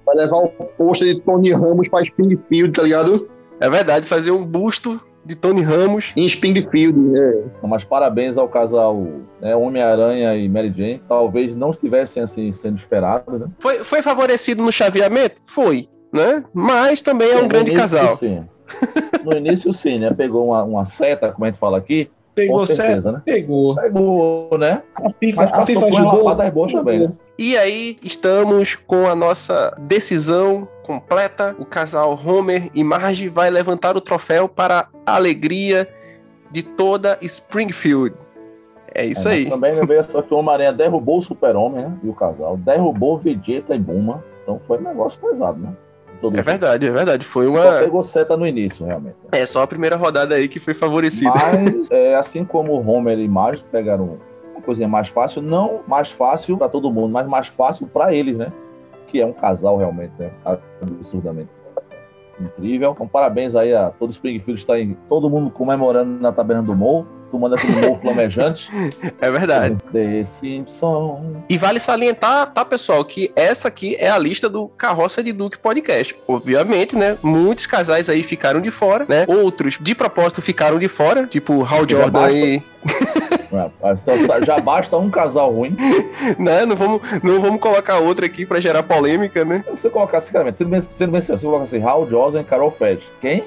[SPEAKER 4] Vai levar o pôster de Tony Ramos pra Springfield, tá ligado?
[SPEAKER 1] É verdade, fazer um busto de Tony Ramos.
[SPEAKER 4] Em Springfield, é.
[SPEAKER 2] Não, Mas parabéns ao casal né, Homem-Aranha e Mary Jane. Talvez não estivessem assim sendo esperados, né?
[SPEAKER 1] Foi, foi favorecido no chaveamento? Foi, né? Mas também é um
[SPEAKER 2] No
[SPEAKER 1] grande
[SPEAKER 2] início,
[SPEAKER 1] casal.
[SPEAKER 2] Sim. No início, sim, né? Pegou uma, uma seta, como a gente fala aqui.
[SPEAKER 3] Pegou
[SPEAKER 2] com
[SPEAKER 3] certo?
[SPEAKER 2] certeza, né?
[SPEAKER 3] Pegou.
[SPEAKER 2] Pegou, né?
[SPEAKER 3] A FIFA,
[SPEAKER 2] Mas
[SPEAKER 3] a
[SPEAKER 2] passou
[SPEAKER 3] FIFA
[SPEAKER 2] por uma
[SPEAKER 3] ajudou.
[SPEAKER 2] lapada boa também, né?
[SPEAKER 1] E aí estamos com a nossa decisão completa. O casal Homer e Marge vai levantar o troféu para a alegria de toda Springfield. É isso
[SPEAKER 2] É, mas
[SPEAKER 1] aí.
[SPEAKER 2] Também me veio só que o Homem-Aranha derrubou o Super-Homem, né? E o casal. Derrubou Vegeta e Buma. Então foi um negócio pesado, né? Todo
[SPEAKER 1] É verdade, é verdade. Foi
[SPEAKER 2] Só
[SPEAKER 1] uma.
[SPEAKER 2] pegou seta no início, realmente.
[SPEAKER 1] É só a primeira rodada aí que foi favorecida.
[SPEAKER 2] Mas, é, assim como o Homer e Miles pegaram uma coisinha mais fácil, não mais fácil para todo mundo, mas mais fácil para eles, né? Que é um casal realmente, né? Absurdamente incrível. Então, parabéns aí a todo Springfield, está aí, todo mundo comemorando na Taberna do Mou, tomando aquele Mou flamejante.
[SPEAKER 1] É verdade.
[SPEAKER 2] The Simpsons.
[SPEAKER 1] E vale salientar, tá, pessoal, que essa aqui é a lista do Carroça de Duque Podcast. Obviamente, né? Muitos casais aí ficaram de fora, né? Outros, de propósito, ficaram de fora, tipo Hal
[SPEAKER 2] Já
[SPEAKER 1] Jordan
[SPEAKER 2] basta.
[SPEAKER 1] e.
[SPEAKER 2] Rapaz, só- Já basta um casal ruim.
[SPEAKER 1] Né? Não vamos, não vamos colocar outra aqui pra gerar polêmica, né?
[SPEAKER 2] Se você colocar, sinceramente, sendo bem, sendo bem sincero, se você colocar assim, Hal Jordan e Carol Fett, quem?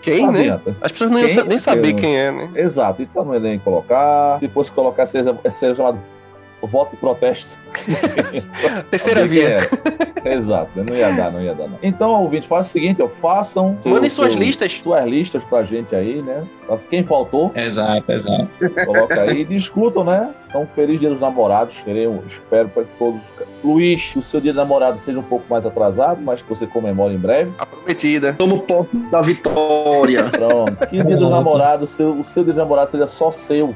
[SPEAKER 1] Quem,
[SPEAKER 2] Não
[SPEAKER 1] né?
[SPEAKER 2] adianta.
[SPEAKER 1] As pessoas não iam
[SPEAKER 2] Quem?
[SPEAKER 1] sa- nem saber
[SPEAKER 2] Eu-
[SPEAKER 1] quem é, né?
[SPEAKER 2] Exato, então não nem colocar. Se fosse colocar, seria, seria chamado voto de protesto.
[SPEAKER 1] Terceira
[SPEAKER 2] Sabia quem
[SPEAKER 1] via.
[SPEAKER 2] era. é? Exato, não ia dar, não ia dar. Não. Então, ouvinte, faça o seguinte: ó, façam.
[SPEAKER 1] Mandem
[SPEAKER 2] seu-
[SPEAKER 1] suas
[SPEAKER 2] seu-
[SPEAKER 1] listas.
[SPEAKER 2] Suas listas pra gente aí, né? Pra Quem faltou,
[SPEAKER 3] Exato, exato.
[SPEAKER 2] coloca aí e discutam, né? Então, feliz dia dos namorados. Queremos, espero para todos. Luiz, que o seu dia de namorado seja um pouco mais atrasado, mas que você comemore em breve.
[SPEAKER 1] A prometida.
[SPEAKER 4] Toma o posto da vitória.
[SPEAKER 2] Pronto. Que dia do namorado, seu, o seu dia do namorado seja só seu,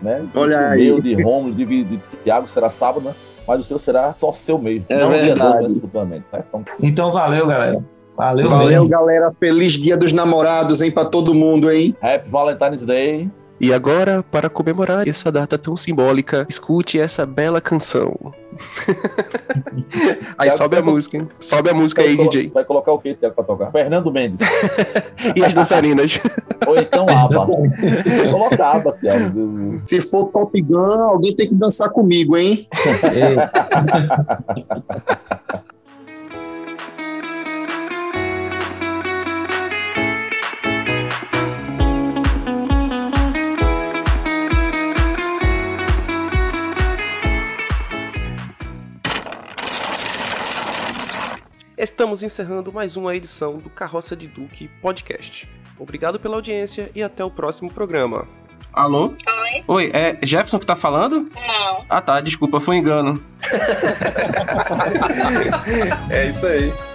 [SPEAKER 2] né?
[SPEAKER 4] Olha
[SPEAKER 2] o
[SPEAKER 4] aí.
[SPEAKER 2] meu, de Romulo, de, Vi- de Tiago será sábado, né? Mas o seu será só seu mesmo.
[SPEAKER 4] É
[SPEAKER 2] não dia
[SPEAKER 4] verdade.
[SPEAKER 2] dois, né, futuramente, né? Então,
[SPEAKER 3] Então valeu, galera. Valeu,
[SPEAKER 4] Valeu,
[SPEAKER 3] mesmo.
[SPEAKER 4] galera. Feliz Dia dos Namorados, hein, pra todo mundo, hein?
[SPEAKER 2] Happy Valentine's Day.
[SPEAKER 1] E agora, para comemorar essa data tão simbólica, escute essa bela canção. aí sobe a música, hein? Sobe a música aí,
[SPEAKER 2] Vai colo-
[SPEAKER 1] DJ.
[SPEAKER 2] Vai colocar o que, Tiago, pra tocar? Fernando Mendes.
[SPEAKER 1] E as dançarinas.
[SPEAKER 2] Ou então Aba. Coloca a Aba, Tiago.
[SPEAKER 4] Se for Top Gun, alguém tem que dançar comigo, hein?
[SPEAKER 3] Ei.
[SPEAKER 1] Estamos encerrando mais uma edição do Carroça de Duque Podcast. Obrigado pela audiência e até o próximo programa.
[SPEAKER 12] Alô?
[SPEAKER 7] Oi?
[SPEAKER 12] Oi, é Jefferson que tá falando?
[SPEAKER 7] Não.
[SPEAKER 12] Ah tá, desculpa, foi um engano.
[SPEAKER 1] É isso aí.